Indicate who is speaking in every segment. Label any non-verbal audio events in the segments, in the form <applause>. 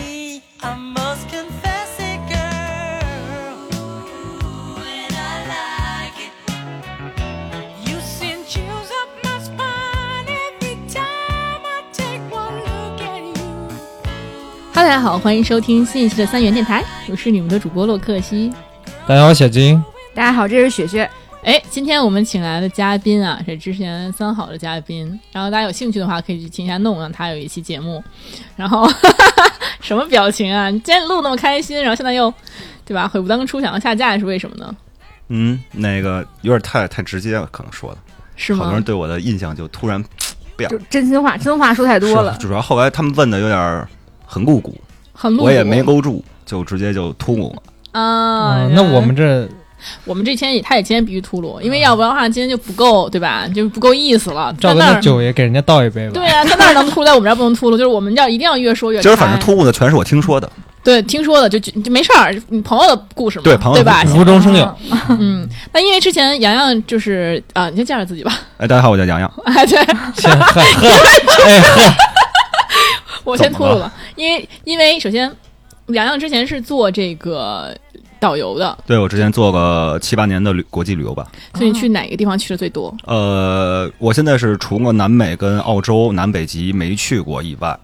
Speaker 1: I must confess it, girl. Ooh, and I like it. You send chills up my spine every time I take one look at you.
Speaker 2: Hello，大家好，欢迎收听新一期的三元电台，我是你们的主播洛克西。
Speaker 3: 大家好，小金。
Speaker 4: 大家好，这是雪雪。
Speaker 2: 哎，今天我们请来的嘉宾啊，是之前三好的嘉宾，然后大家有兴趣的话可以去听一下弄，让他有一期节目。然后什么表情啊？你今天录那么开心，然后现在又对吧？悔不当初想要下架是为什么
Speaker 4: <laughs>
Speaker 2: 呢？
Speaker 5: 嗯，那个有点太太直接了，可能说的，
Speaker 2: 是
Speaker 5: 好多
Speaker 2: 吗
Speaker 5: 人？对我的印象就突然
Speaker 4: 就真心话，真心话说太多了
Speaker 5: 是。主要后来他们问的有点儿很露骨，
Speaker 2: 很露骨。
Speaker 5: 我也没搂住，就直接就突兀了。
Speaker 2: 啊、
Speaker 3: 嗯，那我们这
Speaker 2: 我们这天也他也今天必须秃噜，因为要不然的话今天就不够对吧？就不够意思了。在
Speaker 3: 照着
Speaker 2: 那
Speaker 3: 那
Speaker 2: 儿
Speaker 3: 酒也给人家倒一杯吧。
Speaker 2: 对呀、在那儿能秃噜，在我们这儿不能秃噜，就是我们要一定要越说越开。
Speaker 5: 今儿反正突兀的全是我听说的，
Speaker 2: 对，听说的就就就没事儿，你朋友的故事嘛，
Speaker 5: 对朋友的
Speaker 2: 吧
Speaker 5: 故？
Speaker 3: 无中生有，
Speaker 2: 嗯，那因为之前洋洋就是啊、你先介绍自己吧。 <laughs>
Speaker 5: 哎，大家好，我叫洋洋，
Speaker 2: 啊，对 <laughs>
Speaker 3: 先喝喝，哎喝，
Speaker 2: 我先
Speaker 5: 怎
Speaker 2: 秃
Speaker 5: 么
Speaker 2: 噜
Speaker 5: 了
Speaker 2: 了，因为因为首先洋洋之前是做这个导游的，
Speaker 5: 对我之前做过七八年的旅国际旅游吧，
Speaker 2: 所以你去哪个地方去的最多？
Speaker 5: 呃，我现在是除了南美跟澳洲、南北极没去过以外，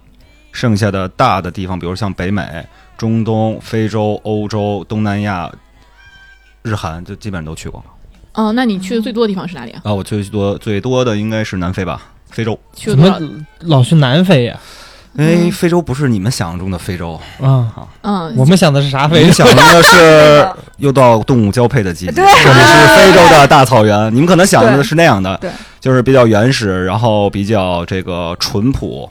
Speaker 5: 剩下的大的地方，比如像北美、中东、非洲、欧洲、东南亚、日韩，就基本上都去过了。
Speaker 2: 哦、那你去的最多的地方是哪里啊？
Speaker 5: 啊，我最多最多的应该是南非吧，非洲。
Speaker 2: 去了
Speaker 3: 怎
Speaker 2: 多少？
Speaker 3: 么老去南非呀？
Speaker 5: 因为哎非洲不是你们想象中的非洲，
Speaker 3: 啊，
Speaker 2: 嗯，
Speaker 3: 我们想的是啥
Speaker 5: 你
Speaker 3: 非
Speaker 5: 们
Speaker 3: 洲？
Speaker 5: 想象的是又到动物交配的季节，
Speaker 4: 对
Speaker 5: 我们是非洲的大草原。你们可能想的是那样的
Speaker 4: 对对，
Speaker 5: 就是比较原始，然后比较这个淳朴。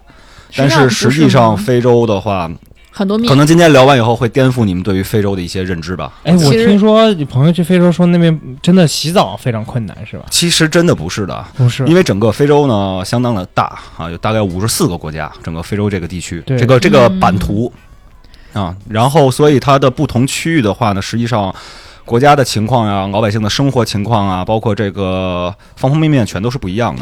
Speaker 5: 但
Speaker 2: 上
Speaker 5: 是
Speaker 2: 不
Speaker 5: 实
Speaker 2: 是
Speaker 5: 际上，
Speaker 2: 吗
Speaker 5: 非洲的话，
Speaker 2: 很多面
Speaker 5: 可能今天聊完以后会颠覆你们对于非洲的一些认知吧。
Speaker 3: <laughs> 哎，我
Speaker 2: 其实
Speaker 3: 听说有朋友去非洲说那边真的洗澡非常困难，是吧？
Speaker 5: 其实真的不是的，
Speaker 3: 不是
Speaker 5: 因，为整个非洲呢相当的大啊，有大概五十四个国家，整个非洲这个地区，
Speaker 3: 对
Speaker 5: 这个这个
Speaker 2: 嗯
Speaker 5: 版图、啊，然后所以它的不同区域的话呢，实际上国家的情况呀、老百姓的生活情况啊，包括这个方方面面全都是不一样的。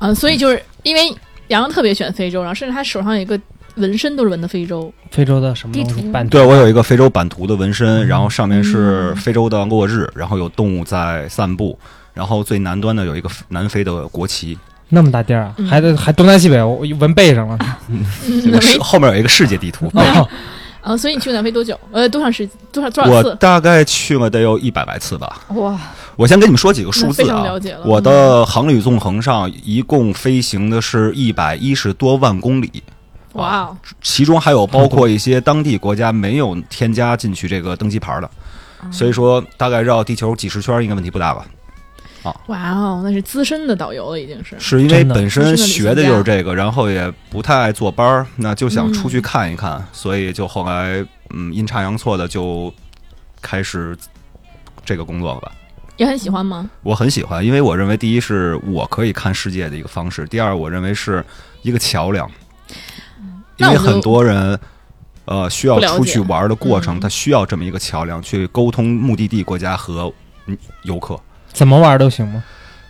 Speaker 2: 嗯，所以就是因为洋洋特别喜欢非洲，然后甚至他手上有一个纹身都是纹的非洲。
Speaker 3: 非洲的什么东
Speaker 4: 地
Speaker 3: 西
Speaker 4: 图
Speaker 3: 半
Speaker 5: 对我有一个非洲版图的纹身，然后上面是非洲的落日，然后有动物在散步。然后最南端呢有一个南非的国旗，
Speaker 3: 那么大地儿啊
Speaker 2: 嗯，
Speaker 3: 还得还东南西北，我我纹背上了。
Speaker 5: 这
Speaker 2: 嗯，
Speaker 5: 个
Speaker 2: 没
Speaker 5: 是后面有一个世界地图。
Speaker 3: 哦，
Speaker 2: 啊，所以你去南非多久？呃，多长时多少多少
Speaker 5: 我
Speaker 2: 次？
Speaker 5: 大概去了得有一百来次吧。
Speaker 2: 啊
Speaker 4: 哇，
Speaker 5: 我先跟你们说几个
Speaker 2: 那
Speaker 5: 数
Speaker 2: 嗯非
Speaker 5: 字
Speaker 2: 常
Speaker 5: 啊
Speaker 2: 了。解了。嗯
Speaker 5: 我的航旅纵横上一共飞行的是一百一十多万公里，
Speaker 2: 嗯哇哦，
Speaker 5: 其中还有包括一些当地国家没有添加进去这个登机牌的，
Speaker 2: 嗯
Speaker 5: 所以说大概绕地球几十圈应该问题不大吧？
Speaker 2: 哇哦，那是资深的导游了，已经是。
Speaker 5: 是因为
Speaker 3: 真的
Speaker 5: 本身学的就是这个，然后也不太爱坐班儿，那就想出
Speaker 2: 嗯
Speaker 5: 去看一看，所以就后来嗯阴差阳错的就开始这个工作了吧。
Speaker 2: 也很喜欢吗？
Speaker 5: 我很喜欢，因为我认为第一是我可以看世界的一个方式，第二我认为是一个桥梁，因
Speaker 2: 那我
Speaker 5: 为
Speaker 2: 们就
Speaker 5: 很多人。呃，需要
Speaker 2: 不了解
Speaker 5: 出去玩的过程，
Speaker 2: 嗯
Speaker 5: 他需要这么一个桥梁去沟通目的地国家和嗯游客，
Speaker 3: 怎么玩都行吗？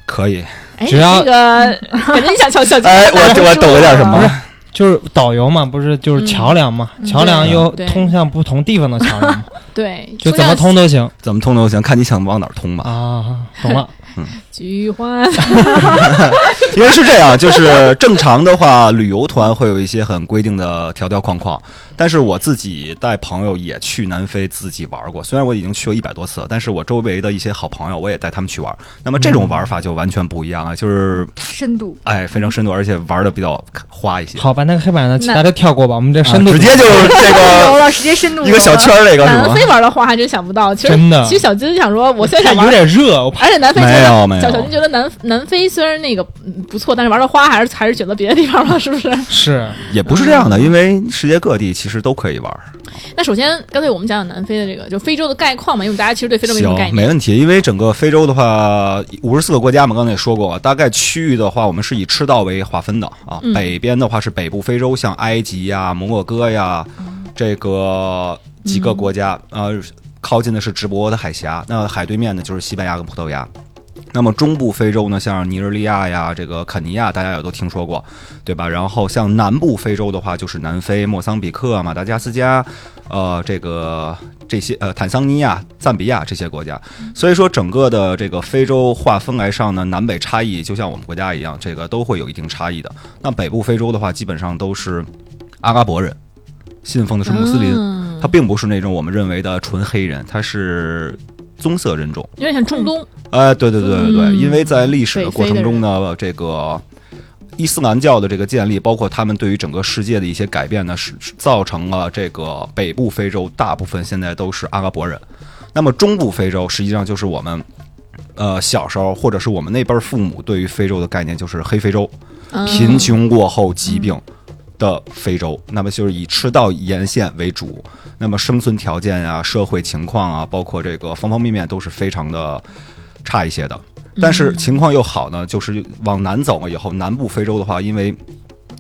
Speaker 5: 可以。
Speaker 2: 哎，
Speaker 3: 只要
Speaker 2: 这个感觉你想小
Speaker 5: <laughs>
Speaker 2: 小金，
Speaker 5: 哎，我我懂了点什
Speaker 3: 么
Speaker 5: 么？
Speaker 3: 就是导游嘛，不是就是桥梁嘛，
Speaker 2: 嗯
Speaker 3: 桥梁有
Speaker 2: 对
Speaker 3: 通向不同地方的桥梁嘛，
Speaker 2: 对，
Speaker 3: 就怎么
Speaker 2: 中
Speaker 3: 通都行
Speaker 5: <laughs> 怎么通都行，看你想往哪儿通吧。
Speaker 3: 啊，懂了。
Speaker 2: 央菊花，
Speaker 5: 因为是这样，就是正常的话，旅游团会有一些很规定的条条框框。但是我自己带朋友也去南非自己玩过，虽然我已经去了一百多次了，但是我周围的一些好朋友我也带他们去玩。那么这种玩法就完全不一样啊，就是
Speaker 4: 深度
Speaker 5: 哎非常深度，而且玩的比较花一些。
Speaker 3: 好吧，那个黑板呢，
Speaker 2: 那
Speaker 3: 其他就跳过吧。我们这深度
Speaker 5: 啊直接就这
Speaker 2: <laughs>
Speaker 4: 游
Speaker 5: 个
Speaker 4: 了，直接深度
Speaker 5: 一个小圈。儿这个是
Speaker 2: 南
Speaker 5: 吗
Speaker 2: 非？玩的话还真想不到。其实
Speaker 3: 真的
Speaker 2: 其实小金想说，我现在
Speaker 3: 看
Speaker 2: 想玩
Speaker 3: 有。点热，我怕
Speaker 2: 而且南非觉
Speaker 5: 没
Speaker 2: 得，
Speaker 5: 有没
Speaker 2: 小小金觉
Speaker 5: 有，
Speaker 2: 得南南非虽然那个嗯不错，但是玩的花还是还是选择别的地方吧，是不是？
Speaker 3: 是
Speaker 5: 也不是这样的，因为世界各地其实都可以玩。
Speaker 2: 那首先，刚才我们讲讲南非的这个，就非洲的概况嘛，因为大家其实对非洲没什么概念。
Speaker 5: 行，没问题。因为整个非洲的话，五十四个国家嘛，刚才也说过，大概区域的话，我们是以赤道为划分的啊。
Speaker 2: 嗯
Speaker 5: 北边的话是北部非洲，像埃及呀、摩洛哥呀，
Speaker 2: 嗯
Speaker 5: 这个几个国家，呃，靠近的是直布罗陀海峡，那海对面呢就是西班牙跟葡萄牙。那么中部非洲呢，像尼日利亚呀、这个肯尼亚，大家也都听说过，对吧？然后像南部非洲的话，就是南非、莫桑比克、啊马达加斯加，呃，这个这些呃坦桑尼亚、赞比亚这些国家。所以说，整个的这个非洲划分来上呢，南北差异就像我们国家一样，这个都会有一定差异的。那北部非洲的话，基本上都是阿拉伯人，信奉的是穆斯林，
Speaker 2: 嗯
Speaker 5: 他并不是那种我们认为的纯黑人，他是棕色人种。
Speaker 2: 有点像中东，
Speaker 5: 哎，对对对对对，
Speaker 2: 嗯
Speaker 5: 因为在历史的过程中呢，这个伊斯兰教的这个建立，包括他们对于整个世界的一些改变呢，是是造成了这个北部非洲大部分现在都是阿拉伯人，那么中部非洲实际上就是我们。呃，小时候或者是我们那辈儿父母对于非洲的概念就是黑非洲，
Speaker 2: 嗯
Speaker 5: 贫穷过后疾病的非洲，那么就是以赤道沿线为主，那么生存条件啊、社会情况啊，包括这个方方面面都是非常的差一些的。但是情况又好呢，就是往南走了以后，南部非洲的话，因为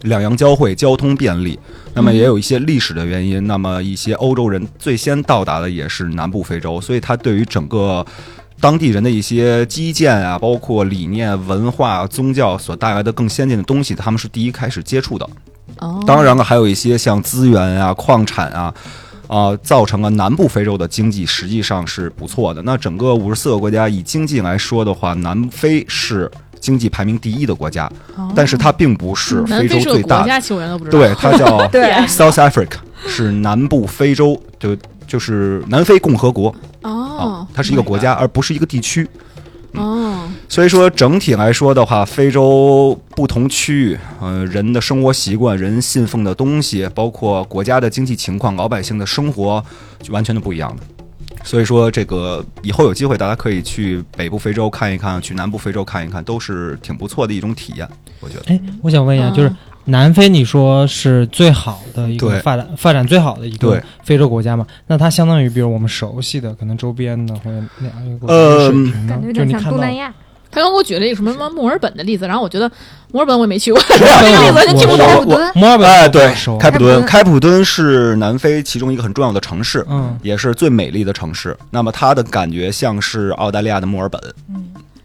Speaker 5: 两洋交汇，交通便利，那么也有一些历史的原因，那么一些欧洲人最先到达的也是南部非洲，所以它对于整个。当地人的一些基建啊，包括理念、文化、宗教所带来的更先进的东西，他们是第一开始接触的。
Speaker 2: 哦，
Speaker 5: 当然了，还有一些像资源啊、矿产啊，啊、造成了南部非洲的经济实际上是不错的。那整个五十四个国家以经济来说的话，南非是经济排名第一的国家，
Speaker 2: 哦
Speaker 5: 但是它并不是
Speaker 2: 南非
Speaker 5: 非洲
Speaker 2: 是
Speaker 5: 最
Speaker 2: 个
Speaker 5: 大
Speaker 2: 国
Speaker 5: 的，
Speaker 2: 家，其实我原来都不知道。
Speaker 5: 对，它
Speaker 2: <laughs>
Speaker 5: 叫
Speaker 4: 对
Speaker 5: South Africa，是南部非洲，就就是南非共和国
Speaker 2: 哦
Speaker 5: 啊，，它是一个国家，而不是一个地区。
Speaker 2: 哦，
Speaker 5: 所以说，整体来说的话，非洲不同区域，呃，人的生活习惯、人信奉的东西，包括国家的经济情况、老百姓的生活，就完全的不一样的。所以说，这个以后有机会，大家可以去北部非洲看一看，去南部非洲看一看，都是挺不错的一种体验，我觉得。
Speaker 3: 哎，我想问一下，就是
Speaker 2: 嗯
Speaker 3: 南非，你说是最好的一
Speaker 5: 对
Speaker 3: 个发展发展最好的一个
Speaker 5: 对
Speaker 3: 非洲国家嘛？那它相当于比如我们熟悉的，可能周边的或者哪一个国
Speaker 5: 呃
Speaker 3: 家的水平呢
Speaker 4: 感觉有
Speaker 3: 就
Speaker 4: 点
Speaker 3: 你
Speaker 4: 像
Speaker 3: 看
Speaker 4: 东
Speaker 3: 到
Speaker 5: 啊
Speaker 4: 南亚。
Speaker 2: 他刚给我举了一个什么什么墨尔本的例子，然后我觉得墨尔本我也没
Speaker 5: <laughs>
Speaker 2: 去过，
Speaker 3: 我
Speaker 2: 我就听不
Speaker 5: 我
Speaker 2: 懂。
Speaker 4: 普敦
Speaker 3: 墨尔本，
Speaker 5: 哎，对，
Speaker 3: 熟，
Speaker 5: 开普
Speaker 4: 开普
Speaker 5: 敦，
Speaker 4: 敦
Speaker 5: 开普敦是南非其中一个很重要的城市，
Speaker 3: 嗯，
Speaker 5: 也是最美丽的城市。那么它的感觉像是澳大利亚的墨尔本。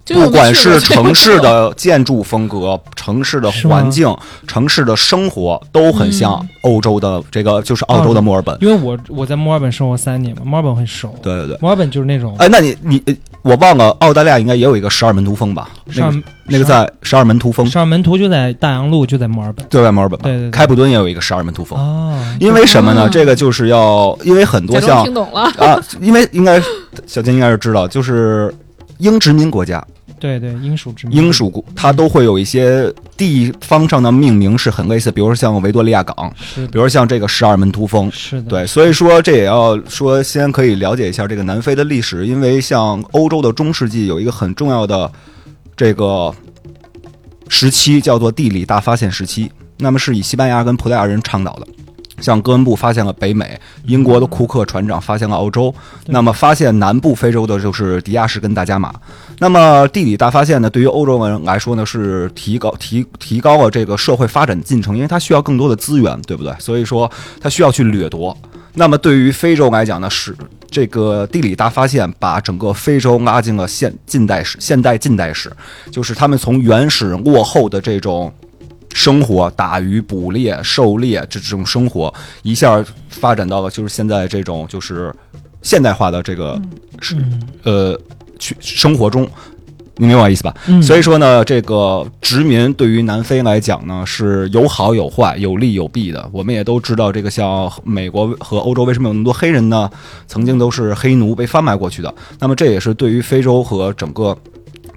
Speaker 2: 就是我
Speaker 5: 不
Speaker 2: 没
Speaker 5: 管
Speaker 2: 去过
Speaker 5: 是城市，的建筑风格、城市的环境、城市的生活，都很
Speaker 2: 嗯
Speaker 5: 像欧洲的这个，就是澳洲的墨尔本。
Speaker 3: 因为我我在墨尔本生活三年嘛，墨尔本很熟，
Speaker 5: 对对对。
Speaker 3: 墨尔本就是那种
Speaker 5: 哎，那你你呃我忘了，澳大利亚应该也有一个十二门徒峰吧？那个
Speaker 3: 上
Speaker 5: 那个在十二门徒峰
Speaker 3: 上上门徒就在大洋路，就在墨尔本
Speaker 5: 对哦外墨尔本吧？
Speaker 3: 对对对
Speaker 5: 开普敦也有一个十二门徒峰。
Speaker 3: 啊，
Speaker 5: 啊因为什么呢？
Speaker 2: 哦
Speaker 5: 这个就是要，因为很
Speaker 2: 我
Speaker 5: 多
Speaker 2: 没去过假装
Speaker 5: 像
Speaker 2: 听懂了。
Speaker 5: 啊，因为应该小金应该是知道，就是英殖民国家，
Speaker 3: 对对，英属殖民地
Speaker 5: 英属国它都会有一些地方上的命名是很类似，比如说像维多利亚港，
Speaker 3: 是嗯
Speaker 5: 比
Speaker 3: 的，
Speaker 5: 如像这个十二门徒峰，
Speaker 3: 是的，
Speaker 5: 对，所以说这也要说先可以了解一下这个南非的历史，因为像欧洲的中世纪有一个很重要的这个时期叫做地理大发现时期，那么是以西班牙跟葡萄牙人倡导的。像哥伦布发现了北美，英国的库克船长发现了澳洲，
Speaker 3: 对
Speaker 5: 那么发现南部非洲的就是迪亚士跟大加马。那么地理大发现呢，对于欧洲人来说呢，是提高提提高了这个社会发展进程，因为它需要更多的资源，对不对？所以说它需要去掠夺。那么对于非洲来讲呢，是这个地理大发现把整个非洲拉进了现近代史、现代近代史，就是他们从原始落后的这种生活，打鱼、捕猎、狩猎这这种生活，一下发展到了就是现在这种就是现代化的这个是、
Speaker 3: 嗯
Speaker 5: 呃去生活中，你明白我意思吧？
Speaker 3: 嗯
Speaker 5: 所以说呢，这个殖民对于南非来讲呢是有好有坏，有利有弊的。我们也都知道，这个像美国和欧洲为什么有那么多黑人呢？曾经都是黑奴被贩卖过去的。那么这也是对于非洲和整个。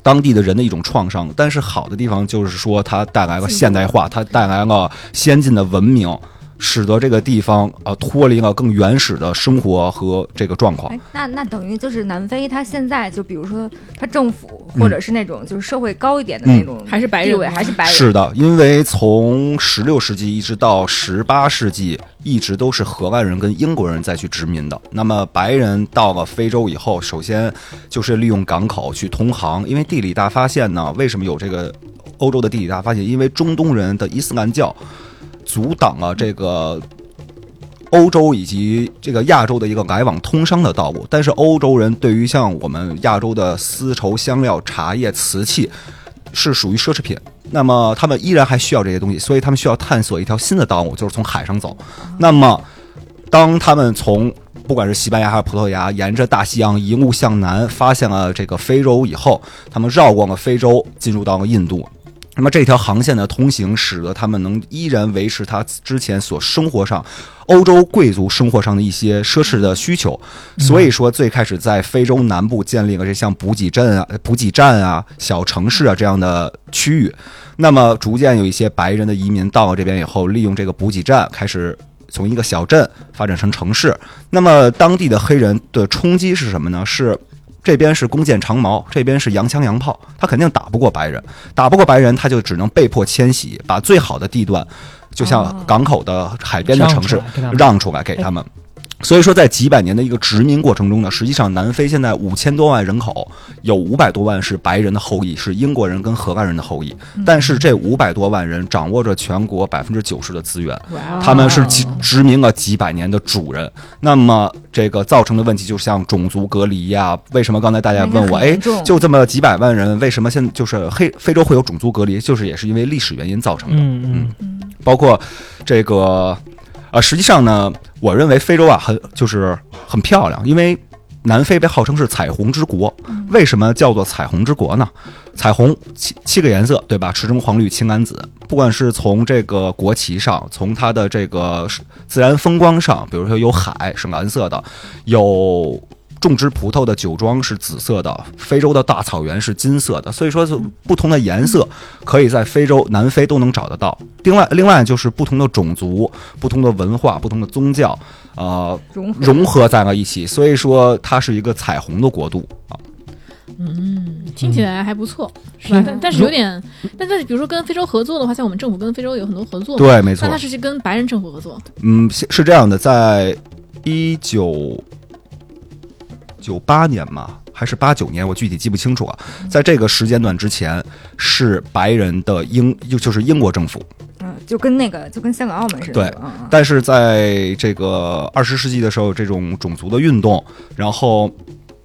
Speaker 5: 当地的人的一种创伤，但是好的地方就是说，它带来了现代化，它带来了先进的文明，使得这个地方啊脱离了更原始的生活和这个状况。
Speaker 4: 哎，那那等于就是南非，它现在就比如说它政府
Speaker 5: 嗯
Speaker 4: 或者是那种就是社会高一点的那种
Speaker 2: 还是白人
Speaker 4: 地位，还是白人，
Speaker 5: 是的，因为从十六世纪一直到十八世纪，一直都是荷兰人跟英国人再去殖民的。那么白人到了非洲以后，首先就是利用港口去通航，因为地理大发现呢，为什么有这个欧洲的地理大发现？因为中东人的伊斯兰教阻挡了这个。欧洲以及这个亚洲的一个来往通商的道路。但是欧洲人对于像我们亚洲的丝绸、香料、茶叶、瓷器是属于奢侈品，那么他们依然还需要这些东西，所以他们需要探索一条新的道路，就是从海上走。那么，当他们从不管是西班牙还是葡萄牙，沿着大西洋一路向南，发现了这个非洲以后，他们绕过了非洲，进入到了印度。那么这条航线的通行，使得他们能依然维持他之前所生活上欧洲贵族生活上的一些奢侈的需求。所以说，最开始在非洲南部建立了这像补给镇啊、补给站啊、小城市啊这样的区域。那么逐渐有一些白人的移民到了这边以后，利用这个补给站开始。从一个小镇发展成城市，那么当地的黑人的冲击是什么呢？是这边是弓箭长矛，这边是洋枪洋炮，他肯定打不过白人，打不过白人，他就只能被迫迁徙，把最好的地段，就像港口的海边的城市
Speaker 3: 让出来给他们
Speaker 5: 让出来给他们。所以说，在几百年的一个殖民过程中呢，实际上南非现在五千多万人口，有五百多万是白人的后裔，是英国人跟荷兰人的后裔。
Speaker 4: 嗯
Speaker 5: 但是这五百多万人掌握着全国百分之九十的资
Speaker 4: 啊
Speaker 5: 源，
Speaker 2: 哇哦
Speaker 5: 他们是几殖民了几百年的主人。那么这个造成的问题，就像种族隔离呀、为什么刚才大家问我，
Speaker 4: 那个很
Speaker 5: 哎
Speaker 4: 严重，
Speaker 5: 就这么几百万人，为什么现在就是黑非洲会有种族隔离？就是也是因为历史原因造成的。
Speaker 3: 嗯嗯，
Speaker 5: 包括这个，呃，实际上呢，我认为非洲啊，很就是很漂亮，因为南非被号称是彩虹之国。为什么叫做彩虹之国呢？彩虹七七个颜色，对吧？赤橙黄绿青蓝紫。不管是从这个国旗上，从它的这个自然风光上，比如说有海是蓝色的，有种植葡萄的酒庄是紫色的，非洲的大草原是金色的，所以说是不同的颜色可以在非洲、南非都能找得到。另外，另外就是不同的种族、不同的文化、不同的宗教，呃，
Speaker 4: 融合
Speaker 5: 融合在了一起，所以说它是一个彩虹的国度啊。嗯
Speaker 2: 听起来还不错，是吧？但但是有点，但但是比如说跟非洲合作的话，像我们政府跟非洲有很多合作嘛，
Speaker 5: 对，没错
Speaker 2: 哦那他，是去跟白人政府合作，
Speaker 5: 嗯，是是这样的，在一九九八年嘛，还是八九年，我具体记不清楚啊。在这个时间段之前，是白人的英，就就是英国政府。
Speaker 4: 嗯，就跟那个就跟香港、澳门似的，
Speaker 5: 对
Speaker 4: 嗯嗯
Speaker 5: 但是在这个二十世纪的时候，这种种族的运动，然后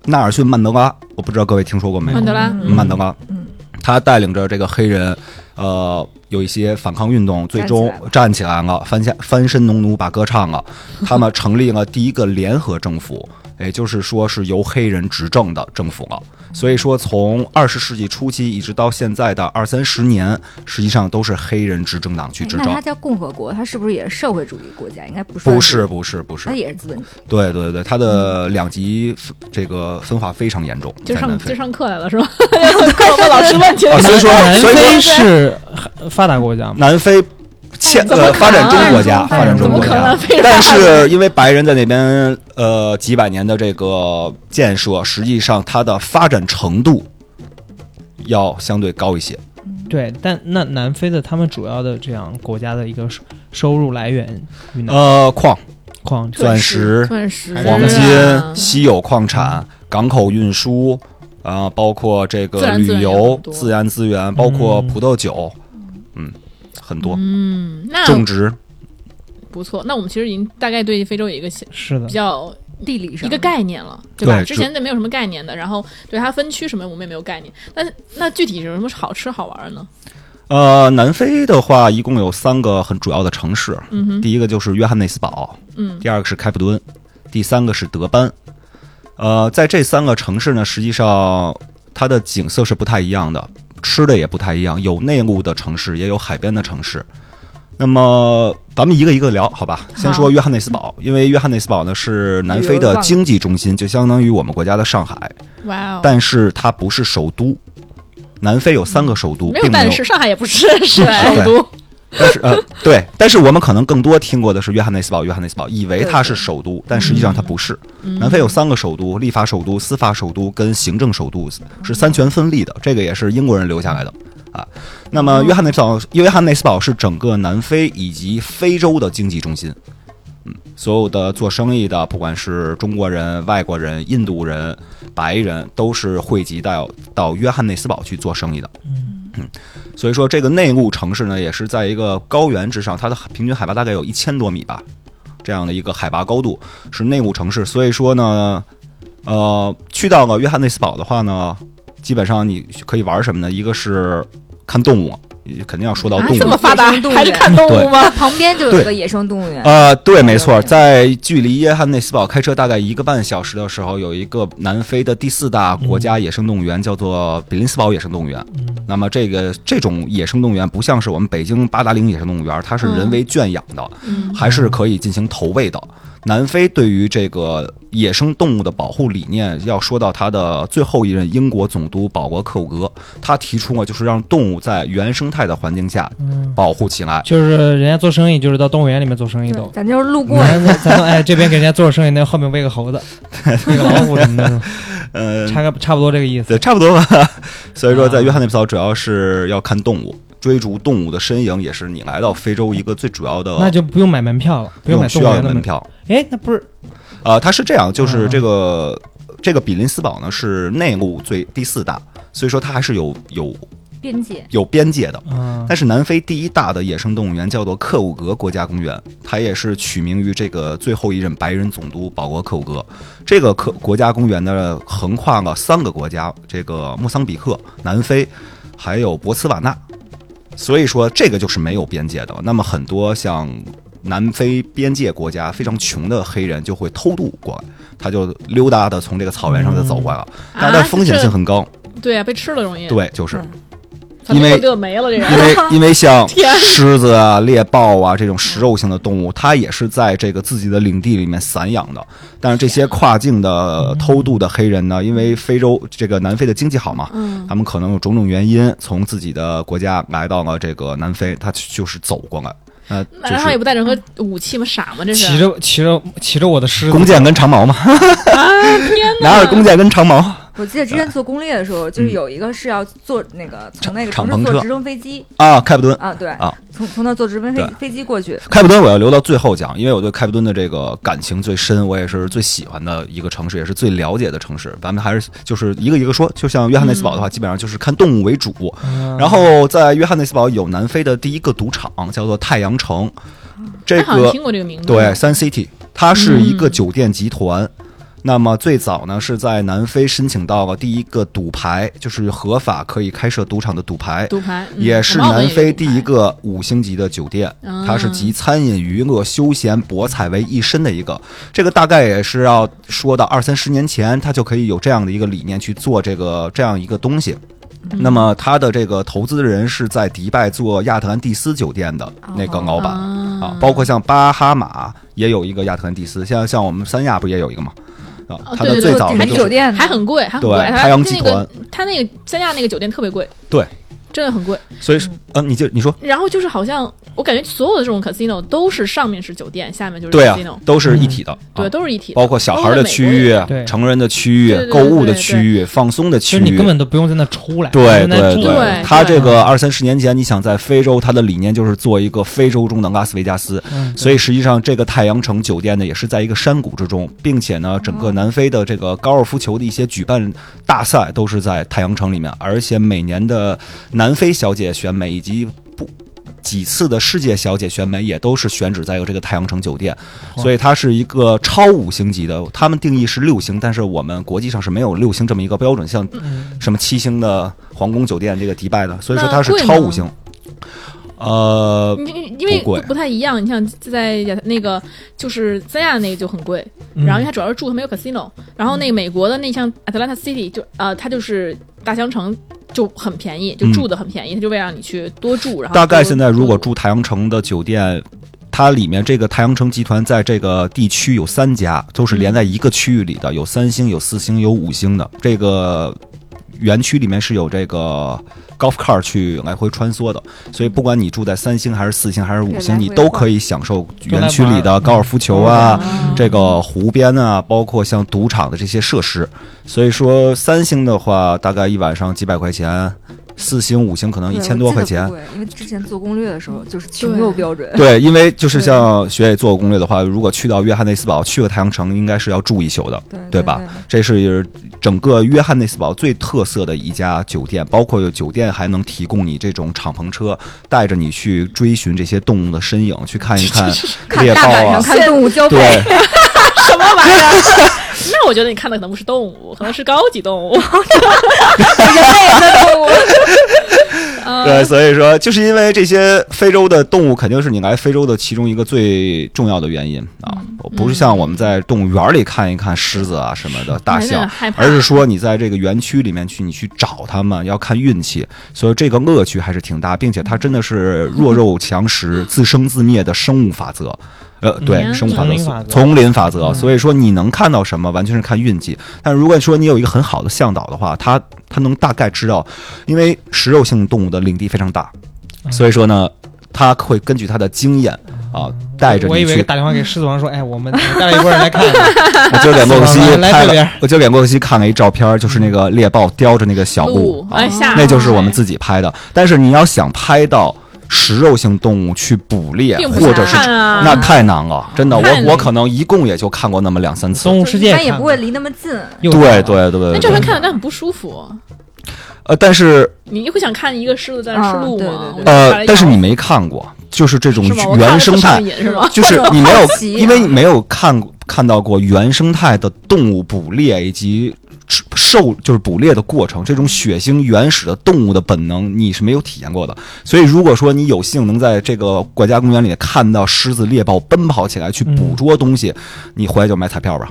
Speaker 5: 纳尔逊·曼德拉，我不知道各位听说过没有？
Speaker 2: 曼德拉
Speaker 4: 嗯
Speaker 5: 曼德拉，
Speaker 4: 嗯
Speaker 5: 他带领着这个黑人，呃，有一些反抗运动，最终站起来了，翻下翻身农奴把歌唱了，他们成立了第一个联合政府，也就是说是由黑人执政的政府了。所以说，从二十世纪初期一直到现在的二三十年，实际上都是黑人执政党去
Speaker 4: 哎
Speaker 5: 执
Speaker 4: 那
Speaker 5: 政
Speaker 4: 它。叫共和国，它是不是也是社会主义国家？应该不是，
Speaker 5: 不是，不是，不是
Speaker 4: 它，也是资本主义。
Speaker 5: 对对对，它的两极分这个分化非常严重，
Speaker 2: 就
Speaker 5: 在南
Speaker 2: 上
Speaker 5: 非
Speaker 2: 就上课来了是吧？课问老师问题了
Speaker 5: 啊，所以说，
Speaker 3: 南
Speaker 5: 所以
Speaker 3: 非
Speaker 5: 说
Speaker 3: 是发达国家嘛，
Speaker 5: 南非欠
Speaker 2: 怎么
Speaker 5: 呃
Speaker 2: 可能啊
Speaker 5: 发展中国家，
Speaker 4: 发
Speaker 5: 发
Speaker 4: 展
Speaker 5: 展
Speaker 4: 中
Speaker 5: 中
Speaker 4: 国
Speaker 5: 国
Speaker 4: 家
Speaker 5: 家
Speaker 2: 怎么可能非，常
Speaker 5: 但是因为白人在那边呃几百年的这个建设，实际上它的发展程度要相对高一些。
Speaker 3: 对，但那南非的他们主要的这样国家的一个收收入来源与哪
Speaker 5: 呃，矿、
Speaker 3: 矿
Speaker 5: 钻石、
Speaker 2: 嗯钻石、
Speaker 5: 黄金
Speaker 2: 啊、
Speaker 5: 稀有矿产、港口运输，啊，包括
Speaker 2: 自
Speaker 5: 这个
Speaker 2: 然资源
Speaker 5: 旅
Speaker 2: 也
Speaker 5: 游
Speaker 2: 很、多
Speaker 5: 自然资源，包括葡萄酒，嗯，很多
Speaker 2: 嗯，那
Speaker 5: 种植。
Speaker 2: 不错。那我们其实已经大概对非洲有一个
Speaker 3: 是的
Speaker 2: 比，较
Speaker 4: 地理上
Speaker 2: 一个概念了，对吧？
Speaker 5: 啊对
Speaker 2: 之
Speaker 5: 就
Speaker 2: 前那没有什么概念的，然后对它分区什么我们也没有概念。那那具体有什么好吃好玩呢？
Speaker 5: 呃，南非的话，一共有三个很主要的城市，
Speaker 2: 嗯哼，
Speaker 5: 第一个就是约翰内斯堡，
Speaker 2: 嗯
Speaker 5: 第二个是开普敦，第三个是德班。呃，在这三个城市呢，实际上它的景色是不太一样的，吃的也不太一样，有内陆的城市，也有海边的城市。那么咱们一个一个聊，好吧？先说约翰内斯堡，
Speaker 2: 嗯
Speaker 5: 因为约翰内斯堡呢是南非的经济中心，就相当于我们国家的上海，
Speaker 2: 哇哦，
Speaker 5: 但是它不是首都。南非有三个首都，
Speaker 2: 没
Speaker 5: 并没有
Speaker 2: 但是上海也不是是
Speaker 5: <laughs> 对
Speaker 2: 首都，
Speaker 5: 但是呃， <laughs> 对，但是我们可能更多听过的是约翰内斯堡，约翰内斯堡，以为它是首都，但实际上它不是。南非有三个首都：立法首都、司法首都跟行政首都，是三权分立的。这个也是英国人留下来的啊。那么约翰内斯堡，约翰内斯堡是整个南非以及非洲的经济中心。嗯，所有的做生意的，不管是中国人、外国人、印度人、白人，都是汇集到到约翰内斯堡去做生意的。所以说这个内陆城市呢，也是在一个高原之上，它的平均海拔大概有一千多米吧，这样的一个海拔高度，是内陆城市，所以说呢，呃，去到了约翰内斯堡的话呢，基本上你可以玩什么呢？一个是看动物，肯定要说到
Speaker 2: 啊
Speaker 5: 动物，
Speaker 2: 这么发达
Speaker 4: 动物
Speaker 2: 还是看动物吗？
Speaker 4: 旁边就有一个野生动物园，
Speaker 5: 呃，对，没错，在距离约翰内斯堡开车大概一个半小时的时候，有一个南非的第四大国家野生动物园，叫做比林斯堡野生动物园。那么这个这种野生动物园不像是我们北京八达岭野生动物园，它是人为圈养的，
Speaker 2: 嗯
Speaker 5: 还是可以进行投喂的。南非对于这个野生动物的保护理念，要说到他的最后一任英国总督保罗·克伍格，他提出过就是让动物在原生态的环境下
Speaker 3: 嗯，
Speaker 5: 保护起来。
Speaker 3: 就是人家做生意，就是到动物园里面做
Speaker 5: 嗯
Speaker 3: 生意
Speaker 4: 对
Speaker 3: 都。
Speaker 4: 咱就是路过一
Speaker 3: 咱
Speaker 4: 下。
Speaker 3: 咱们哎，这边给人家做生意，那后面喂个猴
Speaker 5: <laughs>
Speaker 3: 子，喂个老虎什么的，
Speaker 5: 呃，
Speaker 3: 差个差不多这个意思。
Speaker 5: 对，差不多吧。 <laughs> 所以说，
Speaker 3: 嗯
Speaker 5: 在约翰内斯堡主要是要看动物，追逐动物的身影，也是你来到非洲一个最主要的。
Speaker 3: 那就不用买门票了，不
Speaker 5: 不
Speaker 3: 用
Speaker 5: 用
Speaker 3: 买
Speaker 5: 需
Speaker 3: 动物
Speaker 5: 要
Speaker 3: 园
Speaker 5: 有
Speaker 3: 的
Speaker 5: 门。票。
Speaker 3: 哎，那不是
Speaker 5: 啊，它是这样，就是
Speaker 3: 嗯
Speaker 5: 这个、这个比林斯堡呢是内陆最第四大，所以说它还是有有
Speaker 4: 边界，
Speaker 5: 有边界的。
Speaker 3: 啊
Speaker 5: 但是南非第一大的野生动物园叫做克伍格国家公园，它也是取名于这个最后一任白人总督保罗·克伍格。这个克国家公园呢，横跨了三个国家：这个莫桑比克、南非，还有博茨瓦纳。所以说，这个就是没有边界的。那么很多像南非边界国家非常穷的黑人就会偷渡过来，他就溜达的从这个草原上就走过来了，但是它
Speaker 2: 啊
Speaker 5: 风险
Speaker 2: 这
Speaker 5: 性很高。
Speaker 2: <laughs> 对啊，被吃了容易，
Speaker 5: 对，嗯就是。
Speaker 2: 咱们
Speaker 5: 因为
Speaker 2: 就没了这人 <laughs>
Speaker 5: 因。为因为像
Speaker 2: 天啊
Speaker 5: 狮子啊、猎豹啊这种食肉性的动物，它也是在这个自己的领地里面散养的。但是这些跨境的偷渡的黑人呢，因为非洲这个南非的经济好嘛，
Speaker 2: 嗯
Speaker 5: 他们可能有种种原因从自己的国家来到了这个南非，他就是走过来，呃，
Speaker 2: 那
Speaker 5: 就
Speaker 2: 然后也
Speaker 5: 是
Speaker 2: 不带任何武器吗？傻吗？这是
Speaker 3: 骑着骑着骑着我的狮子，
Speaker 5: 弓箭跟长矛嘛，
Speaker 2: 啊天
Speaker 5: <laughs>
Speaker 2: 哪！
Speaker 5: 拿着弓箭跟长矛
Speaker 4: 我记得之前
Speaker 5: 呃
Speaker 4: 做攻略的时候，就是
Speaker 5: 嗯
Speaker 4: 有一个是要坐那个从那个城
Speaker 5: 敞
Speaker 4: 市
Speaker 5: 篷车
Speaker 4: 坐直升飞机
Speaker 5: 啊，开普敦。
Speaker 4: 啊，对
Speaker 5: 啊，
Speaker 4: 从从那坐直升飞
Speaker 5: 对
Speaker 4: 飞机过去，
Speaker 5: 开普敦我要留到最后讲，因为我对开普敦的这个感情最深，我也是最喜欢的一个城市，也是最了解的城市。咱们还是就是一个一个说，就像约翰内斯堡的话，基本上就是看动物为主。
Speaker 3: 嗯，
Speaker 5: 然后在约翰内斯堡有南非的第一个赌场，叫做太阳城，这
Speaker 2: 哎好像
Speaker 5: 个
Speaker 2: 听过这个名字。
Speaker 5: 对 Sun City，它是一个酒店集团。那么最早呢，是在南非申请到了第一个赌牌，就是合法可以开设赌场的赌牌。
Speaker 2: 赌牌嗯
Speaker 5: 也是
Speaker 2: 我忘了
Speaker 5: 南非
Speaker 2: 有赌
Speaker 5: 第
Speaker 2: 牌
Speaker 5: 一个五星级的酒店，
Speaker 2: 嗯
Speaker 5: 它是集餐饮、娱乐、休闲、博彩为一身的一个。这个大概也是要说到二三十年前，它就可以有这样的一个理念去做这个这样一个东西。
Speaker 2: 嗯
Speaker 5: 那么它的这个投资人是在迪拜做亚特兰蒂斯酒店的那个老板
Speaker 2: 哦
Speaker 5: 啊，包括像巴哈马也有一个亚特兰蒂斯，像像我们三亚不也有一个吗？啊，它
Speaker 2: 哦对
Speaker 5: 的
Speaker 2: 对
Speaker 5: 最
Speaker 2: 对
Speaker 5: 早
Speaker 2: 还
Speaker 5: 的就
Speaker 4: 还
Speaker 2: 挺
Speaker 5: 是
Speaker 4: 酒店呢
Speaker 2: 还很贵，还很
Speaker 5: 啊对
Speaker 2: 贵。
Speaker 5: 太阳集
Speaker 2: 那个
Speaker 5: 团
Speaker 2: 他那个三亚那个酒店特别贵，
Speaker 5: 对，
Speaker 2: 真的很贵。
Speaker 5: 所以是嗯，你就你说。
Speaker 2: 然后就是好像我感觉所有的这种 casino 都是上面是酒店，下面就是
Speaker 5: 对啊
Speaker 2: casino，，
Speaker 5: 都是一体的，
Speaker 2: 对，
Speaker 5: 啊
Speaker 2: 都是一体的。
Speaker 5: 包括小孩儿的区域啊
Speaker 3: 美国也、是
Speaker 5: 成人的区
Speaker 2: 对
Speaker 5: 域、
Speaker 2: 对
Speaker 5: 购
Speaker 2: 对
Speaker 5: 物的
Speaker 2: 对
Speaker 5: 区域、放松的
Speaker 3: 其
Speaker 5: 区
Speaker 3: 实你
Speaker 5: 域
Speaker 3: 根。本都不用在那出来，
Speaker 5: 对
Speaker 3: 你在那
Speaker 5: 对
Speaker 3: 住
Speaker 2: 对
Speaker 3: 着
Speaker 5: 他这个二三十年前，你想在非洲，他的理念就是做一个非洲中的拉斯维加斯，
Speaker 3: 嗯
Speaker 5: 所以实际上这个太阳城酒店呢，也是在一个山谷之中，并且呢，整个南非的这个高尔夫球的一些举办大赛都是在太阳城里面，而且每年的南非小姐选美以及不几次的世界小姐选美也都是选址在这个太阳城酒店，
Speaker 2: 哦
Speaker 3: 哇
Speaker 5: 所以它是一个超五星级的，他们定义是六星，但是我们国际上是没有六星这么一个标准，像什么七星的皇宫酒店这个迪拜的，所以说它是
Speaker 2: 嗯那贵吗
Speaker 5: 超五星。呃，
Speaker 2: 你你因为
Speaker 5: 不贵
Speaker 2: 不太一样，你像在亚那个就是三亚那个就很贵，
Speaker 3: 嗯
Speaker 2: 然后因为它主要是住，它没有 casino。然后那个美国的那像 Atlanta City 就呃，它就是大香城就很便宜，就
Speaker 5: 嗯
Speaker 2: 住的很便宜，它就为了让你去多住。然后
Speaker 5: 大概
Speaker 2: 多
Speaker 5: 现在如果
Speaker 2: 多
Speaker 5: 住太阳城的酒店，它里面这个太阳城集团在这个地区有三家，都是连在一个区域里的，有三星、有四星、有五星的。这个园区里面是有这个 golf car 去来回穿梭的，所以不管你住在三星还是四星还是五
Speaker 4: 对来
Speaker 5: 星，
Speaker 4: 回
Speaker 5: 你都可以享受园区里
Speaker 3: 都来玩
Speaker 5: 的
Speaker 3: 儿
Speaker 5: 高尔夫球
Speaker 3: 啊
Speaker 5: 啊。这个湖边啊，包括像赌场的这些设施，所以说三星的话，大概一晚上几百块钱，四星、五星可能嗯
Speaker 4: 对
Speaker 5: 一
Speaker 4: 我
Speaker 5: 千多
Speaker 4: 记得
Speaker 5: 块
Speaker 4: 不
Speaker 5: 钱。
Speaker 4: 贵因为之前做攻略的时候就是穷游标准，
Speaker 5: 对，因为就是像学姐做过攻略的话，如果去到约翰内斯堡，去个太阳城，应该是要住一宿的，
Speaker 4: 对
Speaker 5: 对吧？这是整个约翰内斯堡最特色的一家酒店，包括酒店还能提供你这种敞篷车，带着你去追寻这些动物的身影， <laughs> 去看一看
Speaker 4: 看
Speaker 5: <laughs> 猎
Speaker 4: 大
Speaker 5: 豹
Speaker 4: 晚上
Speaker 5: 啊，
Speaker 4: 看动物交配，
Speaker 5: <laughs>
Speaker 4: <laughs>
Speaker 5: 对，
Speaker 2: 什么玩意儿？啊那我觉得你看的可能不是动物，可能是高级动物。
Speaker 4: 动物
Speaker 5: 对，所以说就是因为这些非洲的动物肯定是你来非洲的其中一个最重要的原因啊，不是像我们在动物园里看一看狮子啊什么的大
Speaker 2: 还是 <laughs> 很
Speaker 5: 象
Speaker 2: 哎害，怕
Speaker 5: 而是说你在这个园区里面去，你去找它们要看运气，所以这个乐趣还是挺大，并且它真的是弱肉强食、自生自灭的生物法则。呃，对，
Speaker 2: 嗯
Speaker 5: 生物法
Speaker 3: 丛林法则
Speaker 5: 则，丛林法则。所以说，你能看到什么，完全是看运气。但如果说你有一个很好的向导的话，他他能大概知道，因为食肉性动物的领地非常大，所以说呢，他会根据他的经验啊，带着
Speaker 3: 我以
Speaker 5: 你
Speaker 3: 为
Speaker 5: 去。
Speaker 3: 打电话给狮子王说，哎，我们我带了一波人来看，
Speaker 2: <laughs>
Speaker 5: <laughs> 我今儿给洛克西
Speaker 3: <laughs> 来
Speaker 5: 拍
Speaker 3: 这边
Speaker 5: 了，我今儿给洛克西看了一照片，就是那个猎豹叼着那个小鹿
Speaker 2: 鹿，
Speaker 5: 啊
Speaker 2: 哎吓，
Speaker 5: 那就是我们自己拍的。但是你要想拍到食肉性动物去捕猎，
Speaker 2: 并不
Speaker 5: 或者是
Speaker 2: 看啊，
Speaker 5: 那太难了，真的，
Speaker 2: 太
Speaker 5: 我我可能一共也就看过那么两三次。
Speaker 3: 动物世界
Speaker 4: 它也
Speaker 3: 看
Speaker 4: 不会离那么近，
Speaker 3: 又
Speaker 5: 对对对对
Speaker 2: 那照
Speaker 5: 对，
Speaker 2: 片看着但很不舒服，
Speaker 5: 呃，但是
Speaker 2: 你会想看一个狮子在那
Speaker 4: 啊
Speaker 2: 吃鹿
Speaker 4: 对
Speaker 2: 吗？
Speaker 4: 对对
Speaker 2: 我就把它
Speaker 5: 呃，
Speaker 2: 咬
Speaker 5: 但是你没看过，呃就是这种
Speaker 2: 是吗？我看
Speaker 5: 原
Speaker 2: 着
Speaker 5: 生
Speaker 2: 特
Speaker 5: 态
Speaker 2: 上，瘾是 <laughs> 吗？
Speaker 5: 就是
Speaker 4: 或者
Speaker 5: 你没有
Speaker 4: 好奇，
Speaker 5: 因为你没有看过看到过原生态的动物捕猎以及吃狩，就是捕猎的过程，这种血腥原始的动物的本能，你是没有体验过的。所以，如果说你有幸能在这个国家公园里看到狮子、猎豹奔跑起来去
Speaker 3: 嗯
Speaker 5: 捕捉东西，你回来就买彩票吧。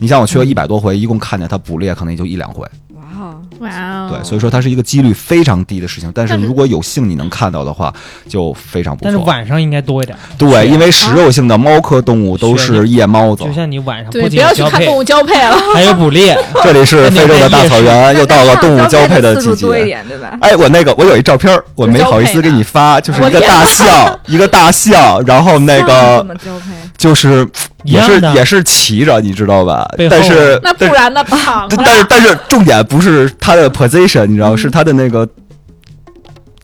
Speaker 5: 你像我去了一百多回，一共看见它捕猎可能也就一两回，
Speaker 4: <laughs> 哇哦，
Speaker 2: 哇哦，
Speaker 5: 对，所以说它是一个几率非常低的事情。但是
Speaker 2: 但是
Speaker 5: 如果有幸你能看到的话，就非常不错。
Speaker 3: 但是晚上应该多一点，
Speaker 5: 对，因为食肉性的猫科动物都是夜猫子
Speaker 3: 就。像你晚上
Speaker 2: 对，
Speaker 3: 不
Speaker 2: 不
Speaker 3: 仅有
Speaker 2: 要去
Speaker 3: 交
Speaker 2: 看
Speaker 3: 配
Speaker 2: 动，物交配了，
Speaker 3: <laughs>
Speaker 5: <laughs>
Speaker 3: 还有捕猎，
Speaker 5: 这里是非洲的大草原， <laughs> 又到了动物交配的
Speaker 4: 次
Speaker 5: 季
Speaker 4: 数多一
Speaker 5: 节。
Speaker 4: 点，对吧？
Speaker 5: 哎，我那个我有一照片儿，我没好意思给你发，就是一个大象，一个大象，然后 <laughs> 那
Speaker 4: 怎
Speaker 5: 个
Speaker 4: 么交配？
Speaker 5: 就是
Speaker 3: 一
Speaker 5: 也是
Speaker 3: 样的
Speaker 5: 也是骑着，你知道吧
Speaker 3: 背？后
Speaker 5: 但是
Speaker 2: 那啊不
Speaker 5: 但是
Speaker 2: 然呢？
Speaker 5: <laughs>
Speaker 2: 躺着
Speaker 5: 但是但是重点不是它的 position，你知道，是它的那个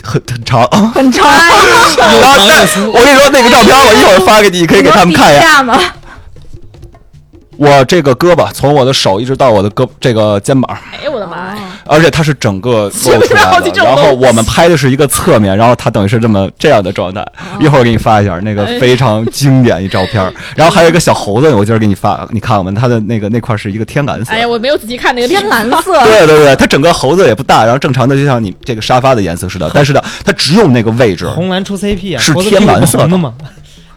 Speaker 5: 很很长。
Speaker 4: 很长，
Speaker 5: 然后但我跟你说 <laughs> 那个照片，我一会儿发给你，你可以给他们看一
Speaker 4: 一
Speaker 5: 下。
Speaker 4: 下吗？
Speaker 5: 我这个胳膊从我的手一直到我的胳这个肩膀，
Speaker 2: 哎呦我的妈
Speaker 4: 哦
Speaker 2: 呀！
Speaker 5: 而且它是整个露出
Speaker 2: 是不是
Speaker 5: 来
Speaker 2: 好几
Speaker 5: 的，
Speaker 2: 种
Speaker 5: 然后
Speaker 2: 东西
Speaker 5: 我们拍的是一个侧面，然后它等于是这么这样的状态。一会儿我给你发一下那个
Speaker 2: 哦哎
Speaker 5: 非常经典一照片儿，然后还有一个小猴子，我今儿给你发，你看我们它的那个那块是一个天蓝色
Speaker 2: 哎。呀，我没有仔细看那个
Speaker 4: 天
Speaker 2: 脸
Speaker 4: 蓝色，
Speaker 5: 对对对，它整个猴子也不大，然后正常的就像你这个沙发的颜色似的，但是呢，它只有那个位置，
Speaker 3: 红蓝出 CP 啊，
Speaker 5: 是
Speaker 3: 猴子
Speaker 5: 天
Speaker 3: 屁股
Speaker 5: 蓝色
Speaker 3: 红
Speaker 5: 的
Speaker 3: 的嘛，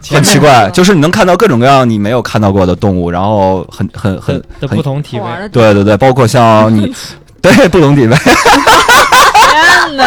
Speaker 5: 很奇怪，就是你能看到各种各样你没有看到过的动物，然后很很很
Speaker 3: 的的
Speaker 5: 很
Speaker 3: 不同体
Speaker 4: 好
Speaker 3: 位
Speaker 4: 玩，的，
Speaker 5: 对对对，包括像
Speaker 3: <laughs>
Speaker 5: 你对不同体位，
Speaker 2: 呢？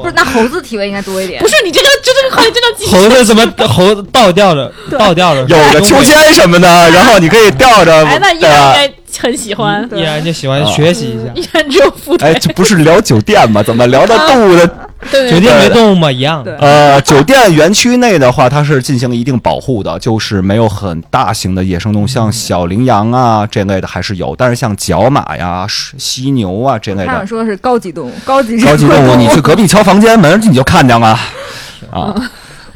Speaker 4: 不是那猴子体味应该多一点
Speaker 2: <laughs> 不。是你这个，这这个话题真的
Speaker 5: <laughs>
Speaker 2: 极
Speaker 3: 猴子怎么猴子倒
Speaker 2: <laughs>
Speaker 3: 吊着，倒吊着，
Speaker 5: 有个秋千什么的，然后你可以吊着，呃
Speaker 2: 哎，那依
Speaker 5: 对吧
Speaker 2: 然应该很喜欢，嗯
Speaker 3: 依
Speaker 5: 啊
Speaker 3: 然就喜欢学习
Speaker 2: <laughs>
Speaker 3: 一
Speaker 2: 依
Speaker 3: 下。
Speaker 2: 然只有副
Speaker 5: 哎，
Speaker 2: 腿。
Speaker 5: 这不是聊酒店吗？怎么聊到动
Speaker 2: <laughs>
Speaker 5: 物的？
Speaker 2: 对
Speaker 3: 酒
Speaker 2: 对
Speaker 3: 店没动物嘛，一样的。
Speaker 4: 对
Speaker 5: 呃，酒店园区内的话，它是进行一定保护的，就是没有很大型的野生动物，
Speaker 2: 嗯
Speaker 5: 像小羚羊啊这类的还是有，但是像角马呀、犀牛啊这类
Speaker 4: 他想
Speaker 5: 的
Speaker 4: 说的是高级动物，高
Speaker 5: <laughs>
Speaker 4: 级
Speaker 5: 高级动
Speaker 4: <laughs>
Speaker 5: 物，
Speaker 4: 物，
Speaker 5: 你去隔壁敲房间门，你就看见了啊。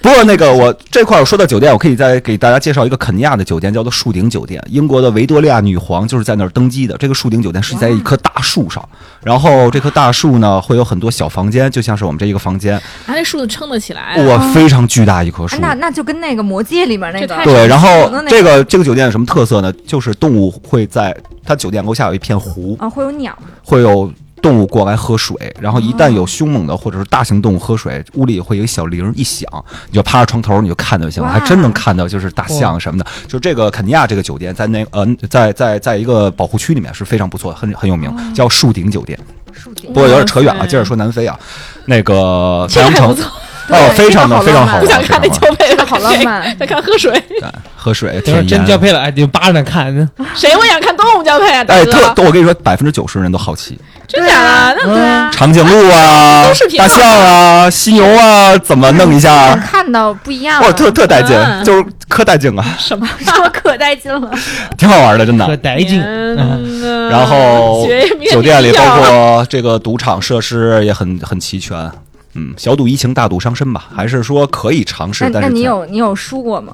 Speaker 5: 不过那个我这块儿我说到酒店，我可以再给大家介绍一个肯尼亚的酒店，叫做树顶酒店。英国的维多利亚女皇就是在那儿登基的。这个树顶酒店是在一棵大树上，然后这棵大树呢会有很多小房间，就像是我们这一个房间，
Speaker 2: 啊，那树子撑得起来啊，
Speaker 5: 哇，非常巨大一棵树
Speaker 4: 哎哦哎。那那就跟那个魔戒里面那
Speaker 2: 这
Speaker 4: 个
Speaker 2: 太
Speaker 5: 对，然后
Speaker 4: 那个
Speaker 5: 这个这个酒店有什么特色呢？就是动物会在它酒店楼下有一片湖，
Speaker 4: 啊，会有鸟，
Speaker 5: 会有动物过来喝水，然后一旦有凶猛的或者是大型动物喝水，屋里会有一小铃儿一响，你就趴着床头你就看到就行了，
Speaker 4: 哇
Speaker 5: 还真能看到就是大象什么的。就这个肯尼亚这个酒店在那呃在在在一个保护区里面是非常不错，很很有名，叫树顶酒店。
Speaker 4: 树顶
Speaker 5: 不过有点扯远
Speaker 2: 哇哦
Speaker 5: 了，
Speaker 2: 塞
Speaker 5: 接着说南非啊，那个
Speaker 2: 这
Speaker 5: 太
Speaker 2: 个还
Speaker 5: 阳
Speaker 2: 不
Speaker 5: 城
Speaker 2: 错，
Speaker 5: 哦，
Speaker 4: 对
Speaker 5: 非常
Speaker 4: 这个
Speaker 5: 的
Speaker 4: 好
Speaker 5: 非常好
Speaker 4: 浪漫
Speaker 5: 玩，
Speaker 2: 不想看那
Speaker 5: 非常好玩啊
Speaker 2: 交配了，<laughs>
Speaker 4: 好浪漫
Speaker 2: 想看喝水，
Speaker 5: 对喝水
Speaker 3: 等会儿
Speaker 5: 田
Speaker 3: 真交
Speaker 5: 野。
Speaker 3: 配了，哎，你扒着看，
Speaker 2: 谁会想看动物交配啊？大
Speaker 5: 哎，
Speaker 2: 哥
Speaker 5: 特我跟你说，百分之九十人都好奇，
Speaker 2: 真假的？那
Speaker 4: 对啊，
Speaker 5: 长颈鹿啊
Speaker 2: 都是、频道
Speaker 5: 大象啊、犀牛啊，怎么弄一下啊
Speaker 4: 能？看到不一样
Speaker 5: 哇，
Speaker 4: 了，
Speaker 5: 哦特特带劲，
Speaker 2: 嗯
Speaker 5: 就是可带劲了，啊
Speaker 2: 什么？ <laughs>
Speaker 4: 说可带劲了，
Speaker 5: <laughs> 挺好玩的，真
Speaker 3: 可
Speaker 5: 的。
Speaker 3: 带劲。嗯
Speaker 2: 天呐嗯，
Speaker 5: 然后
Speaker 2: 学业面
Speaker 5: 酒店里
Speaker 2: 临
Speaker 5: 包
Speaker 2: 要
Speaker 5: 括这个赌场设施也很很齐全。嗯，小赌怡情，大赌伤身吧，还是说可以尝试
Speaker 4: 那？
Speaker 5: 但
Speaker 4: 那
Speaker 5: 是
Speaker 4: 你
Speaker 5: 在
Speaker 4: 有你有输过吗？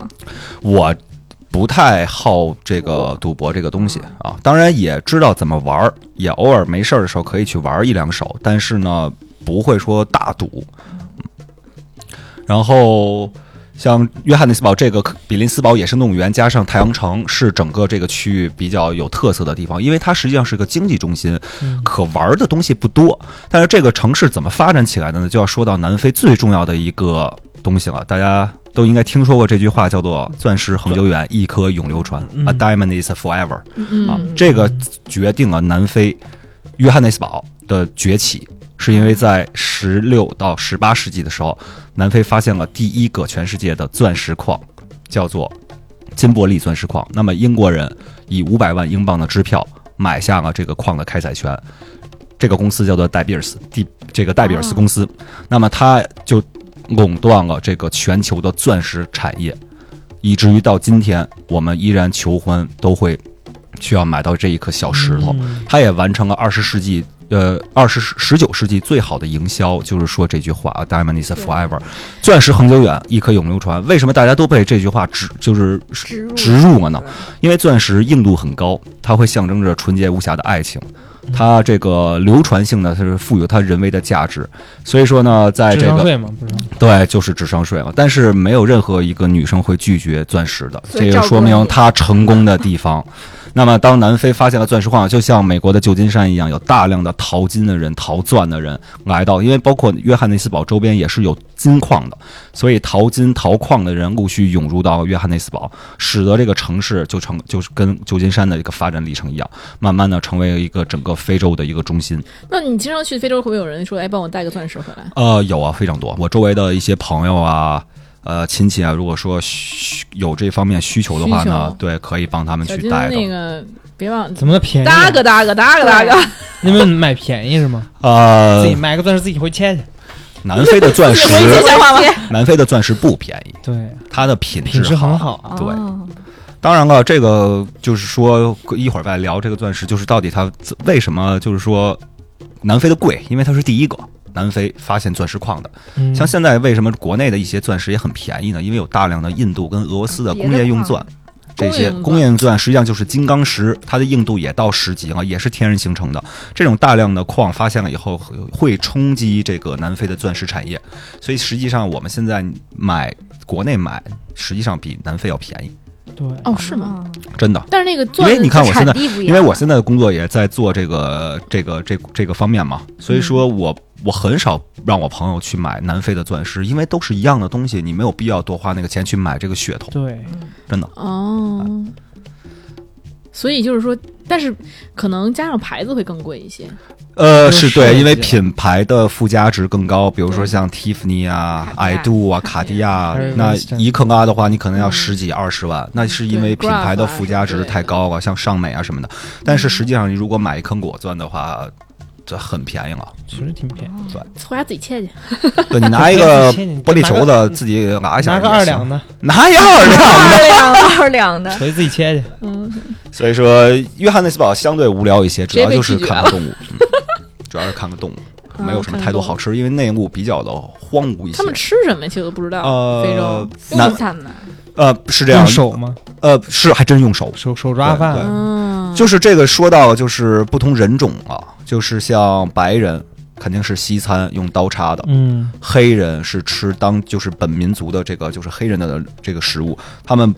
Speaker 5: 我不太好这个赌博这个东西啊，当然也知道怎么玩儿，也偶尔没事儿的时候可以去玩儿一两手，但是呢，不会说大赌。嗯然后像约翰内斯堡这个比林斯堡野生动物园，加上太阳城，是整个这个区域比较有特色的地方，因为它实际上是个经济中心，可玩儿的东西不多。但是这个城市怎么发展起来的呢？就要说到南非最重要的一个东西了，大家。都应该听说过这句话，叫做“钻石恒久远，一颗永流传”。
Speaker 3: 嗯
Speaker 5: A diamond is forever。啊
Speaker 2: 嗯，
Speaker 5: 这个决定了南非约翰内斯堡的崛起，是因为在十六到十八世纪的时候，南非发现了第一个全世界的钻石矿，叫做金伯利钻石矿。那么英国人以五百万英镑的支票买下了这个矿的开采权，这个公司叫做戴比尔斯，第这个戴比尔斯公司，那么它就垄断了这个全球的钻石产业。以至于到今天，我们依然求婚都会需要买到这一颗小石头。
Speaker 3: 嗯
Speaker 5: 它也完成了二十世纪，呃，二十十九世纪最好的营销，就是说这句话啊，“Diamond is forever”，钻石恒久远，一颗永流传。为什么大家都被这句话植就是
Speaker 4: 植入
Speaker 5: 植入了呢？因为钻石硬度很高，它会象征着纯洁无瑕的爱情。它这个流传性呢，它是赋予它人为的价值，所以说呢，在
Speaker 3: 智
Speaker 5: 哎这
Speaker 3: 商
Speaker 5: 个
Speaker 3: 税嘛，不是？
Speaker 5: 对，就是智商税了。但是没有任何一个女生会拒绝钻石的，
Speaker 4: 所
Speaker 5: 这
Speaker 4: 以
Speaker 5: 也
Speaker 4: 赵
Speaker 5: 说
Speaker 4: 哥
Speaker 5: 明
Speaker 4: 也
Speaker 5: 她成功的地
Speaker 4: <laughs>
Speaker 5: 方。那么，当南非发现了钻石矿，就像美国的旧金山一样，有大量的淘金的人、淘钻的人来到，因为包括约翰内斯堡周边也是有金矿的，所以淘金淘矿的人陆续涌入到约翰内斯堡，使得这个城市就成就是跟旧金山的一个发展历程一样，慢慢的成为一个整个非洲的一个中心。
Speaker 2: 那你经常去非洲，会不会有人说，哎，帮我带个钻石回来？
Speaker 5: 呃，有啊，非常多。我周围的一些朋友啊，呃，亲戚啊，如果说需有这方面需求的话
Speaker 2: 需
Speaker 5: 呢
Speaker 2: 求，
Speaker 5: 对，可以帮他们
Speaker 2: 小
Speaker 5: 去
Speaker 2: 金
Speaker 5: 带
Speaker 2: 那
Speaker 5: 的。
Speaker 2: 个，别忘啊
Speaker 3: 怎么个便宜啊？
Speaker 2: 搭个搭个搭个搭个，
Speaker 3: 你们买便宜是吗？自
Speaker 5: 呃
Speaker 3: 己，买个钻石自己回切去。
Speaker 5: 南非的钻石，
Speaker 2: <laughs> 回接想法吗？
Speaker 5: 南非的钻石不便宜，
Speaker 3: 对，
Speaker 5: 它的品质
Speaker 3: 品质很好
Speaker 5: 对，
Speaker 4: 哦
Speaker 5: 当然了，这个就是说一会儿再聊这个钻石，就是到底它为什么就是说南非的贵，因为它是第一个南非发现钻石矿的。
Speaker 3: 嗯
Speaker 5: 像现在为什么国内的一些钻石也很便宜呢？因为有大量的印度跟俄罗斯的工业用钻。这
Speaker 2: 工业
Speaker 5: 些
Speaker 2: 用钻
Speaker 5: 工业用钻实际上就是金刚石，它的硬度也到十级啊了，也是天然形成的。这种大量的矿发现了以后，会冲击这个南非的钻石产业，所以实际上我们现在买国内买，实际上比南非要便宜，
Speaker 3: 对，
Speaker 2: 哦，是吗？？
Speaker 5: 真的。
Speaker 2: 但是那个
Speaker 5: 因
Speaker 2: 钻，
Speaker 5: 为你看我现在
Speaker 4: 产地不一样，
Speaker 5: 因为我现在的工作也在做这个这个这这个方面嘛，所以说我我很少让我朋友去买南非的钻石，因为都是一样的东西，你没有必要多花那个钱去买这个血统，
Speaker 3: 对，
Speaker 5: 真的。
Speaker 2: 哦，所以就是说，但是可能加上牌子会更贵一些。
Speaker 5: 呃，
Speaker 3: 就是是设
Speaker 5: 对，
Speaker 3: 计
Speaker 5: 因为
Speaker 3: 的
Speaker 5: 品牌的附加值更高，比如说像 Tiffany 啊、
Speaker 4: 卡地
Speaker 5: 百
Speaker 4: 亚
Speaker 5: 度啊、卡地亚啊
Speaker 3: 还有，
Speaker 5: 那
Speaker 3: Western
Speaker 5: 一克拉的话，你可能要
Speaker 2: 嗯
Speaker 5: 十几二十万，那是因
Speaker 2: 对
Speaker 5: 为品牌的
Speaker 2: Graph 啊
Speaker 5: 附加
Speaker 2: 什么
Speaker 5: 值
Speaker 2: 之类
Speaker 5: 太
Speaker 2: 的
Speaker 5: 高了，像尚美啊什么的。但是实际上，你如果买一颗果钻的话，这很便宜了。
Speaker 3: 其实挺便宜。
Speaker 2: 回家自己切去，
Speaker 5: 对你拿一
Speaker 3: 这
Speaker 5: 个
Speaker 3: 便宜你
Speaker 5: 玻璃球
Speaker 3: 拿
Speaker 5: 的，自己拿一下，
Speaker 3: 拿个二两，的，
Speaker 5: 拿一二两。
Speaker 4: 二两二两 <laughs> 的，
Speaker 3: 回去自己切去。
Speaker 2: 嗯，
Speaker 5: <laughs> 所以说，约翰内斯堡相对无聊一些，主
Speaker 2: 直接
Speaker 5: 要
Speaker 2: 被
Speaker 5: 就是
Speaker 2: 拒绝
Speaker 5: 看
Speaker 2: 了
Speaker 5: 看动物，嗯主要是看个动物，
Speaker 2: <laughs> 嗯
Speaker 5: 没有什么
Speaker 2: 看
Speaker 5: 太多
Speaker 2: 动物
Speaker 5: 好吃，因为内陆比
Speaker 2: 啊
Speaker 5: 较的荒芜一些。
Speaker 2: 他们吃什么其实都不知道。
Speaker 5: 呃
Speaker 2: 非洲，
Speaker 5: 南
Speaker 4: 中餐嘛，
Speaker 5: 呃，是这样
Speaker 3: 用，手吗？
Speaker 5: 呃，是还真用手，
Speaker 3: 手手抓
Speaker 5: 对
Speaker 3: 饭。
Speaker 2: 嗯，
Speaker 5: 就是这个说到就是不同人种啊，就是像白人肯定是西餐用刀叉的，
Speaker 3: 嗯，
Speaker 5: 黑人是吃当就是本民族的这个就是黑人的这个食物，他们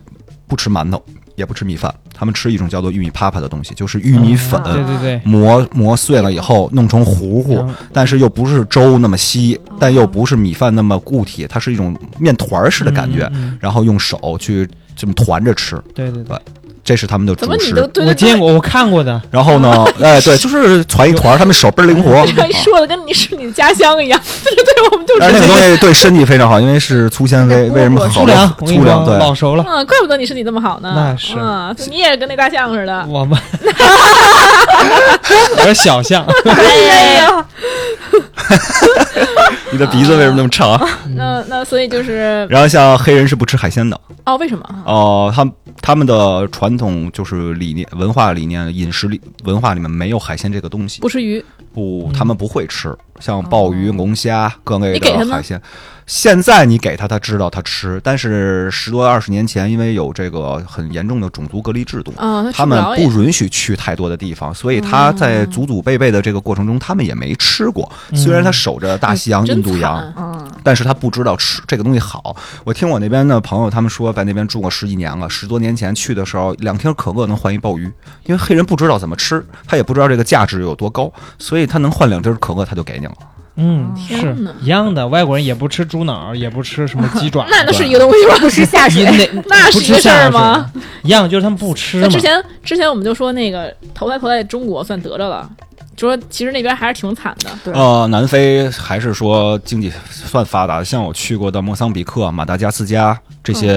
Speaker 5: 不吃馒头，也不吃米饭，他们吃一种叫做玉米啪啪的东西，就是玉米粉。
Speaker 3: 对对对，
Speaker 5: 磨磨碎了以后弄成糊糊
Speaker 3: 然后，
Speaker 5: 但是又不是粥那么稀，但又不是米饭那么固体，它是一种面团儿式的感觉，
Speaker 3: 嗯嗯
Speaker 5: 然后用手去这么团着吃，
Speaker 3: 对对对，
Speaker 5: 这是他们的主
Speaker 2: 怎么你
Speaker 5: 食。
Speaker 2: 都对
Speaker 3: 我
Speaker 2: 对
Speaker 3: 见
Speaker 2: 对， <laughs>
Speaker 3: 过，我看过的。
Speaker 5: 然
Speaker 3: <laughs>
Speaker 5: 后呢，哎，对，就是攒一团儿，他们手倍儿灵
Speaker 3: 哎
Speaker 5: 活。
Speaker 2: 这说的跟你是你家乡一样， <laughs> 对对对，我们都
Speaker 5: 嗯但
Speaker 2: 是
Speaker 5: 是那个东西对身体非常好，因为是粗纤
Speaker 3: <laughs>
Speaker 5: 维，为什么好
Speaker 3: 粗粮，我跟你
Speaker 5: 粗粮
Speaker 3: 说，老
Speaker 5: 对，
Speaker 3: 熟了。
Speaker 2: 嗯，怪不得你身体这么好呢。
Speaker 3: 那是
Speaker 2: 嗯，你也跟那大象似的。 <laughs>
Speaker 3: 我们，
Speaker 2: 哎
Speaker 3: 我是小象，
Speaker 2: 哎呀，
Speaker 5: 你的鼻子为什么那
Speaker 2: <laughs>
Speaker 5: 么长？
Speaker 2: 那那所以就是
Speaker 5: 然后像黑人是不吃海鲜的
Speaker 2: 哦，为什么？
Speaker 5: 哦、他们他们的传统就是理念、文化理念、饮食里文化里面没有海鲜这个东西，
Speaker 2: 不吃鱼，
Speaker 5: 不，他们不会吃，像鲍鱼、龙虾各类
Speaker 2: 你给他
Speaker 5: 的
Speaker 2: 吗
Speaker 5: 海鲜。现在你给他，他知道他吃，但是十多二十年前，因为有这个很严重的种族隔离制度，
Speaker 2: 啊，
Speaker 5: 他
Speaker 2: 吃不
Speaker 5: 们
Speaker 2: 着也嗯
Speaker 5: 不允许去太多的地方，所以他在祖祖辈辈的这个过程中，他们也没吃过。虽然他守着大西洋、
Speaker 2: 真
Speaker 5: 印度洋，
Speaker 2: 惨啊
Speaker 4: 嗯，
Speaker 5: 但是他不知道吃这个东西好。我听我那边的朋友他们说，在那边住过十几年了，十多年前去的时候，两听可乐能换一鲍鱼，因为黑人不知道怎么吃，他也不知道这个价值有多高，所以他能换两听可乐，他就给你了。
Speaker 3: 嗯，
Speaker 2: 哦天
Speaker 3: 是
Speaker 2: 哪，
Speaker 3: 一样的。外国人也不吃猪脑，也不吃什么鸡爪
Speaker 2: <laughs> 那那是一个东西吗？
Speaker 4: 不吃下
Speaker 3: 你
Speaker 4: 水，
Speaker 3: 那
Speaker 2: <laughs> 那是
Speaker 3: 不
Speaker 2: 一
Speaker 3: 吃
Speaker 2: 个事
Speaker 3: 下
Speaker 2: 儿
Speaker 3: 水
Speaker 2: 吗？
Speaker 3: 一样就是他们不吃
Speaker 2: 那
Speaker 3: 嘛。
Speaker 2: 之前之前我们就说那个投胎投在中国算得着了，就说其实那边还是挺惨的。
Speaker 4: 对
Speaker 5: 呃，南非还是说经济算发达，像我去过的莫桑比克、马达加斯加这些，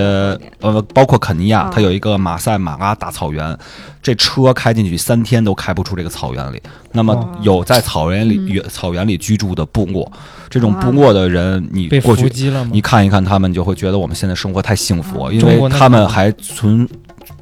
Speaker 3: 嗯
Speaker 5: 呃，包括肯尼亚
Speaker 3: 啊
Speaker 4: 嗯，
Speaker 5: 它有一个马赛马拉大草原，这车开进去三天都开不出这个草原里。那么
Speaker 3: 哦
Speaker 5: 有在草原里、
Speaker 2: 嗯
Speaker 5: 原草原里居住的部落，这种
Speaker 4: 哇
Speaker 5: 部落的人，你
Speaker 3: 被
Speaker 5: 过
Speaker 3: 伏
Speaker 5: 去
Speaker 3: 击了吗？
Speaker 5: 你看一看他们，就会觉得我们现在生活太幸福，因
Speaker 3: 中
Speaker 5: 为
Speaker 3: 国那
Speaker 5: 他们
Speaker 3: 种
Speaker 5: 还存，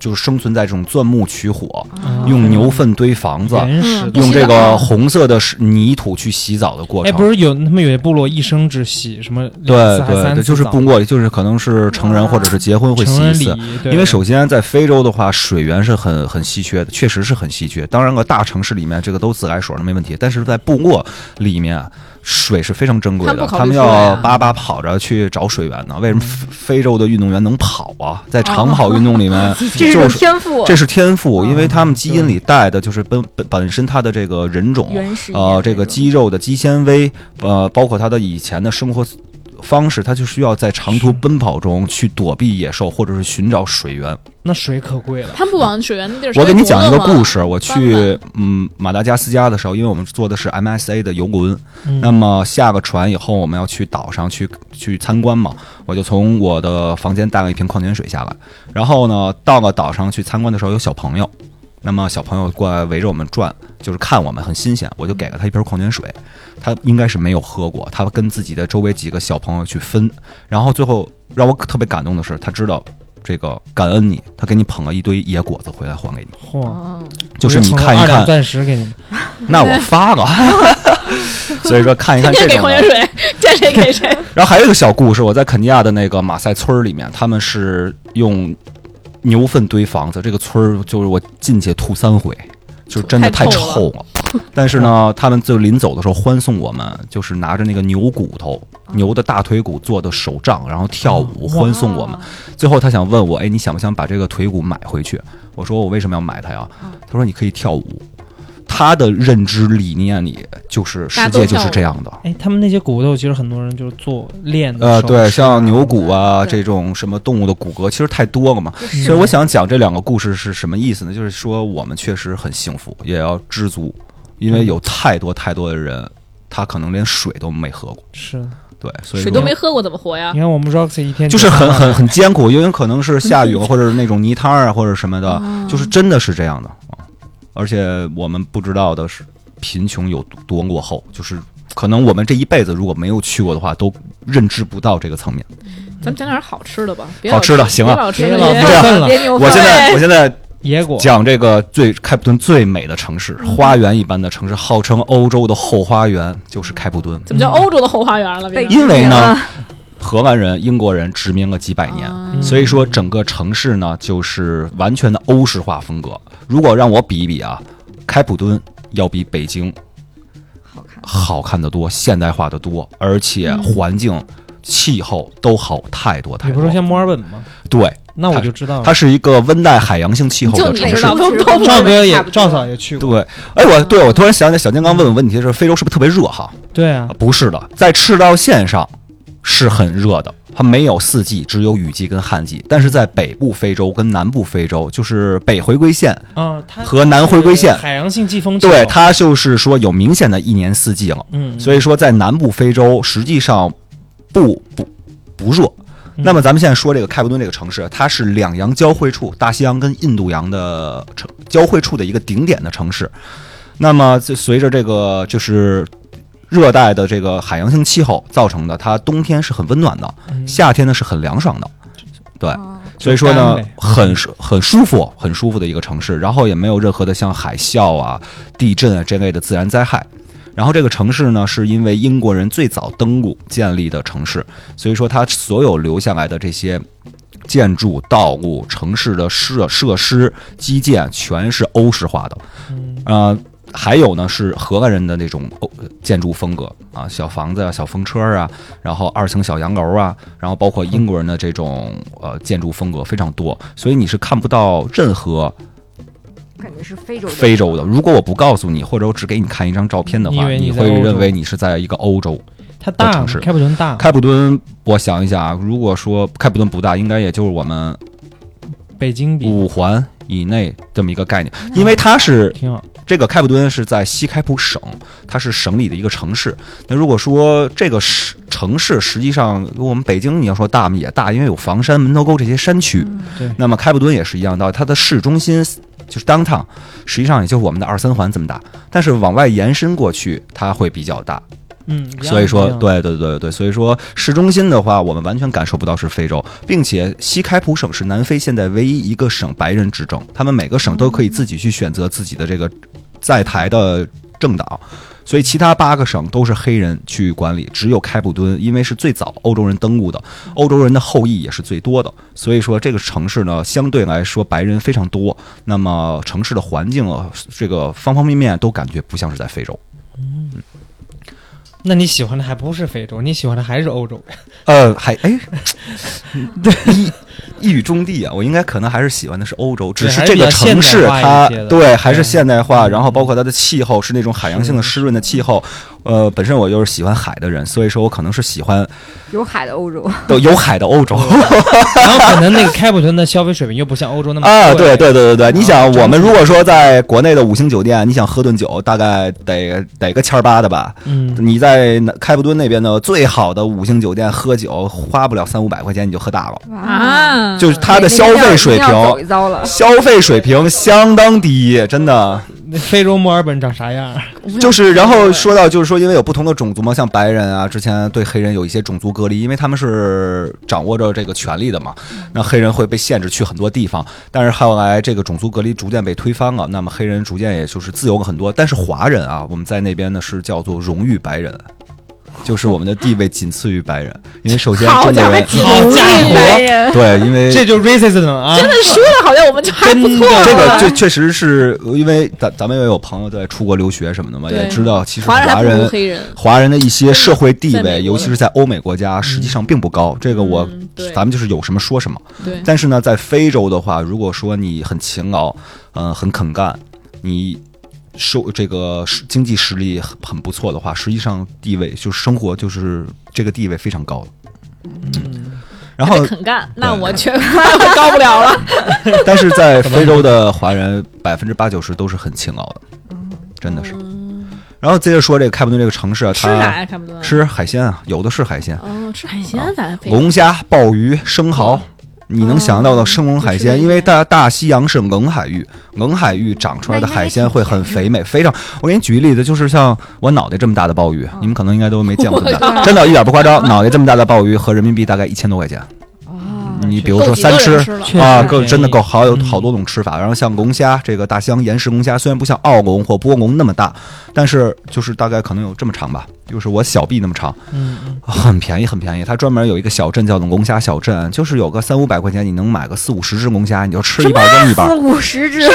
Speaker 5: 就是生存在这种钻木取火，
Speaker 3: 嗯
Speaker 5: 用牛粪堆房子。
Speaker 3: 原始
Speaker 2: 嗯
Speaker 3: 的
Speaker 5: 用
Speaker 2: 洗
Speaker 5: 这
Speaker 2: 澡
Speaker 5: 个
Speaker 2: 啊
Speaker 5: 红色的石泥土去洗澡的过
Speaker 3: 哎，
Speaker 5: 程。
Speaker 3: 不是有他们有些部落一生只洗什么两
Speaker 5: 对
Speaker 3: 次还
Speaker 5: 对
Speaker 3: 三
Speaker 5: 对，
Speaker 3: 次
Speaker 5: 就是
Speaker 3: 澡啊
Speaker 5: 部落，就是可能是成人
Speaker 4: 哇
Speaker 5: 或者是结婚会
Speaker 3: 成
Speaker 5: 洗一
Speaker 3: 人礼
Speaker 5: 次。
Speaker 3: 仪，对
Speaker 5: 因为首先在非洲的话，水源是很很稀缺的，确实是很稀缺。当然了，大城市里面这个都自来水那没问题，但是在部落里面，水是非常珍贵
Speaker 2: 他
Speaker 5: 的，
Speaker 2: 们不考虑
Speaker 5: 他们
Speaker 2: 出来
Speaker 5: 要
Speaker 2: 啊
Speaker 5: 巴巴跑着去找水源呢。为
Speaker 3: 嗯
Speaker 5: 什么非非洲的运动员能跑啊？在长跑运动里
Speaker 3: 啊 <laughs>
Speaker 5: 面，
Speaker 4: <laughs> 这是
Speaker 5: 就
Speaker 4: 种
Speaker 5: 是
Speaker 4: 天赋，
Speaker 5: 这是天赋，因为他们基因
Speaker 3: 对
Speaker 5: 里带的就是本本本身它的这个人种，
Speaker 4: 原始一点
Speaker 5: 呃，
Speaker 4: 的
Speaker 5: 这个
Speaker 4: 种
Speaker 5: 肌肉的肌纤维，呃，包括他的以前的生活方式，他就需要在长途奔跑中去躲避野兽，或者是寻找水源。
Speaker 3: 那水可贵了，
Speaker 2: 他们不往水源那地儿。
Speaker 5: 我给你讲一个
Speaker 4: 啊
Speaker 5: 故
Speaker 2: 事，
Speaker 5: 事，我去
Speaker 2: 翻
Speaker 5: 嗯马达加斯加的时候，因为我们坐的是 MSA 的游轮，
Speaker 3: 嗯
Speaker 5: 那么下个船以后，我们要去岛上去去参观嘛，我就从我的房间带了一瓶矿泉水下来，然后呢，到了岛上去参观的时候，有小朋友。那么小朋友过来围着我们转，就是看我们很新鲜，我就给了他一瓶矿泉水，他应该是没有喝过，他跟自己的周围几个小朋友去分，然后最后让我特别感动的是，他知道这个感恩你，他给你捧了一堆野果子回来还给你，
Speaker 3: 嚯，
Speaker 4: 哦
Speaker 5: 就是你看一
Speaker 3: 二两
Speaker 5: 看，
Speaker 3: 钻石给你们，
Speaker 5: <laughs> 那我发了， <laughs> 所以说看一看
Speaker 2: 天天
Speaker 5: 这
Speaker 2: 给
Speaker 5: 种
Speaker 2: 矿
Speaker 5: 的
Speaker 2: 泉。水，见谁给
Speaker 5: <laughs>
Speaker 2: 谁。
Speaker 5: 然后还有一个小故事，我在肯尼亚的那个马赛村儿里面，他们是用牛粪堆房子，这个村儿就是我进去吐三回，就是真的太
Speaker 2: 太
Speaker 5: 臭
Speaker 2: 臭嗯
Speaker 5: 了。但是呢，他们就临走的时候欢送我们，就是拿着那个牛骨头、牛的大腿骨做的手杖，然后跳舞
Speaker 3: 哇
Speaker 5: 欢送我们。最后他想问我，哎，你想不想把这个腿骨买回
Speaker 2: 嗯
Speaker 5: 去？我说我为什么要买它呀？他说你可以跳舞。他的认知理念里，就是世
Speaker 2: 大家都
Speaker 5: 界就
Speaker 2: 跳
Speaker 5: 是
Speaker 2: 舞
Speaker 5: 这样的。
Speaker 3: 哎，他们那些骨头其实很多人就是做练的
Speaker 5: 呃，
Speaker 3: 手势啊，
Speaker 5: 对，像牛骨啊
Speaker 4: 对
Speaker 5: 这种什么动物的骨骼，其实太多了嘛。
Speaker 4: 就
Speaker 3: 嗯
Speaker 5: 所以
Speaker 4: 是
Speaker 5: 我想讲这两个故事是什么意思呢？就是说我们确实很幸福，也要知足，因为有太多太多的人，他可能连水都没喝过。
Speaker 3: 是。
Speaker 5: 对，所以
Speaker 2: 水
Speaker 5: 说
Speaker 2: 都没喝过怎么活呀
Speaker 3: 你？看我们 Roxy 一天
Speaker 5: 就是很
Speaker 3: 上
Speaker 5: 很很艰苦，因为可能
Speaker 2: 嗯
Speaker 5: 是下雨了，或者是那种泥滩儿啊，或者什么的，就是真的是这样的啊。而且我们不知道的是，贫穷有多落后，就是可能我们这一辈子如果没有去过的话，都认知不到这个层面。
Speaker 2: 咱们讲点好吃的吧，别
Speaker 5: 好
Speaker 2: 老
Speaker 5: 吃的行了
Speaker 2: 别老吃
Speaker 3: 别
Speaker 2: 那
Speaker 3: 老
Speaker 2: 些
Speaker 3: 别
Speaker 5: 这样
Speaker 3: 笨了，
Speaker 4: 别
Speaker 2: 哦
Speaker 4: 牛粪，
Speaker 5: 我现在我现在
Speaker 3: 野果
Speaker 5: 讲这个最开普敦最美的城市，
Speaker 2: 嗯
Speaker 5: 花园一般的城市，号称欧洲的后花园，就是开普敦。
Speaker 2: 怎么叫欧洲的后花园了？
Speaker 4: 被
Speaker 2: 变成
Speaker 5: 因为呢
Speaker 4: 嗯，
Speaker 5: 荷兰人、英国人殖民了几百年，
Speaker 2: 啊
Speaker 3: 嗯
Speaker 5: 所以说整个城市呢就是完全的欧式化风格。如果让我比一比啊，开普敦要比北京
Speaker 4: 好看，
Speaker 5: 好看的多，现代化的多，而
Speaker 2: 嗯
Speaker 5: 且环境、气候都好太多
Speaker 3: 你
Speaker 5: 太
Speaker 3: 不
Speaker 5: 多
Speaker 3: 是说。像啊墨尔本吗？
Speaker 5: 对，
Speaker 3: 那我就知道了。
Speaker 5: 它是一个温带海洋性气候
Speaker 2: 就
Speaker 5: 的
Speaker 2: 你
Speaker 5: 城
Speaker 2: 知
Speaker 5: 市。
Speaker 2: 道，都
Speaker 4: 是
Speaker 2: 都不
Speaker 3: 赵哥也
Speaker 4: 差不多
Speaker 3: 赵嫂也去过，
Speaker 5: 对，哎，我对我突然想起来，小金刚问我问题是非洲是不是特别热哈？
Speaker 3: 对啊
Speaker 5: 啊，不是的，在赤道线上是很热的，它没有四季，只有雨季跟旱季。但是在北部非洲跟南部非洲，就是北回归线，
Speaker 3: 啊，它
Speaker 5: 和南回归线
Speaker 3: 海洋性季风气候
Speaker 5: 对，它就是说有明显的一年四季了。
Speaker 3: 嗯，
Speaker 5: 所以说，在南部非洲实际上不不不热。那么咱们现在说这个开普敦这个城市，它是两洋交汇处，大西洋跟印度洋的城交汇处的一个顶点的城市。那么就随着这个就是热带的这个海洋性气候造成的，它冬天是很温暖的，夏天呢是很凉爽的，对，
Speaker 4: 哦
Speaker 5: 所以说
Speaker 3: 嗯就
Speaker 5: 呢
Speaker 3: 干呗，
Speaker 5: 很舒很舒服，很舒服的一个城市，然后也没有任何的像海啸啊、地震啊这类的自然灾害。然后这个城市呢，是因为英国人最早登陆建立的城市，所以说它所有留下来的这些建筑、道路、城市的设设施、基建，全是欧式化的。
Speaker 3: 嗯
Speaker 5: 呃，还有呢是荷兰人的那种欧建筑风格啊，小房子啊、小风车啊，然后二层小洋楼啊，然后包括英国人的这种呃建筑风格非常多，所以你是看不到任何
Speaker 4: 感觉是非洲的
Speaker 5: 非洲的。如果我不告诉你，或者我只给你看一张照片的
Speaker 3: 你以
Speaker 5: 话，
Speaker 3: 为
Speaker 5: 你
Speaker 3: 你在
Speaker 5: 会
Speaker 3: 欧洲嗯
Speaker 5: 认为你是在一个欧洲。
Speaker 3: 它大
Speaker 5: 城
Speaker 3: 吗
Speaker 5: 市？
Speaker 3: 开普敦大吗，
Speaker 5: 开普敦，我想一下啊，如果说开普敦不大，应该也就是我们
Speaker 3: 北京比
Speaker 5: 五环以内这么一个概念，
Speaker 3: 嗯
Speaker 5: 因为它是
Speaker 3: 挺好。
Speaker 5: 这个开普敦是在西开普省，它是省里的一个城市。那如果说这个市城市实际上，如果我们北京你要说大嘛也大，因为有房山、门头沟这些山区。
Speaker 3: 对
Speaker 5: 那么开普敦也是一样道理，它的市中心就是 downtown，实际上也就是我们的二三环这么大，但是往外延伸过去，它会比较大。
Speaker 3: 嗯，一样
Speaker 5: 所以说
Speaker 3: 一，样
Speaker 5: 对对对对对，所以说市中心的话，我们完全感受不到是非洲，并且西开普省是南非现在唯一一个省白人执政，他们每个省都可以自己去选择自己的这个在台的政党。所以其他八个省都是黑人去管理，只有开普敦，因为是最早欧洲人登陆的，欧洲人的后裔也是最多的，所以说这个城市呢，相对来说白人非常多。那么城市的环境，啊，这个方方面面都感觉不像是在非洲。
Speaker 3: 那你喜欢的还不是非洲，你喜欢的还是
Speaker 4: <laughs>
Speaker 3: 欧洲。
Speaker 5: 呃，还哎， <laughs> 对，一一语中的啊，我应该可能还是喜欢的是欧洲，只
Speaker 3: 对还是
Speaker 5: 这
Speaker 3: 比
Speaker 5: 个
Speaker 3: 较
Speaker 5: 城
Speaker 3: 现
Speaker 5: 市
Speaker 3: 代化一
Speaker 5: 它
Speaker 3: 些的
Speaker 5: 对还是现代化，
Speaker 3: 嗯
Speaker 5: 然后包括它的气候是那种海洋性的湿润的气候。呃，本身我又是喜欢海的人，所以说我可能是喜欢
Speaker 4: 有海的欧洲，
Speaker 5: 都有海的欧洲
Speaker 3: 嗯然后可能那个开普敦的消费水平又不像欧洲那么
Speaker 5: <laughs> 啊。对对对对对，你想
Speaker 3: 整
Speaker 5: 我们如果说在国内的五星酒店，你想喝顿酒，大概得得个千儿八的吧。
Speaker 3: 嗯，
Speaker 5: 你在那开普敦那边的最好的五星酒店喝酒，花不了三五百块钱你就喝大
Speaker 3: 嗯
Speaker 5: 了，
Speaker 4: 哇，
Speaker 2: 啊，
Speaker 5: 就是它的消费水平
Speaker 4: 一定要走一遭了，
Speaker 5: 消费水平相当低，真的
Speaker 2: 嗯
Speaker 3: 那非洲墨尔本长啥样？
Speaker 5: 就是。然后说到就是说，因为有不同的种族嘛，像白人啊，之前对黑人有一些种族隔离，因为他们是掌握着这个权利的嘛，
Speaker 2: 嗯
Speaker 5: 那黑人会被限制去很多地方。但是后来这个种族隔离逐渐被推翻啊了，那么黑人逐渐也就是自由了很多。但是华人啊，我们在那边呢是叫做荣誉白人。就是我们的地位仅次于白人，因为首先
Speaker 2: 好
Speaker 5: 中
Speaker 2: 家
Speaker 5: 国
Speaker 2: 伙
Speaker 5: 人，
Speaker 2: 几
Speaker 3: 好家伙
Speaker 2: 白人，
Speaker 5: 对，因为
Speaker 3: 这就是 racism 啊！
Speaker 2: 真的说的好像我们就还不错啊了。
Speaker 5: 这个确确实是呃因为咱咱们也有朋友在出国留学什么的嘛，
Speaker 2: 对
Speaker 5: 也知道其实
Speaker 2: 华人还
Speaker 5: 华
Speaker 2: 不如
Speaker 5: 人
Speaker 2: 黑人，
Speaker 5: 华人的一些社会地
Speaker 2: 在美
Speaker 5: 位，
Speaker 2: 国
Speaker 5: 尤其是在欧美国家，实际上并不高。这个我
Speaker 2: 嗯对
Speaker 5: 咱们就是有什么说什么。
Speaker 2: 对，
Speaker 5: 但是呢，在非洲的话，如果说你很勤劳，嗯、很肯干，你。收这个实经济实力很很不错的话，实际上地位就是生活就是这个地位非常高的。
Speaker 2: 嗯
Speaker 5: 然后
Speaker 3: 呃
Speaker 2: 还得肯干，那
Speaker 5: 对
Speaker 2: 我全那我高不了了。
Speaker 5: 但是在非洲的华人，百分之八九十都是很勤劳的，真的是。然后接着说这个开普敦这个城市啊，
Speaker 2: 吃啥
Speaker 5: 它
Speaker 2: 呀？看不到。
Speaker 5: 吃海鲜啊，有的是海鲜，
Speaker 2: 哦，吃海鲜咱非
Speaker 5: 龙虾、鲍鱼、生蚝。你能想到的生冷海哦鲜，因为大大西洋是冷海域，冷海域长出来的海鲜会很肥美，非常。哦我给你举个例子，就是像我脑袋这么大的鲍鱼，你们可能应该都没见过这么大，真的，一点不夸 <laughs> 张，脑袋这么大的鲍鱼合人民币大概一千多块钱。
Speaker 4: 哦
Speaker 5: 你比
Speaker 2: 够
Speaker 5: 如说
Speaker 2: 几个
Speaker 5: 三吃
Speaker 2: 人，吃了
Speaker 3: 确
Speaker 5: 啊，
Speaker 3: 实
Speaker 5: 够
Speaker 3: 便
Speaker 5: 真的
Speaker 3: 宜
Speaker 5: 够好，有
Speaker 3: 嗯
Speaker 5: 好多种吃法。然后像龙虾，这个大西洋岩石龙虾，虽然不像澳龙或波龙那么大，但是就是大概可能有这么长吧，就是我小臂那么长，
Speaker 3: 嗯，嗯
Speaker 5: 很便宜，很便宜。它专门有一个小镇叫龙虾小镇，就是有个三五百块钱，你能买个四五十只龙虾，你就吃一半扔一半
Speaker 4: 四，五十只，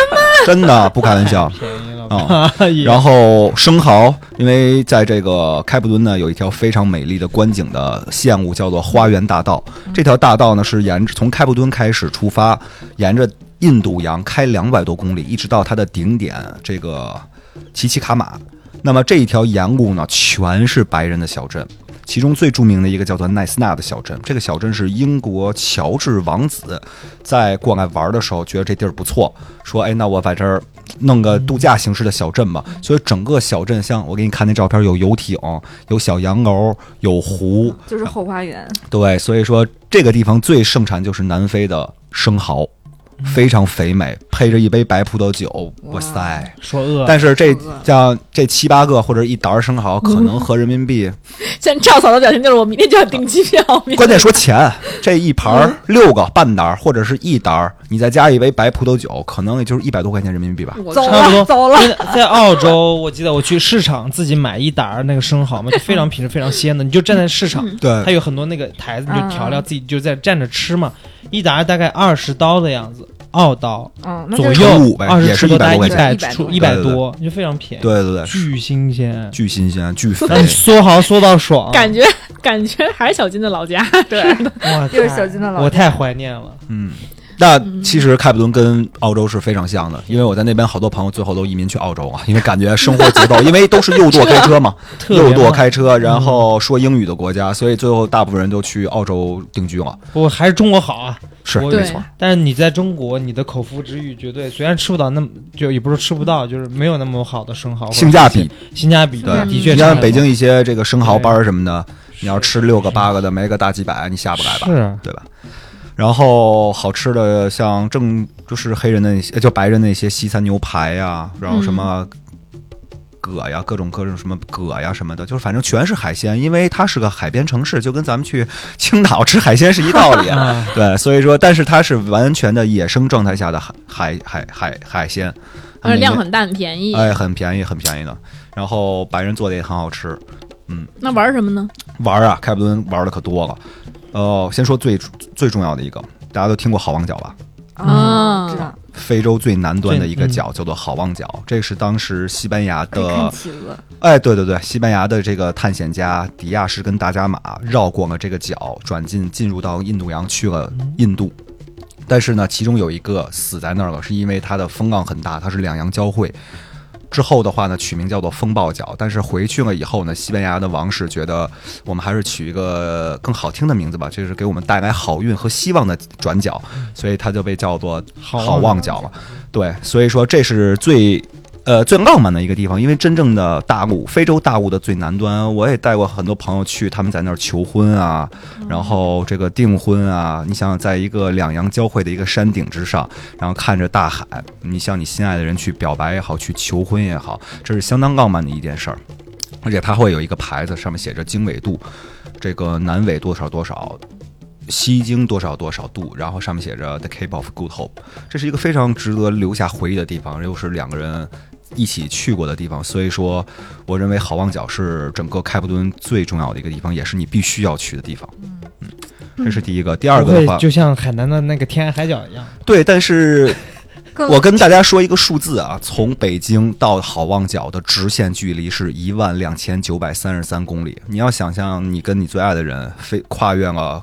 Speaker 5: 真的不开玩笑。
Speaker 3: 便宜了
Speaker 5: 啊
Speaker 3: 吧？哎也
Speaker 5: 然后生蚝，因为在这个开普敦呢，有一条非常美丽的观景的线路，叫做花园大道。这条大道呢是沿着从开普敦开始出发，沿着印度洋开两百多公里，一直到它的顶点这个奇奇卡马。那么这一条沿路呢，全是白人的小镇。其中最著名的一个叫做奈斯纳的小镇，这个小镇是英国乔治王子在过来玩的时候，觉得这地儿不错，说：“哎，那我在这儿弄个度假形式的小镇吧。”所以整个小镇，像我给你看那照片，有游艇，有小洋楼，有湖，
Speaker 4: 就是后花园，
Speaker 5: 对，所以说这个地方最盛产就是南非的生蚝。非常肥美，配着一杯白葡萄酒，哇
Speaker 4: 哇
Speaker 5: 塞！
Speaker 3: 说饿了，
Speaker 5: 但是这
Speaker 4: 好饿
Speaker 5: 像这七八个或者一沓生蚝，可能合人民币，
Speaker 2: 现在跳槽的表情就是我明天就要订机票，明
Speaker 5: 关键说钱，这一盘儿六个半沓或者是一沓，你再加一杯白葡萄酒，可能也就是一百多块钱人民币吧。
Speaker 2: <laughs> 我
Speaker 4: 走
Speaker 3: 差不多
Speaker 4: 了走了，
Speaker 3: 在在澳洲，我记得我去市场自己买一打儿那个生蚝嘛，就非常品质非常鲜的。你就站在市场，
Speaker 5: 对
Speaker 3: 它有很多那个台子，你就
Speaker 4: 嗯
Speaker 3: 调料，自己就在站着吃嘛。一打儿大概二十刀的样子，澳刀
Speaker 4: 嗯，那
Speaker 3: 左
Speaker 4: 就
Speaker 5: 乘
Speaker 3: 右
Speaker 5: 五，呗
Speaker 3: 二
Speaker 5: 也
Speaker 3: 十出
Speaker 5: 是
Speaker 3: 头大概
Speaker 5: 100
Speaker 3: 一
Speaker 4: 多块
Speaker 3: 百
Speaker 4: 钱
Speaker 3: 出一
Speaker 4: 对
Speaker 3: 百
Speaker 5: 对对
Speaker 3: 多，就非常便宜，
Speaker 5: 对对对，
Speaker 3: 巨新鲜，
Speaker 5: 巨新鲜，巨肥。
Speaker 3: 让你缩蚝缩到爽。
Speaker 2: 感觉感觉还是小金的老家，对，
Speaker 3: 哇，
Speaker 4: 又是小金的老
Speaker 3: 我太怀念了。
Speaker 5: 嗯，那其实开普敦跟澳洲是非常像
Speaker 3: 嗯
Speaker 5: 的，因为我在那边好多朋友最后都移民去澳洲啊，因为感觉生活节奏，因为都是右舵开车嘛，
Speaker 3: <laughs> 特别嗯
Speaker 5: 右舵
Speaker 3: 慢
Speaker 5: 开车，然后说英语的国家，所以最后大部分人都去澳洲定居了。
Speaker 3: 我还是中国好啊，
Speaker 5: 是
Speaker 3: 我
Speaker 2: 对
Speaker 5: 没错，
Speaker 3: 但是你在中国，你的口腹之欲绝对虽然吃不到那么，就也不是吃不到，就是没有那么好的生蚝，
Speaker 5: 性价比，
Speaker 3: 性价比
Speaker 5: 对
Speaker 3: 嗯的，的确
Speaker 5: 你
Speaker 3: 差很多。
Speaker 5: 像北京一些这个生蚝班儿什么的，你要吃六个八个的，没个大几百，你下不来吧？
Speaker 3: 是啊
Speaker 5: 对吧？然后好吃的像正就是黑人的那些，就白人那些西餐牛排呀，然后什么
Speaker 2: 嗯
Speaker 5: 蛤呀，各种各种什么蛤呀什么的，就是反正全是海鲜，因为它是个海边城市，就跟咱们去青岛吃海鲜是一道
Speaker 2: <laughs>
Speaker 5: 理。
Speaker 3: 啊，
Speaker 5: 对，所以说，但是它是完全的野生状态下的海海海海海鲜，
Speaker 2: 而且量
Speaker 5: 嗯
Speaker 2: 很大，很便宜。
Speaker 5: 哎，很便宜，很便宜的。然后白人做的也很好吃，
Speaker 2: 那玩什么呢？
Speaker 5: 玩儿啊，开普敦玩儿的可多了。呃，先说最最重要的一个，大家都听过好望角吧？
Speaker 2: 啊
Speaker 4: 嗯
Speaker 5: 嗯
Speaker 4: 知道，
Speaker 5: 非洲最南端的一个
Speaker 3: 对嗯
Speaker 5: 角叫做好望角，这是当时西班牙
Speaker 4: 可以看
Speaker 5: 的，
Speaker 4: 企鹅，
Speaker 5: 哎，对对对，西班牙的这个探险家迪亚士跟达伽马绕过了这个角，转进进入到印度洋去了印度。但是呢，其中有一个死在那儿了，是因为它的风浪很大，它是两洋交汇。之后的话呢，取名叫做风暴角。但是回去了以后呢，西班牙的王室觉得我们还是取一个更好听的名字吧，这是给我们带来好运和希望的转角，所以它就被叫做
Speaker 3: 好
Speaker 5: 好望角了。对，所以说这是最。呃，最浪漫的一个地方，因为真正的大陆，非洲大陆的最南端，我也带过很多朋友去，他们在那儿求婚啊，然后这个订婚啊，你想想，在一个两洋交汇的一个山顶之上，然后看着大海，你向你心爱的人去表白也好，去求婚也好，这是相当浪漫的一件事儿。而且它会有一个牌子，上面写着经纬度，这个南纬多少多少，西经多少多少度，然后上面写着 The Cape of Good Hope，这是一个非常值得留下回忆的地方，又是两个人一起去过的地方，所以说我认为好望角是整个开普敦最重要的一个地方，也是你必须要去的地方。嗯，这是第一个。第二
Speaker 3: 不
Speaker 5: 个的
Speaker 3: 会
Speaker 5: 话，
Speaker 3: 就像海南的那个天涯海角一样，
Speaker 5: 对，但是
Speaker 4: 更
Speaker 5: 我跟大家说一个数字啊，从北京到好望角的直线距离是一万两千九百三十三公里。你要想象，你跟你最爱的人飞跨越了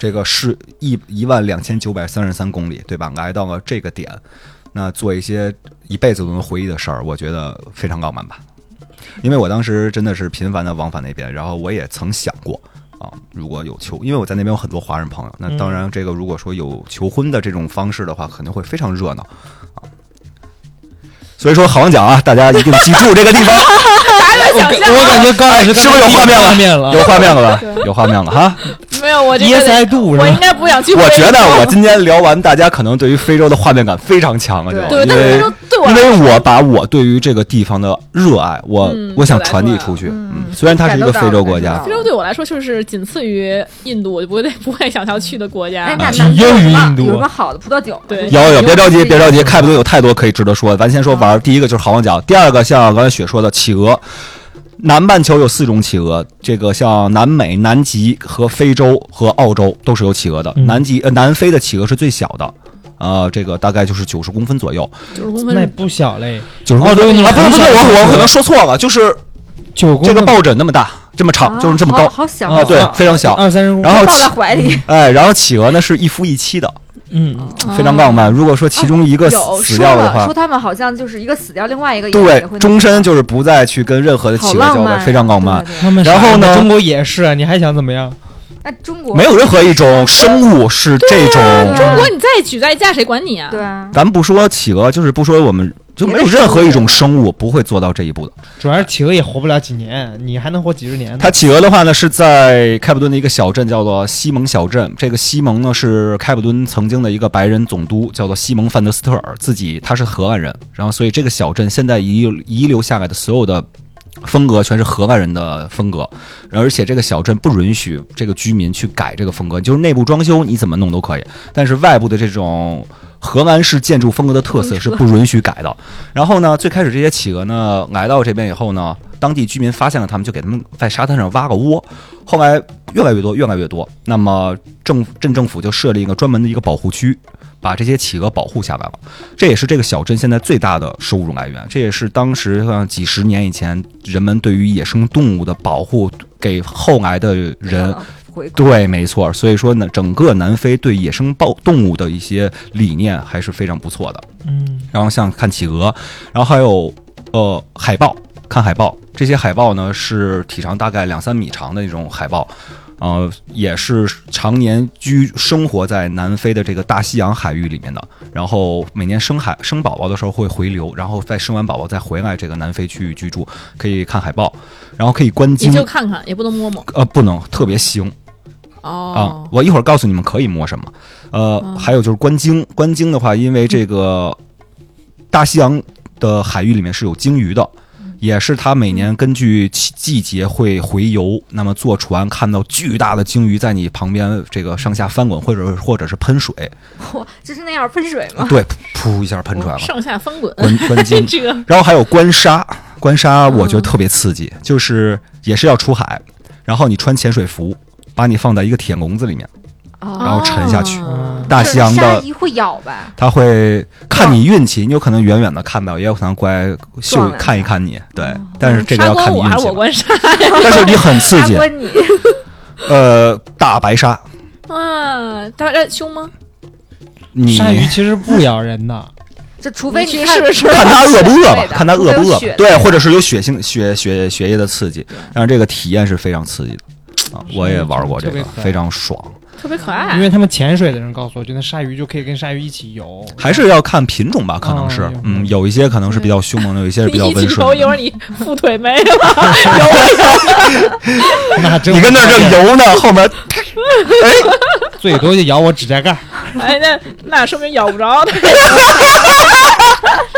Speaker 5: 这个是一一万两千九百三十三公里，对吧？来到了这个点，那做一些一辈子都能回忆的事儿，我觉得非常浪漫吧。因为我当时真的是频繁的往返那边，然后我也曾想过啊，如果有求，因为我在那边有很多华人朋友，那当然这个如果说有求婚的这种方式的话，肯定会非常热闹啊。所以说，好望角啊，大家一定记住这个地方，
Speaker 3: 我感我感觉高老师
Speaker 5: 哎是不是有画面了
Speaker 3: 画面了
Speaker 5: 有画面了吧？有画面了哈。
Speaker 2: 没有，我这
Speaker 3: ？Yes
Speaker 2: 个
Speaker 3: I do，
Speaker 2: 我
Speaker 3: 是
Speaker 2: 应
Speaker 3: 吧
Speaker 2: 该不想去非洲。
Speaker 5: 我觉得我今天聊完，大家可能对于非洲的画面感非常强了，就
Speaker 2: 对，
Speaker 5: 因
Speaker 2: 但
Speaker 5: 为
Speaker 2: 是说对我来
Speaker 5: 因
Speaker 2: 说
Speaker 5: 为我把我对于这个地方的热爱，我、
Speaker 2: 嗯
Speaker 5: 我想传递出去。
Speaker 4: 嗯
Speaker 5: 嗯，虽然它是一个
Speaker 4: 感
Speaker 5: 非
Speaker 4: 受到
Speaker 5: 洲
Speaker 4: 了
Speaker 5: 国
Speaker 4: 感
Speaker 5: 家
Speaker 4: 受
Speaker 2: 非，洲对我来说就是仅次于印度，我就不会 <laughs> 不会想要去的国家。
Speaker 4: 哎，
Speaker 5: 嗯
Speaker 4: 那
Speaker 3: 是
Speaker 4: 南非有
Speaker 3: 英语
Speaker 4: 什么
Speaker 3: 印度
Speaker 4: 有什么好的葡萄酒？
Speaker 2: 对
Speaker 5: 啊有有，别着急，
Speaker 2: 有
Speaker 5: 别着急，开普敦有太多可以值得说的。咱先说玩儿，第一个就是好望角，第二个像刚才雪说的企鹅。南半球有四种企鹅，这个像南美、南极和非洲和澳洲都是有企鹅的。
Speaker 3: 嗯
Speaker 5: 南极呃南非的企鹅是最小的，呃，这个大概就是九十公分左右。
Speaker 2: 九十公
Speaker 3: 那也
Speaker 2: 分，
Speaker 3: 不小嘞，
Speaker 5: 九十
Speaker 3: 澳洲你
Speaker 5: 啊，不是不是，我我可能说错了，就是
Speaker 3: 九公
Speaker 5: 这个
Speaker 3: 分
Speaker 5: 抱枕那么大，这么长，
Speaker 4: 啊
Speaker 5: 就是这么
Speaker 4: 好
Speaker 5: 高，
Speaker 4: 好小
Speaker 3: 啊
Speaker 5: 啊，对，非常小。
Speaker 3: 二三十公分，
Speaker 5: 然后
Speaker 4: 抱
Speaker 5: 企
Speaker 4: 在怀里，
Speaker 5: 哎，然后企鹅呢是一夫一妻的，
Speaker 3: 嗯，
Speaker 5: 非常浪漫。如果说其中一个
Speaker 4: 有
Speaker 5: 嗯死
Speaker 4: 说
Speaker 5: 掉的
Speaker 4: 了，
Speaker 5: 话
Speaker 4: 说，他们好像就是一个死掉，另外一个也
Speaker 5: 对
Speaker 4: 也会，
Speaker 5: 终身就是不再去跟任何的
Speaker 4: 好
Speaker 5: 企鹅
Speaker 4: 浪
Speaker 5: 交
Speaker 4: 漫
Speaker 5: 流，
Speaker 4: 啊，
Speaker 5: 非常浪漫。嗯
Speaker 4: 对。对对
Speaker 3: 他们
Speaker 5: 然后呢
Speaker 3: 中国也是啊，你还想怎么样？
Speaker 4: 那中国
Speaker 5: 没有任何一种生物是这种，
Speaker 4: 对啊
Speaker 2: 哦中国你再举再嫁，谁管你啊？
Speaker 4: 对啊，
Speaker 5: 咱不说企鹅，就是不说我们，就没有任何一种生物不会做到这一步的。
Speaker 3: 主要是企鹅也活不了几年，你还能活几十年呢？
Speaker 5: 它企鹅的话呢，是在开普敦的一个小镇，叫做西蒙小镇。这个西蒙呢，是开普敦曾经的一个白人总督，叫做西蒙范德斯特尔，自己他是河岸人，然后所以这个小镇现在遗遗留下来的所有的。风格全是河岸人的风格，然后而且这个小镇不允许这个居民去改这个风格，就是内部装修你怎么弄都可以，但是外部的这种河湾式建筑风格的特色是不允许改的。然后呢，最开始这些企鹅呢来到这边以后呢，当地居民发现了他们，就给他们在沙滩上挖个窝。后来越来越多，越来越多，那么政镇政府就设立一个专门的一个保护区，把这些企鹅保护下来了。这也是这个小镇现在最大的收入来源，这也是当时像几十年以前人们对于野生动物的保护给后来的
Speaker 4: <laughs>
Speaker 5: 人
Speaker 4: 啊回归
Speaker 5: 对，没错。所以说呢，整个南非对野生暴动物的一些理念还是非常不错的。
Speaker 3: 嗯，
Speaker 5: 然后像看企鹅，然后还有呃海豹，看海豹。这些海豹呢是体长大概两三米长的那种海豹，呃，也是常年居生活在南非的这个大西洋海域里面的。然后每年生海生宝宝的时候会回流，然后再生完宝宝再回来这个南非区域居住，可以看海豹，然后可以观
Speaker 2: 也
Speaker 5: 鲸
Speaker 2: 就。看看，也不能摸摸。
Speaker 5: 呃，不能特别腥，啊
Speaker 2: 哦，，
Speaker 5: 我一会儿告诉你们可以摸什么。呃，还有就是观鲸，观鲸的话，因为这个大西洋的海域里面是有鲸鱼的。也是它每年根据季季节会回游，那么坐船看到巨大的鲸鱼在你旁边这个上下翻滚，或者或者是喷水，
Speaker 4: 哇，就是那样喷水吗？
Speaker 5: 对，噗一下喷出来了，
Speaker 2: 上下翻滚，。
Speaker 5: 观观鲸
Speaker 2: <laughs> 这
Speaker 4: 哦
Speaker 2: 个
Speaker 5: 然后还有观鲨，观鲨我觉得特别刺激，就是也是要出海，然后你穿潜水服，把你放在一个铁笼子里面，然
Speaker 4: 哦，
Speaker 5: 后沉下去。
Speaker 2: 哦
Speaker 3: 嗯
Speaker 5: 大西洋
Speaker 4: 鲨
Speaker 5: 的
Speaker 4: 鱼会咬吧？
Speaker 5: 他会看你运气，你有可能远远的看到，也有可能过来秀
Speaker 4: 撞了
Speaker 5: 看一看你。对，但是这个
Speaker 2: 杀
Speaker 5: 要
Speaker 2: 光
Speaker 5: 看你
Speaker 2: 哦我
Speaker 5: 运
Speaker 2: 还是
Speaker 5: 气
Speaker 2: 我
Speaker 5: 了。
Speaker 2: 关杀？
Speaker 5: 但是你很刺
Speaker 4: 它
Speaker 5: 激，
Speaker 4: 关你，
Speaker 5: 呃，大白鲨，
Speaker 2: 啊，他他凶吗？
Speaker 5: 你
Speaker 3: 鲨鱼其实不咬人的，
Speaker 4: 就除非
Speaker 2: 你去
Speaker 4: 你看
Speaker 2: 试试
Speaker 5: 看它饿不饿吧，看它饿不饿
Speaker 4: 除非有血
Speaker 5: 吧，对，或者是有血腥血血血液的刺激，但是这个体验是非常刺激的啊！我也玩过这
Speaker 3: 特别
Speaker 5: 个
Speaker 3: 可，爱
Speaker 5: 非常爽，
Speaker 2: 特别可爱，
Speaker 3: 因为他们潜水的人告诉我，就那鲨鱼就可以跟鲨鱼一起
Speaker 5: <laughs>
Speaker 3: 游，
Speaker 5: 还是要看品种吧，可能是
Speaker 3: 哦有，
Speaker 5: 嗯，有一些可能是比较凶猛的，有一些是比较
Speaker 2: <laughs> 你一
Speaker 5: 温
Speaker 2: 起头
Speaker 5: 顺
Speaker 2: 一会儿
Speaker 5: 的。
Speaker 2: 你副腿没了，
Speaker 3: 那真
Speaker 5: 你跟那儿正游呢，后面
Speaker 3: 最多就咬我指
Speaker 5: <laughs>
Speaker 3: 甲盖儿。
Speaker 2: <laughs> 哎，那那说明咬不着他。 <laughs>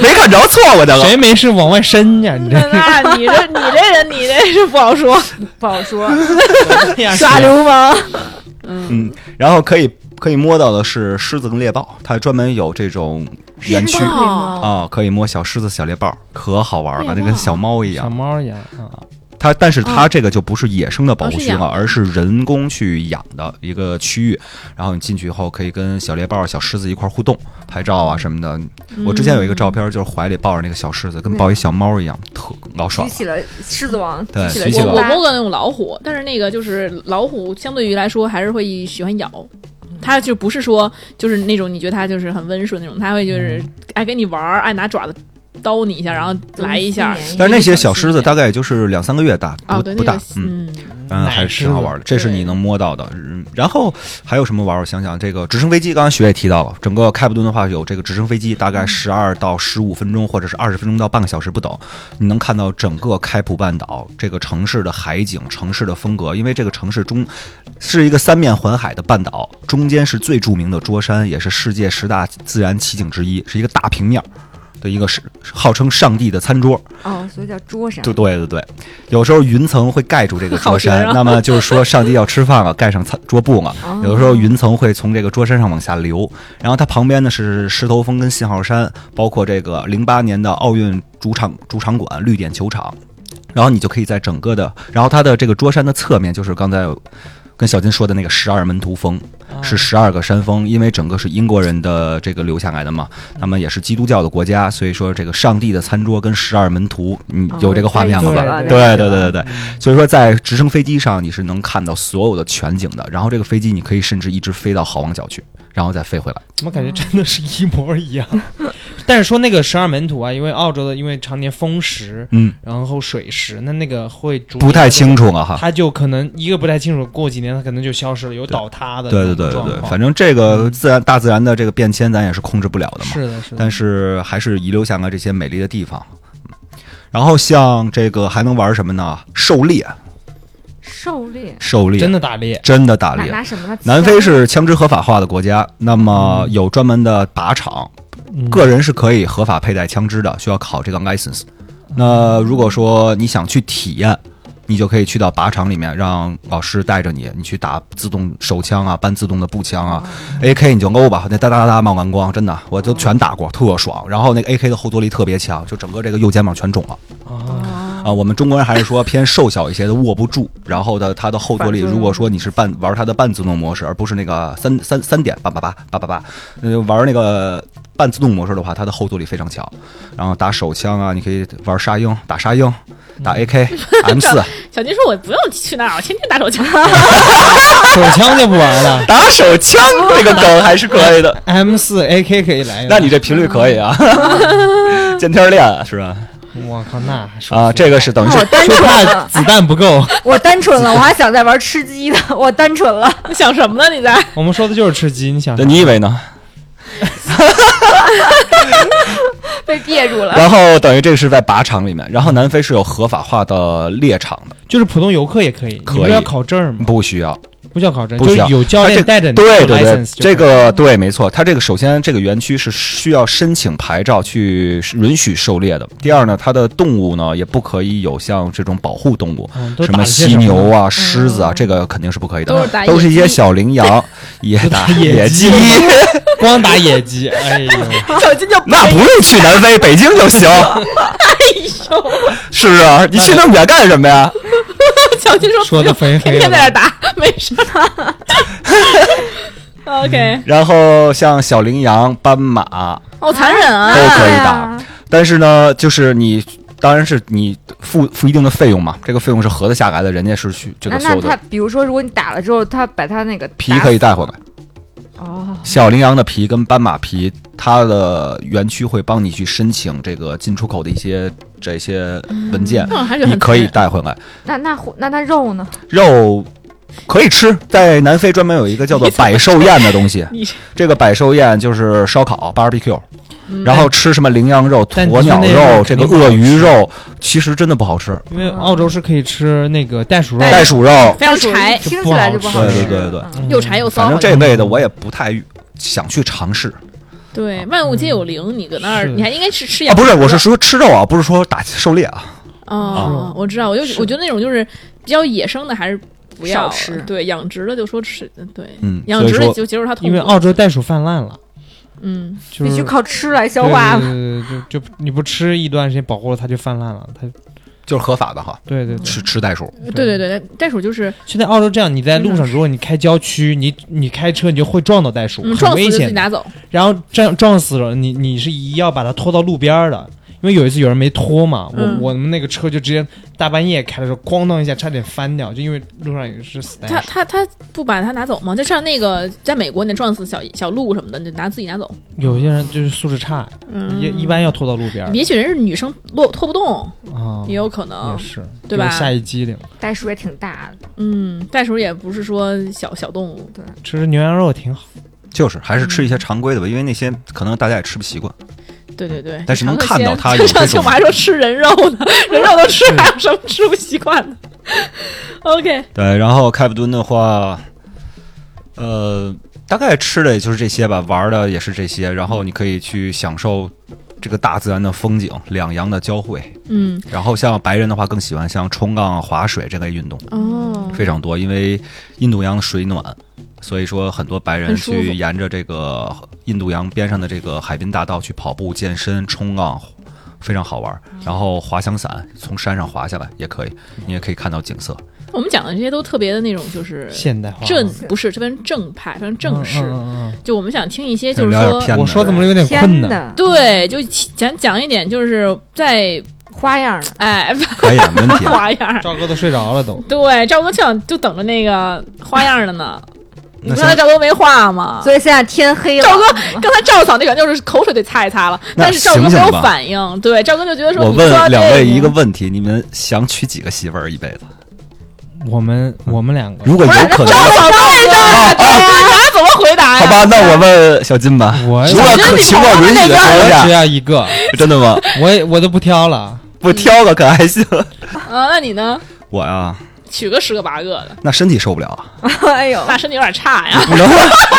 Speaker 5: 没看着错过去了。
Speaker 3: 谁没事往外伸呀？
Speaker 2: <laughs>
Speaker 3: 你这
Speaker 2: 那你这你这人你这是不好说，
Speaker 4: 不好说，
Speaker 3: 耍流
Speaker 4: 氓。
Speaker 5: 嗯，然后可以可以摸到的是狮子跟猎豹，它专门有这种园区
Speaker 2: 狮子
Speaker 5: 啊，可以摸小狮子、小猎豹，可好玩了，
Speaker 2: 猎
Speaker 5: 那
Speaker 2: 豹
Speaker 5: 跟小猫一
Speaker 3: 小
Speaker 5: 样。
Speaker 3: 猫一样
Speaker 5: 嗯
Speaker 3: 啊！
Speaker 5: 它但是它这个就不是野生的保护区了，
Speaker 2: 哦
Speaker 5: 而是人工去养的一个区域。然后你进去以后，可以跟小猎豹、小狮子一块儿互动、拍照啊什么的。
Speaker 2: 嗯
Speaker 5: 我之前有一个照片，就是怀里抱着那个小狮子，跟抱一小猫一样，特老爽
Speaker 4: 举。起了狮子王，
Speaker 5: 对
Speaker 4: 举
Speaker 5: 举
Speaker 4: 起
Speaker 5: 起了
Speaker 4: 了
Speaker 2: 我
Speaker 4: 锅巴
Speaker 2: 摸过那种老虎，但是那个就是老虎相对于来说还是会喜欢咬，它就不是说就是那种你觉得它就是很温顺那种，它会就是爱跟你玩儿，爱拿爪子叨你一下，然后来一下。
Speaker 4: 嗯
Speaker 5: 但是那些小狮子大概也就是两三个月大，
Speaker 2: 啊，
Speaker 5: 不
Speaker 2: 对，
Speaker 5: 不
Speaker 2: 那
Speaker 5: 大
Speaker 2: 个，
Speaker 5: 嗯。
Speaker 2: 嗯，
Speaker 5: 嗯，
Speaker 3: 奶
Speaker 5: 还是挺好玩的，这
Speaker 2: 对
Speaker 5: 是你能摸到的。嗯然后还有什么玩儿？我想想，这个直升飞机，刚刚学也提到了，整个开普敦的话有这个直升飞机，大概十二到十五分钟，或者是二十分钟到半个小时不等，你能看到整个开普半岛这个城市的海景、城市的风格。因为这个城市中是一个三面环海的半岛，中间是最著名的桌山，也是世界十大自然奇景之一，是一个大平面儿的一个是号称上帝的餐桌。
Speaker 4: 哦，所以叫桌上
Speaker 5: 对对对对，有时候云层会盖住这个桌
Speaker 2: 好
Speaker 5: 山
Speaker 2: 学，啊
Speaker 5: 那么就是说上帝要吃饭了，盖上餐桌布了。
Speaker 4: 哦
Speaker 5: 有的时候云层会从这个桌山上往下流，然后它旁边呢是石头峰跟信号山，包括这个零八年的奥运主场主场馆绿点球场，然后你就可以在整个的，然后它的这个桌山的侧面就是刚才跟小金说的那个十二门徒峰，是
Speaker 3: 啊
Speaker 5: 十二个山峰，因为整个是英国人的这个留下来的嘛，那么也是基督教的国家，所以说这个上帝的餐桌跟十二门徒，嗯，有这个画面了吧？
Speaker 4: 哦
Speaker 5: 对对
Speaker 4: 对
Speaker 5: 对对对，
Speaker 3: 嗯
Speaker 5: 所以说在直升飞机上你是能看到所有的全景的，然后这个飞机你可以甚至一直飞到好望角去，然后再飞回来。
Speaker 3: 怎么感觉真的是一模一
Speaker 5: <laughs>
Speaker 3: 样？但是说那个十二门徒啊，因为澳洲的因为常年风蚀，
Speaker 5: 嗯，
Speaker 3: 然后水蚀，那那个会逐
Speaker 5: 不太清楚啊哈。
Speaker 3: 它就可能一个不太清楚，过几年它可能就消失了，有倒塌的
Speaker 5: 对对对
Speaker 3: 那种
Speaker 5: 对
Speaker 3: 状
Speaker 5: 对，
Speaker 3: 况
Speaker 5: 反正这个自然大自然的这个变迁，咱也是控制不了的嘛。
Speaker 3: 是的，是的。
Speaker 5: 但是还是遗留下了这些美丽的地方。嗯然后像这个还能玩什么呢？狩猎，
Speaker 4: 狩猎，
Speaker 5: 狩猎
Speaker 3: 真的打猎，
Speaker 5: 真的打
Speaker 4: 拿
Speaker 5: 猎。
Speaker 4: 拿什么呢？
Speaker 5: 南非
Speaker 4: 枪 <laughs>
Speaker 5: 是枪支合法化的国家，那么有专门的靶场，
Speaker 3: 嗯
Speaker 5: 个人是可以合法佩戴枪支的，需要考这个 license。那
Speaker 3: 嗯
Speaker 5: 如果说你想去体验，你就可以去到靶场里面，让老师带着你，你去打自动手枪啊，搬自动的步枪啊，AK 你就欧吧，那哒哒哒哒冒蓝光，真的我就全打过，特爽。然后那个 AK 的后坐力特别强，就整个这个右肩膀全肿了。
Speaker 3: 啊，
Speaker 5: 啊，我们中国人还是说偏瘦小一些的，握不住。然后呢，它的后坐力，
Speaker 4: 反正
Speaker 5: 如果说你是半玩它的半自动模式，而不是那个三三三点八八八八八八，呃，玩那个半自动模式的话，它的后坐力非常强。然后打手枪啊，你可以玩沙鹰，打沙鹰，打 AK、M
Speaker 4: <laughs>
Speaker 5: 四，
Speaker 2: 小金说：“我不用去那儿，我天天打手枪。 <laughs>
Speaker 3: 手枪就不玩了
Speaker 5: 打手枪这个梗还是可以
Speaker 4: <laughs>
Speaker 5: 的。
Speaker 3: ，M 四 AK 可以来一个。
Speaker 5: 那你这频率可以啊，见天儿练是吧？
Speaker 3: 我靠，那还说
Speaker 5: 啊，这个是等于
Speaker 4: 哦
Speaker 5: 是
Speaker 4: 我单
Speaker 3: 就
Speaker 4: 纯
Speaker 3: 怕
Speaker 4: 了，
Speaker 3: 子弹不够。 <laughs>
Speaker 4: 我单纯了，我还想再玩吃鸡呢，我单纯了。
Speaker 2: 你想什么呢？你在
Speaker 3: 我们说的就是吃鸡，你想
Speaker 5: <laughs> 那你以为呢？
Speaker 4: 被憋住了。
Speaker 5: 然后等于这个是在靶场里面，然后南非是有合法化的猎场的，
Speaker 3: 就是普通游客也可以，
Speaker 5: 可以
Speaker 3: 你不是要考证儿吗？
Speaker 5: 不需要。
Speaker 3: 不需要考证，
Speaker 5: 不
Speaker 3: 就
Speaker 5: 需要
Speaker 3: 是有教
Speaker 5: 它这
Speaker 3: 练带着你。
Speaker 5: 对对对
Speaker 3: license，就
Speaker 5: 这
Speaker 3: 可以
Speaker 5: 个对，没错。它这个首先这个园区是需要申请牌照去允许狩猎的。第二呢，它的动物呢也不可以有像这种保护动物。
Speaker 3: 嗯，都
Speaker 5: 什
Speaker 3: 打
Speaker 5: 么
Speaker 3: 了些
Speaker 5: 犀
Speaker 3: 什么嗯
Speaker 5: 牛
Speaker 3: 呢？
Speaker 5: 啊、狮子啊，这个肯定是不可以的，
Speaker 2: 都是打
Speaker 5: 都是一
Speaker 2: 野
Speaker 5: 些
Speaker 2: 鸡
Speaker 5: 小
Speaker 3: <laughs>
Speaker 5: 羚羊、野打
Speaker 3: 野
Speaker 5: 野鸡
Speaker 3: <laughs> 鸡，光打野鸡，哎呦，
Speaker 2: 小金就
Speaker 5: <laughs> 那不用去南非，北京
Speaker 3: <laughs>
Speaker 5: 就行，是不是啊？你去那
Speaker 3: 嗯
Speaker 5: 么远干什么呀？
Speaker 2: 小金说
Speaker 3: 说得肥肥
Speaker 2: 天天
Speaker 3: 的
Speaker 2: 在那儿打，没事 <laughs> 儿。OK，
Speaker 5: 然后像小羚羊、斑马，
Speaker 2: 好残忍啊！
Speaker 5: 都可以打
Speaker 4: 啊
Speaker 5: 但是呢，就是你，当然是你付付一定的费用嘛，这个费用是合得下来的，人家是去这
Speaker 4: 那
Speaker 5: 个所
Speaker 4: 啊
Speaker 5: 有
Speaker 4: 那他
Speaker 5: 的
Speaker 4: 比如说，如果你打了之后，他把他那个
Speaker 5: 皮
Speaker 4: 打
Speaker 5: 可以带回来。
Speaker 4: 哦，
Speaker 5: 小羚羊的皮跟斑马皮，它的园区会帮你去申请这个进出口的一些这些文件，
Speaker 2: 嗯，还是
Speaker 5: 你
Speaker 2: 很
Speaker 5: 可以
Speaker 2: 残
Speaker 5: 带回来。
Speaker 4: 那那虎那那肉呢？
Speaker 5: 肉可以吃，在南非专门有一个叫做百寿宴的东西
Speaker 2: <laughs> ，你
Speaker 5: 这个百寿宴就是烧烤 （barbecue）。
Speaker 2: 忍。
Speaker 5: 然后吃什么羚羊肉、
Speaker 3: 但
Speaker 5: 鸵鸟
Speaker 3: 但是那
Speaker 5: 肉、
Speaker 3: 个
Speaker 5: 这
Speaker 3: 肯
Speaker 5: 个
Speaker 3: 定不好
Speaker 5: 鳄
Speaker 3: 吃
Speaker 5: 鱼肉，其实真的不好吃。
Speaker 3: 因为澳洲是可以吃那个袋鼠肉，
Speaker 5: 袋鼠肉，
Speaker 2: 非常柴，
Speaker 4: 听起来就不好吃。
Speaker 5: 对对对对
Speaker 4: 嗯
Speaker 3: 嗯
Speaker 2: 又柴又骚。
Speaker 5: 反正这类的我也不太想去尝试
Speaker 2: 对万物皆有灵，你搁那儿，
Speaker 3: 是
Speaker 2: 你还应该吃吃
Speaker 5: 啊，
Speaker 2: 羊肉。
Speaker 5: 不是，我是说吃肉啊，不是说打狩猎啊。
Speaker 2: 哦，我知道，我就是我觉得那种就是比较野生的，还是不要了
Speaker 4: 少吃
Speaker 2: 对，养殖的就说吃，对，
Speaker 5: 嗯
Speaker 2: 养
Speaker 5: 所以
Speaker 2: 殖的
Speaker 5: 说
Speaker 2: 就接受它痛
Speaker 3: 因为
Speaker 2: 苦。
Speaker 3: 澳洲袋鼠泛滥了，
Speaker 2: 嗯，
Speaker 3: 就
Speaker 4: 必
Speaker 3: 是
Speaker 4: 须靠吃来消化
Speaker 3: 对。对对对就就你不吃一段时间保护了它就泛滥了，它
Speaker 5: 就是合法的哈，
Speaker 3: 对对对。
Speaker 2: 嗯
Speaker 5: 吃吃袋鼠。
Speaker 2: 对对对，袋鼠就是
Speaker 3: 现在澳洲这样，你在路
Speaker 2: 真
Speaker 3: 上
Speaker 2: 的是
Speaker 3: 如果你开郊区，你你开车你就会撞到袋鼠，
Speaker 2: 嗯，
Speaker 3: 很
Speaker 2: 撞死
Speaker 3: 危
Speaker 2: 就自己
Speaker 3: 险的。
Speaker 2: 拿走。
Speaker 3: 然后撞撞死了，你你是一定要把它拖到路边儿的，因为有一次有人没拖嘛，我、
Speaker 2: 嗯
Speaker 3: 我们那个车就直接大半夜开的时候，咣当一下差点翻掉，就因为路上也是死袋
Speaker 2: 他
Speaker 3: 鼠。
Speaker 2: 他他不把它拿走吗？就像那个在美国，你撞死小小鹿什么的，你就拿自己拿走。
Speaker 3: 有些人就是素质差，
Speaker 2: 嗯，
Speaker 3: 也一般要拖到路边儿
Speaker 2: 也许人是女生落拖不动，
Speaker 3: 啊，
Speaker 2: 也有可能
Speaker 3: 也。是
Speaker 2: 对吧
Speaker 3: 有下一机灵，
Speaker 4: 袋鼠也挺大的，
Speaker 2: 嗯，袋鼠也不是说小小动物。
Speaker 3: 吃吃牛羊肉挺好。
Speaker 5: 就是还是
Speaker 2: 嗯
Speaker 5: 吃一些常规的吧，因为那些可能大家也吃不习惯。
Speaker 2: 对对对，
Speaker 5: 但是能
Speaker 2: 尝
Speaker 5: 看到
Speaker 2: 鲜
Speaker 5: 它有这
Speaker 2: 上次
Speaker 5: 种
Speaker 2: 我们还说吃人肉呢，人肉都吃，还有什么吃不习惯的？OK，
Speaker 5: 对，然后开普敦的话，呃，大概吃的也就是这些吧，玩的也是这些，然后你可以去享受这个大自然的风景，两洋的交汇。
Speaker 2: 嗯，
Speaker 5: 然后像白人的话，更喜欢像冲浪啊、划水这类运动。
Speaker 2: 哦，
Speaker 5: 非常多，因为印度洋的水暖，所以说很多白人
Speaker 2: 很舒服
Speaker 5: 去沿着这个印度洋边上的这个海滨大道去跑步、健身、冲浪，非常好玩。
Speaker 2: 嗯
Speaker 5: 然后滑翔伞从山上滑下来也可以，你也可以看到景色。
Speaker 2: 我们讲的这些都特别的那种，就是
Speaker 3: 现代化
Speaker 2: 正
Speaker 5: 啊
Speaker 3: 嗯
Speaker 2: 不是这边正派，非常正式。
Speaker 3: 嗯嗯嗯
Speaker 2: 就我们想听一些，就是
Speaker 5: 聊点
Speaker 2: 说，
Speaker 5: 偏
Speaker 3: 嗯
Speaker 5: 的
Speaker 3: 我 <laughs> 说怎么有点困
Speaker 4: 天
Speaker 3: 难？
Speaker 4: 呐，
Speaker 2: 对，就其讲讲一点，就是在
Speaker 4: 花样的。
Speaker 2: 哎
Speaker 5: 可以，没问题。
Speaker 2: 花样儿。
Speaker 3: 赵哥都睡着了都。
Speaker 2: 对，赵哥就想就等着那个花样儿的呢。你
Speaker 5: 那
Speaker 2: 不知道
Speaker 5: 像
Speaker 2: 赵哥没话
Speaker 5: 啊
Speaker 2: 吗？
Speaker 4: 所以现在天黑了，
Speaker 2: 赵哥刚才赵嫂那个就是口水得擦一擦了，
Speaker 5: 那
Speaker 2: 但是赵哥没
Speaker 5: 醒
Speaker 2: 有
Speaker 5: 醒吧
Speaker 2: 反应，对赵哥就觉 <laughs> 得说
Speaker 5: 我
Speaker 2: 你说到
Speaker 5: 问两
Speaker 2: 这
Speaker 5: 位一个问题：你们想娶几个媳妇儿一辈子？
Speaker 3: 我们我们两个，
Speaker 5: 如果有可能，
Speaker 2: 赵嫂太大了，对他啊怎么回答呀？
Speaker 5: 哎好吧，那我问小金吧。
Speaker 3: 我
Speaker 5: 如果可情况允许的情况
Speaker 3: 我只
Speaker 5: 下，
Speaker 3: 要一个，
Speaker 5: <laughs> 真的吗？
Speaker 3: 我也我都不挑了。
Speaker 5: 我挑个可还行。
Speaker 2: 啊，那你呢？
Speaker 5: 我呀，
Speaker 2: 娶个十个八个的，
Speaker 5: 那身体受不了，啊
Speaker 4: 哎呦，
Speaker 2: 那身体有点差呀。
Speaker 5: 不能，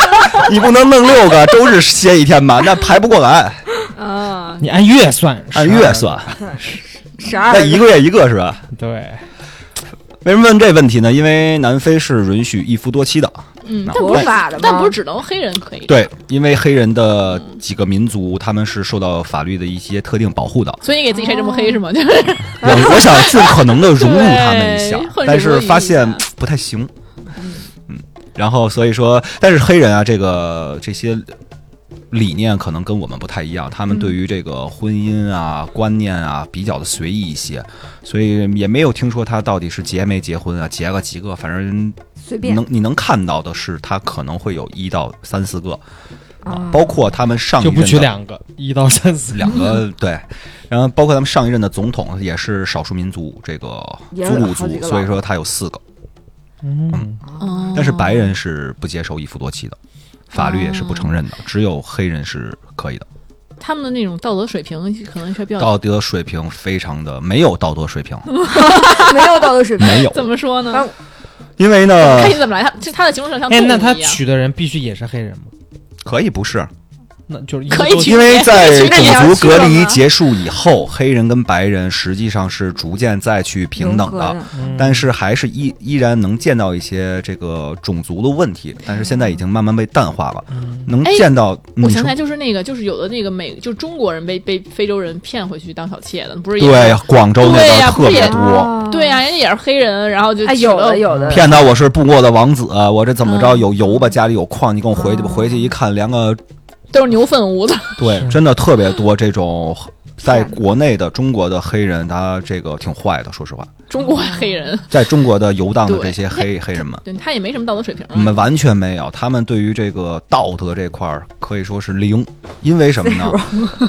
Speaker 5: <laughs> 你不能弄六个，周日歇一天吧，那排不过来，
Speaker 2: 啊，
Speaker 3: 你按月算，
Speaker 5: 按
Speaker 3: 12
Speaker 5: 月，算，
Speaker 4: 十二
Speaker 5: 那一个月一个是吧？
Speaker 3: 对，
Speaker 5: 为什么问这问题呢？因为南非是允许一夫多妻的，
Speaker 2: 嗯，
Speaker 5: 那
Speaker 2: 但不
Speaker 4: 合
Speaker 2: 是
Speaker 4: 法的吗？
Speaker 2: 但不是只能黑人可以。，
Speaker 5: 对，因为黑人的几个民族他们是受到法律的一些特定保护的。
Speaker 2: 所以你给自己晒这么黑是吗？ <laughs> 就是
Speaker 5: 我我想尽可能的融入他们一下
Speaker 2: 对混，
Speaker 5: 但
Speaker 2: 入
Speaker 5: 是
Speaker 2: 一
Speaker 5: 发现
Speaker 2: 下
Speaker 5: 不太行。嗯，然后所以说，但是黑人啊，这个这些理念可能跟我们不太一样，他们
Speaker 2: 嗯
Speaker 5: 对于这个婚姻啊、观念啊比较的随意一些，所以也没有听说他到底是结没结婚啊，结个几个，反正
Speaker 4: 随便
Speaker 5: 能你能看到的是，他可能会有一到三四个，
Speaker 4: 啊
Speaker 2: 嗯
Speaker 5: 包括他们上一
Speaker 3: 就
Speaker 5: 任
Speaker 3: 不取
Speaker 5: 的
Speaker 3: 两个，一到三四
Speaker 5: <laughs> 两
Speaker 2: <laughs>
Speaker 5: 个对，然后包括他们上一任的总统也是少数民族这个
Speaker 4: 也有
Speaker 5: 祖鲁
Speaker 4: 好几
Speaker 5: 族，
Speaker 4: 个
Speaker 5: 所以
Speaker 4: 吧
Speaker 5: 说他有四个，
Speaker 3: 嗯，
Speaker 2: 哦
Speaker 5: 但是白人是不接受一夫多妻的，法律也是不承认的，只有黑人是可以的。
Speaker 2: 他们的那种道德水平可能是比较
Speaker 5: 道德水平非常的没有道德
Speaker 2: <laughs>
Speaker 5: 水平，
Speaker 4: 没有道
Speaker 5: <laughs>
Speaker 4: 德水平，
Speaker 5: 没有，
Speaker 2: 怎么说呢？
Speaker 4: 啊
Speaker 5: 因为
Speaker 2: 看
Speaker 5: 呢
Speaker 2: 你怎么来，他就他的形容上像
Speaker 3: 哎，
Speaker 2: 动物
Speaker 3: 那他
Speaker 2: 啊一样
Speaker 3: 娶的人必须也是黑人吗？
Speaker 5: 可以不
Speaker 2: <laughs>
Speaker 5: 是，
Speaker 3: 那就是一
Speaker 2: 可以
Speaker 3: 多
Speaker 2: 娶
Speaker 5: 因为在
Speaker 2: 那你要
Speaker 5: 种族
Speaker 2: 去
Speaker 5: 隔
Speaker 2: 了
Speaker 5: 离
Speaker 2: 吗
Speaker 5: 结束以后，黑人跟白人实际上是逐渐再去平等啊
Speaker 4: 融
Speaker 5: 的。
Speaker 4: 合的。
Speaker 3: 嗯
Speaker 5: 但是还是依依然能见到一些这个种族的问题，但是现在已经慢慢被淡化了，能
Speaker 2: 哎
Speaker 5: 见到。嗯
Speaker 2: 我
Speaker 5: 你
Speaker 2: 想起
Speaker 5: 说
Speaker 2: 来，就是那个，就是有的那个美，就中国人被被非洲人骗回去当小妾的，不是也
Speaker 5: 对广州那
Speaker 2: 对呀
Speaker 5: 个特
Speaker 2: 不也
Speaker 5: 别多，
Speaker 4: 啊
Speaker 2: 对呀、人家也是黑人，然后就
Speaker 4: 哎，
Speaker 2: 娶
Speaker 4: 有
Speaker 2: 了
Speaker 4: 的有的，
Speaker 5: 骗到我是部落的王子，啊我这怎么着
Speaker 2: 嗯哦
Speaker 5: 有油吧，家里有矿，你给我回去吧。回去一看，连个
Speaker 2: 都是牛粪屋子， <laughs>
Speaker 5: 对，真的特别多这种。在国内的中国的黑人，他这个挺坏的，说实话，
Speaker 2: 中国黑人，
Speaker 5: 在中国的游荡的
Speaker 2: 对
Speaker 5: 这些黑黑人们，
Speaker 2: 对他也没什么道德水平啊。
Speaker 5: 我们完全没有，他们对于这个道德这块儿可以说是零，因为什么
Speaker 2: <laughs>
Speaker 5: 呢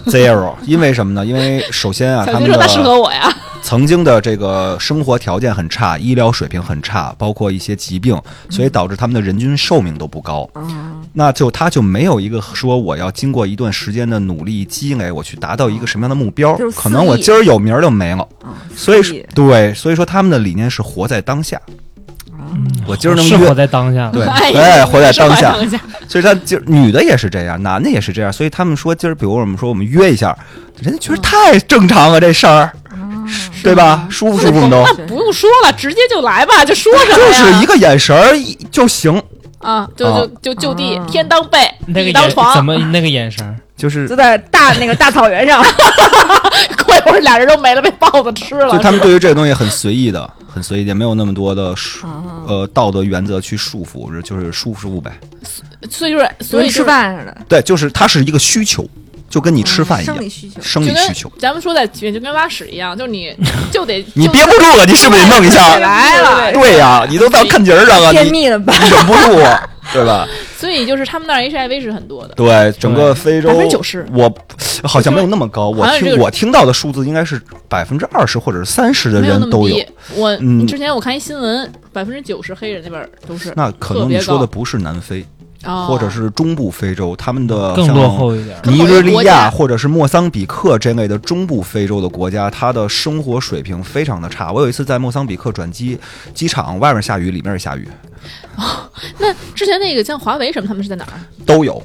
Speaker 5: ？Zero，因为什么呢？因为首先啊，
Speaker 2: 小
Speaker 5: 他
Speaker 2: 金
Speaker 5: 们
Speaker 2: 说他适
Speaker 5: 的
Speaker 2: 合我呀，
Speaker 5: 曾经的这个生活条件很差，医疗水平很差，包括一些疾病，所以导致他们的人均寿命都不高。
Speaker 4: 啊，
Speaker 5: 那就他就没有一个说我要经过一段时间的努力积累，我去达到一个什么样的目标
Speaker 4: 就是，
Speaker 5: 可能我
Speaker 4: 肆意
Speaker 5: 今儿有明儿就没了。
Speaker 4: 啊
Speaker 5: 所以
Speaker 4: 肆
Speaker 5: 说
Speaker 4: 意
Speaker 5: 对，所以说他们的理念是活在当下。
Speaker 4: 嗯
Speaker 5: 我今儿能
Speaker 3: 是
Speaker 5: 约
Speaker 3: 活在当下，
Speaker 5: 对
Speaker 2: 哎
Speaker 5: 哎
Speaker 2: 呀，
Speaker 5: 活在
Speaker 2: 是活
Speaker 5: 当
Speaker 2: 在
Speaker 5: 下
Speaker 2: 当下，
Speaker 5: 所以他就女的也是这样，男的也是这样，所以他们说今儿，比如我们说我们约一下，人家觉得太正常了这事儿，
Speaker 4: 嗯
Speaker 5: 对吧？舒不舒服
Speaker 4: <laughs>
Speaker 5: 都
Speaker 2: <laughs> 那不用说了，直接就来吧，就说什么
Speaker 5: 就
Speaker 2: 呀？
Speaker 5: 是一个眼神儿一就行，
Speaker 2: 啊，就
Speaker 5: 啊
Speaker 2: 就就就地
Speaker 4: 啊
Speaker 2: 天当被，
Speaker 3: 那个
Speaker 2: 地
Speaker 3: 眼
Speaker 2: 当
Speaker 3: 怎
Speaker 2: 床，
Speaker 3: 么那个眼神儿？
Speaker 5: 就是
Speaker 4: 就在大那个大草原上，
Speaker 2: <laughs> 过一会儿俩人都没了，被豹子吃
Speaker 5: 就
Speaker 2: 了。
Speaker 5: 他们对于这个东西很随意
Speaker 2: <laughs>
Speaker 5: 的，很随意的，也没有那么多的束
Speaker 4: 啊
Speaker 5: 呃道德原则去束缚，就是舒服舒服呗。
Speaker 2: 所以就是，所
Speaker 4: <laughs> 所
Speaker 2: 以
Speaker 4: 以
Speaker 2: 就是
Speaker 4: 吃饭似的，
Speaker 5: 对，就是它是一个需求，就跟你吃饭一样啊
Speaker 4: 生，
Speaker 2: 嗯
Speaker 4: 理需求。
Speaker 5: 生
Speaker 2: 就
Speaker 5: 理
Speaker 2: 跟
Speaker 5: 需求。
Speaker 2: 咱们说在就跟拉屎一样，就是
Speaker 5: <laughs>
Speaker 2: 你就得
Speaker 5: 你
Speaker 2: 就
Speaker 5: 憋不住了，啊你是不是得弄一下？
Speaker 4: 来了
Speaker 5: 对
Speaker 2: <laughs>
Speaker 5: 呀，你都到看节儿上了，
Speaker 4: 便
Speaker 5: 你你
Speaker 4: 秘了吧？
Speaker 5: 忍不住，啊对
Speaker 2: <laughs>
Speaker 5: 吧？
Speaker 2: 所以就是他们那儿 HIV 是很多的，
Speaker 5: 对，整个非洲
Speaker 2: 90%
Speaker 5: 我好像没有那么高。我
Speaker 2: 好像这
Speaker 5: 听
Speaker 2: 个
Speaker 5: 我听到的数字应该是百分之二十或者是三十的
Speaker 2: 没有那
Speaker 5: 人
Speaker 2: 么
Speaker 5: 都
Speaker 2: 低。我
Speaker 5: 嗯
Speaker 2: 之前我看一新闻，百分之九十黑人那边儿都是，
Speaker 5: 那可能你说的不是南非，
Speaker 2: 哦
Speaker 5: 或者是中部非洲，他们的
Speaker 3: 更
Speaker 5: 像
Speaker 3: 落后一点儿。
Speaker 5: 尼日利
Speaker 2: 更落后的国
Speaker 5: 亚
Speaker 2: 家
Speaker 5: 或者是莫桑比克这类的中部非洲的国家，它的生活水平非常的差。我有一次在莫桑比克转机，机场外面下雨，里面也下雨，
Speaker 2: 那之前那个像华为什么，他们是在哪儿？
Speaker 5: 都有。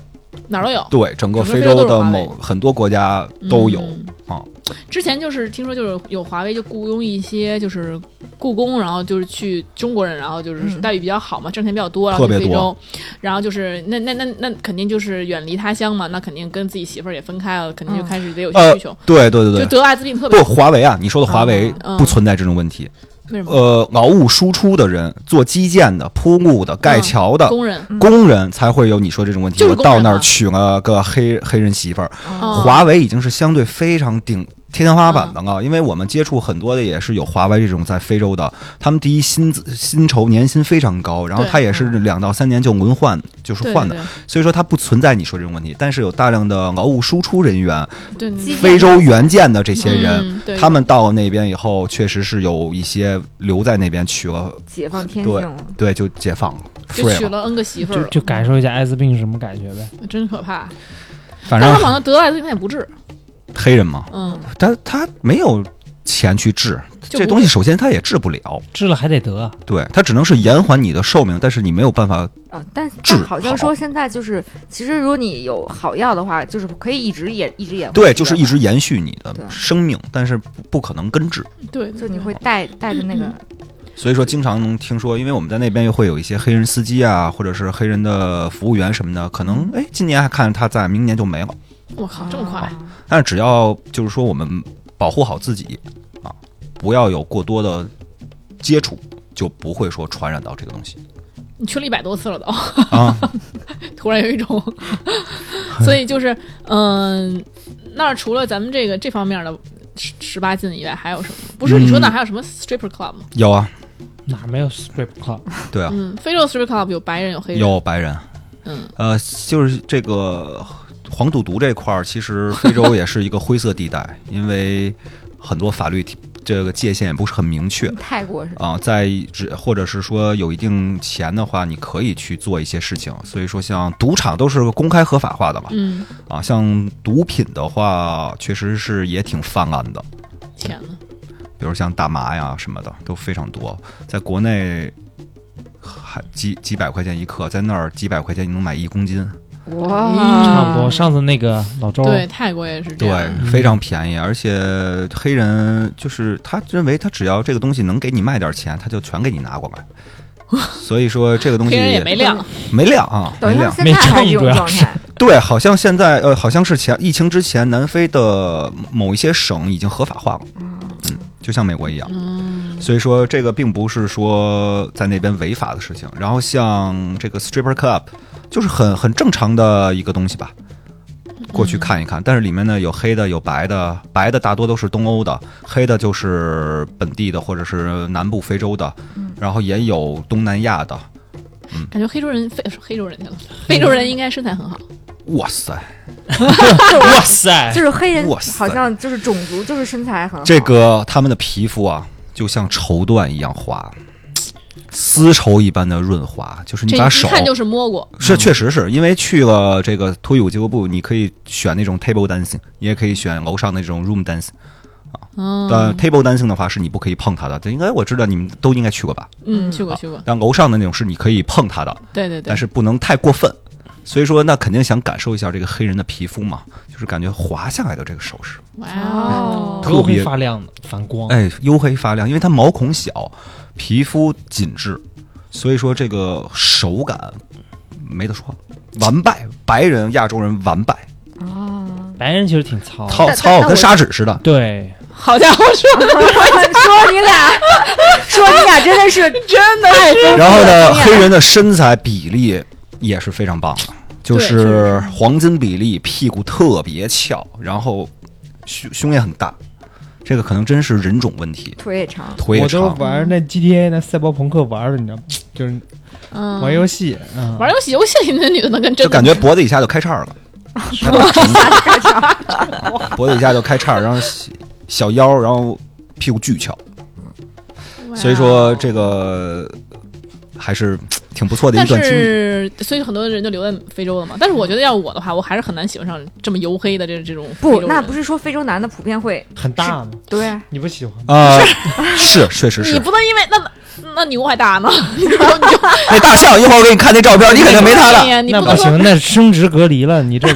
Speaker 2: 哪儿都有。
Speaker 5: 对，整个
Speaker 2: 整个
Speaker 5: 非
Speaker 2: 非洲都
Speaker 5: 洲
Speaker 2: 是
Speaker 5: 的
Speaker 2: 华为
Speaker 5: 某很多国家都有
Speaker 2: 嗯
Speaker 5: 啊。
Speaker 2: 之前就是听说就是有华为就雇佣一些就是雇工，然后就是去中国人，然后就是
Speaker 4: 嗯
Speaker 2: 待遇比较好嘛，挣钱比较多，然后
Speaker 5: 特
Speaker 2: 去
Speaker 5: 别
Speaker 2: 非
Speaker 5: 多
Speaker 2: 洲，然后就是那那那那肯定就是远离他乡嘛，那肯定跟自己媳妇儿也分开了，肯定就
Speaker 4: 嗯
Speaker 2: 开始得有
Speaker 5: 呃
Speaker 2: 需求，，
Speaker 5: 对对对
Speaker 2: 就
Speaker 5: 对，
Speaker 2: 得艾滋病特别
Speaker 5: 不，华为啊，你说的华为
Speaker 2: 嗯嗯
Speaker 5: 不存在这种问题。
Speaker 2: 为什么？
Speaker 5: 呃，劳务输出的人，做基建的、铺路的、盖桥的。
Speaker 2: 工人
Speaker 5: 工人才会有你说这种问题。
Speaker 2: 嗯就是
Speaker 5: 我
Speaker 2: 工人啊
Speaker 5: 到那儿
Speaker 2: 嘛
Speaker 4: 嗯
Speaker 5: 娶了个黑黑人媳妇儿，
Speaker 2: 哦嗯
Speaker 5: 华为已经是相对非常顶天花板的啊，因为我们接触很多的也是有华为这种在非洲的，他们第一薪资薪酬年薪非常高，然后
Speaker 2: 对
Speaker 5: 他也是两到三年就轮换，就是
Speaker 2: 对
Speaker 5: 换的，
Speaker 2: 对
Speaker 5: 所以说它不存在你说这种问题，但是有大量的劳务输出人员，
Speaker 2: 对，你
Speaker 4: 基
Speaker 5: 非洲援建的这些人，
Speaker 2: 嗯对
Speaker 5: 他们到那边以后，确实是有一些留在那边去了，
Speaker 4: 解放天性
Speaker 5: 对
Speaker 4: 了。
Speaker 5: 对，就解放了
Speaker 2: 就娶
Speaker 5: ，free 了，
Speaker 2: 了 N 个媳妇
Speaker 3: 就
Speaker 2: 儿，嗯
Speaker 3: 就感受一下艾滋病是什么感觉呗。
Speaker 2: 真可怕。
Speaker 5: 反
Speaker 2: 但他
Speaker 5: 正
Speaker 2: 们好像得了艾滋病也不治，
Speaker 5: 黑人嘛，
Speaker 2: 嗯，
Speaker 5: 但他没有钱去治
Speaker 2: 就
Speaker 5: 这
Speaker 2: 不
Speaker 5: 东西，首先他也治不了，
Speaker 3: 治了还得啊得，
Speaker 5: 对他只能是延缓你的寿命，但是你没有办法，
Speaker 4: 啊，但
Speaker 5: 治
Speaker 4: 但好像
Speaker 5: 好
Speaker 4: 说现在就是，其实如果你有好药的话，就是可以一直也一直也
Speaker 5: 对，就是一直延续你的
Speaker 4: 对
Speaker 5: 生命，但是不不可能根治。
Speaker 2: 对，对
Speaker 4: 就你
Speaker 2: 对
Speaker 4: 会带带着那个
Speaker 5: 所以说，经常能听说，因为我们在那边又会有一些黑人司机啊，或者是黑人的服务员什么的，可能哎，今年还看着他在，明年就没了。
Speaker 2: 我靠，这么快，
Speaker 4: 啊
Speaker 5: 但是只要就是说我们保护好自己啊，不要有过多的接触，就不会说传染到这个东西
Speaker 2: 你去了一百多次了都。
Speaker 5: 啊。
Speaker 2: 突然有一
Speaker 5: <laughs>
Speaker 2: 种，所以就是嗯、那儿除了咱们这个这方面的十十八禁以外，还有什么？不是你说哪
Speaker 5: 嗯
Speaker 2: 还有什么 stripper club 吗？
Speaker 5: 有啊，
Speaker 3: 哪没有 strip club？
Speaker 5: 对啊，
Speaker 2: 嗯，非洲 stripper club 有白人有黑人，
Speaker 5: 有白人，
Speaker 2: 嗯，
Speaker 5: 呃，就是这个黄赌毒这块儿，其实非洲也是一个灰色地带，因为很多法律这个界限也不是很明确。
Speaker 4: 嗯泰国是
Speaker 5: 啊，在只或者是说有一定钱的话，你可以去做一些事情。所以说，像赌场都是公开合法化的嘛，
Speaker 2: 嗯，
Speaker 5: 啊，像毒品的话，确实是也挺泛滥的，
Speaker 2: 天呐，
Speaker 5: 比如像大麻呀什么的都非常多。在国内还几几百块钱一克，在那儿几百块钱你能买一公斤，
Speaker 4: 哇，嗯
Speaker 3: 差不多。上次那个老周，
Speaker 2: 啊对，泰国也是这
Speaker 5: 对
Speaker 2: 样。，
Speaker 5: 非常便宜。而且黑人就是他认为他只要这个东西能给你卖点钱，他就全给你拿过来。所以说这个东西
Speaker 2: 黑人也没亮，
Speaker 5: 没量啊，
Speaker 4: 等
Speaker 5: 没
Speaker 4: 于他
Speaker 5: 量。
Speaker 4: 现在还有这
Speaker 3: 没
Speaker 4: 种
Speaker 3: 差异
Speaker 4: 状态，
Speaker 5: 对，好像现在呃，好像是前疫情之前，南非的某一些省已经合法化了，嗯，就像美国一样。
Speaker 2: 嗯，
Speaker 5: 所以说，这个并不是说在那边违法的事情。然后像这个 stripper club，就是很很正常的一个东西吧，过去看一看。但是里面呢有黑的，有白的，白的大多都是东欧的，黑的就是本地的或者是南部非洲的，然后也有东南亚的。
Speaker 2: 感觉黑洲人非黑洲人去了，非洲人应该身材很好，
Speaker 5: 嗯哇塞，
Speaker 3: 哇塞，
Speaker 4: 就是黑人
Speaker 5: 哇塞
Speaker 4: 好像就是种族就是身材很好，
Speaker 5: 这个他们的皮肤啊，就像绸缎一样滑，丝绸一般的润滑，就是
Speaker 2: 这
Speaker 5: 你把
Speaker 2: 一
Speaker 5: 手
Speaker 2: 看就是摸过，
Speaker 5: 是确实是因为去了这个脱衣舞俱乐部，你可以选那种 table dancing，也可以选楼上那种 room dancing。但
Speaker 2: 嗯
Speaker 5: table dancing 的话是你不可以碰它的，这应该我知道你们都应该去过吧？
Speaker 2: 嗯，去过去过，
Speaker 5: 但楼上的那种是你可以碰它的，
Speaker 2: 对对对，
Speaker 5: 但是不能太过分。所以说，那肯定想感受一下这个黑人的皮肤嘛，就是感觉滑下来的这个手势，
Speaker 2: 哇哦，
Speaker 4: 哦
Speaker 3: 头会发亮的，反光。
Speaker 5: 哎，黝黑发亮，因为它毛孔小，皮肤紧致，所以说这个手感没得说，完败。白人、亚洲人完败，
Speaker 4: 啊，
Speaker 3: 白人其实挺糙的，
Speaker 5: 糙
Speaker 4: 但
Speaker 5: 糙
Speaker 4: 但
Speaker 5: 跟
Speaker 4: 我
Speaker 5: 砂纸似的。
Speaker 3: 对，
Speaker 2: 好家伙，说的
Speaker 4: <laughs> 说你俩，说你俩真的是
Speaker 2: 真的是
Speaker 5: 然后呢，黑人的身材比例也是非常棒的，就
Speaker 2: 对确
Speaker 5: 是黄金比例，屁股特别翘，然后胸胸也很大，这个可能真是人种问题，
Speaker 4: 腿也长，
Speaker 5: 腿也
Speaker 3: 我都
Speaker 5: 长。
Speaker 3: 玩那 GTA 那赛博朋克玩的，你知道吗？就是
Speaker 2: 嗯
Speaker 3: 玩游戏，嗯，
Speaker 2: 玩游戏，游戏里那女的能跟真
Speaker 5: 就
Speaker 2: 的
Speaker 5: 感觉脖子以下就开叉
Speaker 2: <laughs>
Speaker 5: 了，脖子以下就开叉，然后小小腰，然后屁股巨翘，
Speaker 2: 哦
Speaker 5: 所以说这个还是挺不错的
Speaker 2: 但
Speaker 5: 一段经历。
Speaker 2: 是，所以很多人就留在非洲了嘛。但是我觉得要我的话，我还是很难喜欢上这么黝黑的这这种非
Speaker 4: 不
Speaker 2: 洲，人
Speaker 4: 那不是说非洲男的普遍会
Speaker 3: 很大嘛，
Speaker 4: 对啊，
Speaker 3: 你不喜欢吗？
Speaker 5: 啊，是，确实
Speaker 2: 你
Speaker 5: 是。
Speaker 2: 不能因为那那牛还大
Speaker 4: <laughs>
Speaker 2: 呢，你就你就
Speaker 5: 那哎大象，一会儿我给你看那
Speaker 2: <laughs>
Speaker 5: 照片，你肯定没他
Speaker 2: 对
Speaker 5: 的。
Speaker 2: 呀你
Speaker 3: 那
Speaker 2: 不
Speaker 3: 不
Speaker 2: 能说
Speaker 3: 行，。那生殖隔离
Speaker 2: <laughs>
Speaker 3: 了，你这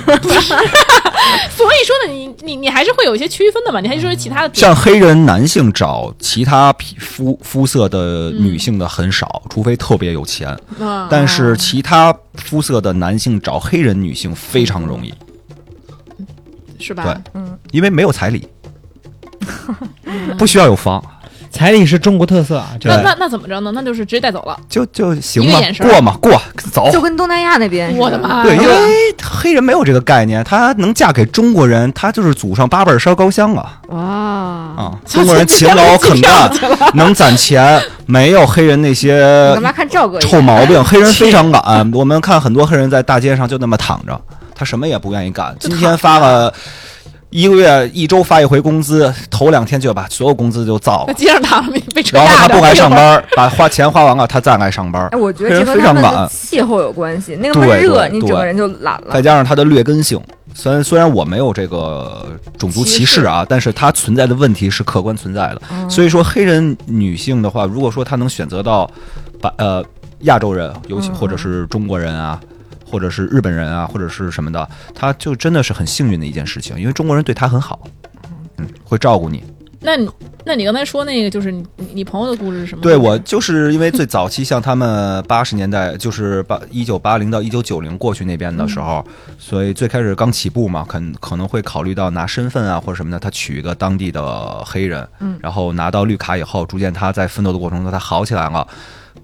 Speaker 2: 所以说呢，你你你还是会有一些区分的嘛，你还是说其他的点
Speaker 5: 像黑人男性找其他皮肤肤色的女性的很少，除非特别有钱。
Speaker 2: 嗯啊，
Speaker 5: 但是其他肤色的男性找黑人女性非常容易，
Speaker 2: 是吧？
Speaker 4: 嗯，
Speaker 2: <laughs>
Speaker 5: 因为没有彩礼，不需要有房，
Speaker 3: 彩礼是中国特色啊，这
Speaker 2: 那
Speaker 5: 对
Speaker 2: 那那怎么着呢？那就是直接带走了。
Speaker 5: 就就行
Speaker 2: 一个
Speaker 5: 吧
Speaker 2: 眼，神儿啊
Speaker 5: 过嘛过走。
Speaker 4: 就跟东南亚那边，
Speaker 2: 我的！妈！
Speaker 5: 对，因为
Speaker 2: 呀！
Speaker 5: 黑人没有这个概念，他能嫁给中国人，他就是祖上八辈儿烧高香啊
Speaker 4: 哇，
Speaker 2: <laughs>
Speaker 5: 啊！中国人勤劳肯干，能攒钱，没有黑人那
Speaker 2: <laughs>
Speaker 4: 我
Speaker 5: 些
Speaker 4: 干嘛看赵哥一样？
Speaker 5: 呃臭毛病。黑人非常敢，我们看很多黑人在大街上就那么躺着，他什么也不愿意干。
Speaker 2: 就
Speaker 5: 今天发个一个月、一周发一回工资，头两天就要把所有工资就造
Speaker 2: 在
Speaker 5: 了，
Speaker 2: 街上躺着被被车
Speaker 5: <laughs> 然后
Speaker 2: 压
Speaker 5: 他
Speaker 2: 着，
Speaker 5: 不敢上班，把花钱花完了，他再来上班
Speaker 4: 哎，。我觉得
Speaker 5: 黑
Speaker 4: 这
Speaker 5: 人
Speaker 4: 跟
Speaker 5: 非
Speaker 4: 他
Speaker 5: 常
Speaker 4: 们的
Speaker 5: 懒
Speaker 4: 气候有关系。那个闷
Speaker 5: 对
Speaker 4: 热，
Speaker 5: 对
Speaker 4: 你
Speaker 5: 对
Speaker 4: 整个人就懒了
Speaker 5: 再。加上它的劣根性，虽然虽然我没有这个种族歧视嗯啊，但是它存在的问题是客观存在的。所以说，黑人女性的话，如果说她能选择到把呃亚洲人，尤其
Speaker 4: 嗯嗯
Speaker 5: 或者是中国人啊。或者是日本人啊，或者是什么的，她就真的是很幸运的一件事情，因为中国人对她很好，嗯，会照顾你。
Speaker 2: <laughs> 那你那你刚才说那个就是你你你朋友的故事是什么故事？
Speaker 5: 对我就是因为最早期像他们八十年代，就是八一九八零到一九九零过去那边的时候，
Speaker 2: 嗯
Speaker 5: 所以最开始刚起步嘛，可可能会考虑到拿身份啊或者什么的，他娶一个当地的黑人，
Speaker 4: 嗯
Speaker 5: 然后拿到绿卡以后，逐渐他在奋斗的过程中他好起来了，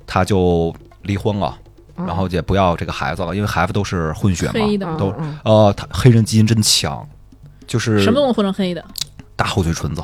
Speaker 5: 他就离婚了，然后也不要这个孩子了，因为孩子都是混血嘛，
Speaker 2: 嗯黑的
Speaker 4: 嗯
Speaker 5: 都
Speaker 4: 嗯
Speaker 5: 呃，他黑人基因真强，就是
Speaker 2: 什么东西混成黑的？
Speaker 5: 大厚嘴唇子、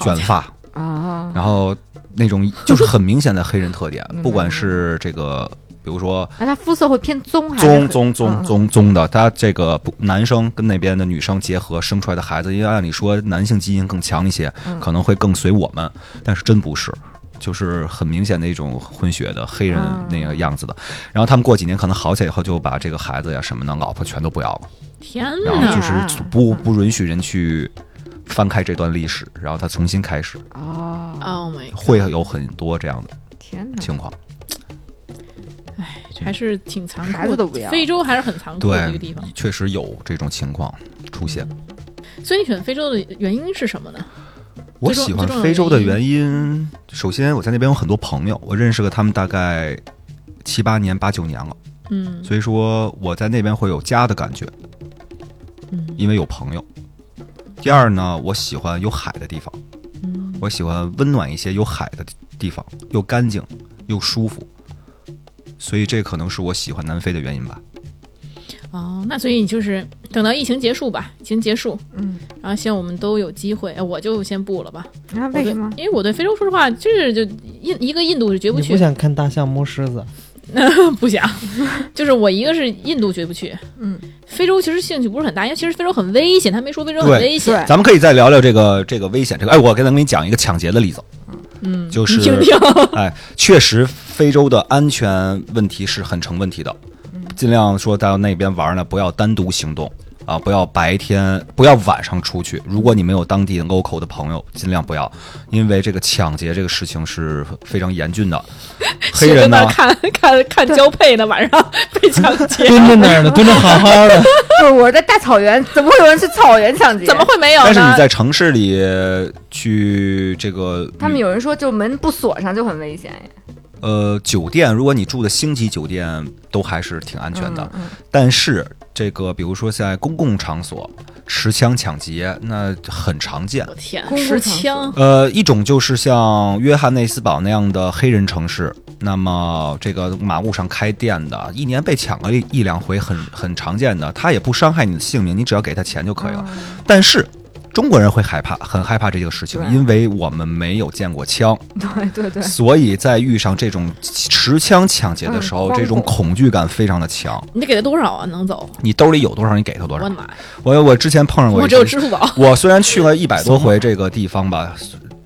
Speaker 5: 卷发。
Speaker 4: 嗯嗯啊，
Speaker 5: 然后那
Speaker 4: <laughs>
Speaker 5: 种就是很明显的黑人特点
Speaker 4: 明白，
Speaker 5: 不管是这个，比如说
Speaker 4: 哎那他肤色会偏棕还是
Speaker 5: 棕
Speaker 4: 很
Speaker 5: 棕
Speaker 4: 嗯
Speaker 5: 棕
Speaker 4: 嗯
Speaker 5: 棕棕的，他这个不男生跟那边的女生结合生出来的孩子，因为按理说男性基因更强一些
Speaker 4: 嗯，
Speaker 5: 可能会更随我们，但是真不是。就是很明显的一种混血的黑人
Speaker 4: 啊
Speaker 5: 那个样子的，然后他们过几年可能好起来以后，就把这个孩子呀什么的、老婆全都不要了。
Speaker 2: 天
Speaker 5: 然后
Speaker 4: 嗯
Speaker 2: 哪！
Speaker 5: 就是不不允许人去翻开这段历史，然后他重新开始，
Speaker 4: 哦，
Speaker 2: Oh my，god，
Speaker 5: 会有很多这样的
Speaker 4: 天哪！
Speaker 5: 情况。
Speaker 2: 还是挺残
Speaker 4: 孩
Speaker 2: 酷的。
Speaker 4: 子都不要，
Speaker 2: 非洲还是很残酷的一个地方，嗯
Speaker 5: 确实有这种情况出现。
Speaker 2: 所以你选非洲的原因是什么呢？
Speaker 5: 我喜欢非洲的原因，首先我在那边有很多朋友，我认识了他们大概七八年、八九年了，
Speaker 2: 嗯
Speaker 5: 所以说我在那边会有家的感觉，
Speaker 2: 嗯
Speaker 5: 因为有朋友。第二呢，我喜欢有海的地方，
Speaker 2: 嗯，
Speaker 5: 我喜欢温暖一些有海的地方，又干净又舒服，所以这可能是我喜欢南非的原因吧。
Speaker 2: 哦，那所以你就是等到疫情结束吧，疫情结束，
Speaker 4: 嗯，
Speaker 2: 然后希望我们都有机会，哎我就先不了吧。
Speaker 4: 那为什么
Speaker 2: 我？对因为我对非洲说实话，就是就印一个印度是绝不
Speaker 3: 你
Speaker 2: 去
Speaker 3: 不，想看大象摸狮子？
Speaker 2: <laughs> 不想，就是我一个是印度绝不去，
Speaker 4: 嗯，
Speaker 2: 非洲其实兴趣不是很大，因为其实非洲很危险，他没说非洲很
Speaker 5: 对
Speaker 2: 危险，
Speaker 4: 对
Speaker 5: 咱们可以再聊聊这个这个危险这个。哎，我给咱们给你讲一个抢劫的例子，
Speaker 2: 嗯，
Speaker 5: 就是
Speaker 2: 你听听，
Speaker 5: 哎，确实，非洲的安全问题是很成问题的，尽量说到那边玩呢，不要单独行动啊，不要白天，不要晚上出去。如果你没有当地 local 的朋友，尽量不要，因为这个抢劫这个事情是非常严峻的。黑人
Speaker 2: 谁在
Speaker 4: <laughs>
Speaker 5: 呢
Speaker 2: 那，看 <laughs> 看看交配呢，晚上 <laughs> 被抢劫，
Speaker 3: 蹲在那
Speaker 2: <laughs>
Speaker 3: 儿呢，蹲着好好的，
Speaker 4: 不是我在大草原，怎么会有人去草原抢劫？
Speaker 2: 怎么？会没有
Speaker 5: 但是
Speaker 2: 呢
Speaker 5: 你？在城市里去这个，
Speaker 4: 他们有人说，就门不锁上就很危险呀。
Speaker 5: 呃酒店，如果你住的星级酒店，都还是挺安全的。
Speaker 4: 嗯，嗯
Speaker 5: 但是这个，比如说在公共场所持枪抢劫，那很常见
Speaker 2: 我。天，啊
Speaker 4: 公共
Speaker 2: 持
Speaker 4: 场所
Speaker 2: 枪，
Speaker 5: 呃，一种就是像约翰内斯堡那样的黑人城市，那么这个马路上开店的，一年被抢个一一两回很很常见的，他也不伤害你的性命，你只要给他钱就可以了。但是中国人会害怕，很害怕这个事情，
Speaker 4: 嗯对
Speaker 5: 因为我们没有见过
Speaker 4: <laughs>
Speaker 5: 枪，
Speaker 4: 嗯对对
Speaker 2: <laughs>
Speaker 4: 对，
Speaker 5: 所以在遇上这种持枪抢劫的时候，
Speaker 4: 嗯
Speaker 5: 这种
Speaker 4: 惶恐
Speaker 5: 恐惧感非常的强。
Speaker 2: 你得给他多少啊？能走？
Speaker 5: 你兜里有多少，你给他多
Speaker 2: 我
Speaker 5: 少
Speaker 2: 的。妈呀！
Speaker 5: 我我之前碰上过一
Speaker 2: 我
Speaker 5: 次，
Speaker 2: 只有支付宝。
Speaker 5: 我虽然去了一百多回这个地方吧，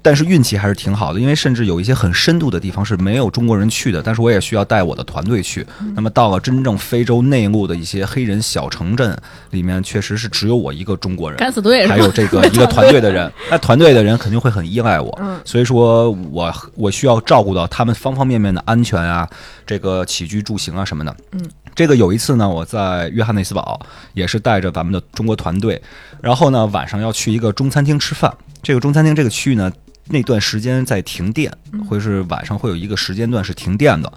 Speaker 5: 但是运气还是挺好的，因为甚至有一些很深度的地方是没有中国人去的，但是我也需要带我的团队去。那么到了真正非洲内陆的一些黑人小城镇里面，确实是只有我一个中国人，
Speaker 2: 敢死队是吧？
Speaker 5: 还有这个一个团队的人，那团队的人肯定会很依赖我，所以说我我需要照顾到他们方方面面的安全啊，这个起居住行啊什么的。嗯，这个有一次呢，我在约翰内斯堡也是带着咱们的中国团队，然后呢晚上要去一个中餐厅吃饭，这个中餐厅这个区域呢。那段时间在停电，会是晚上会有一个时间段是停电的。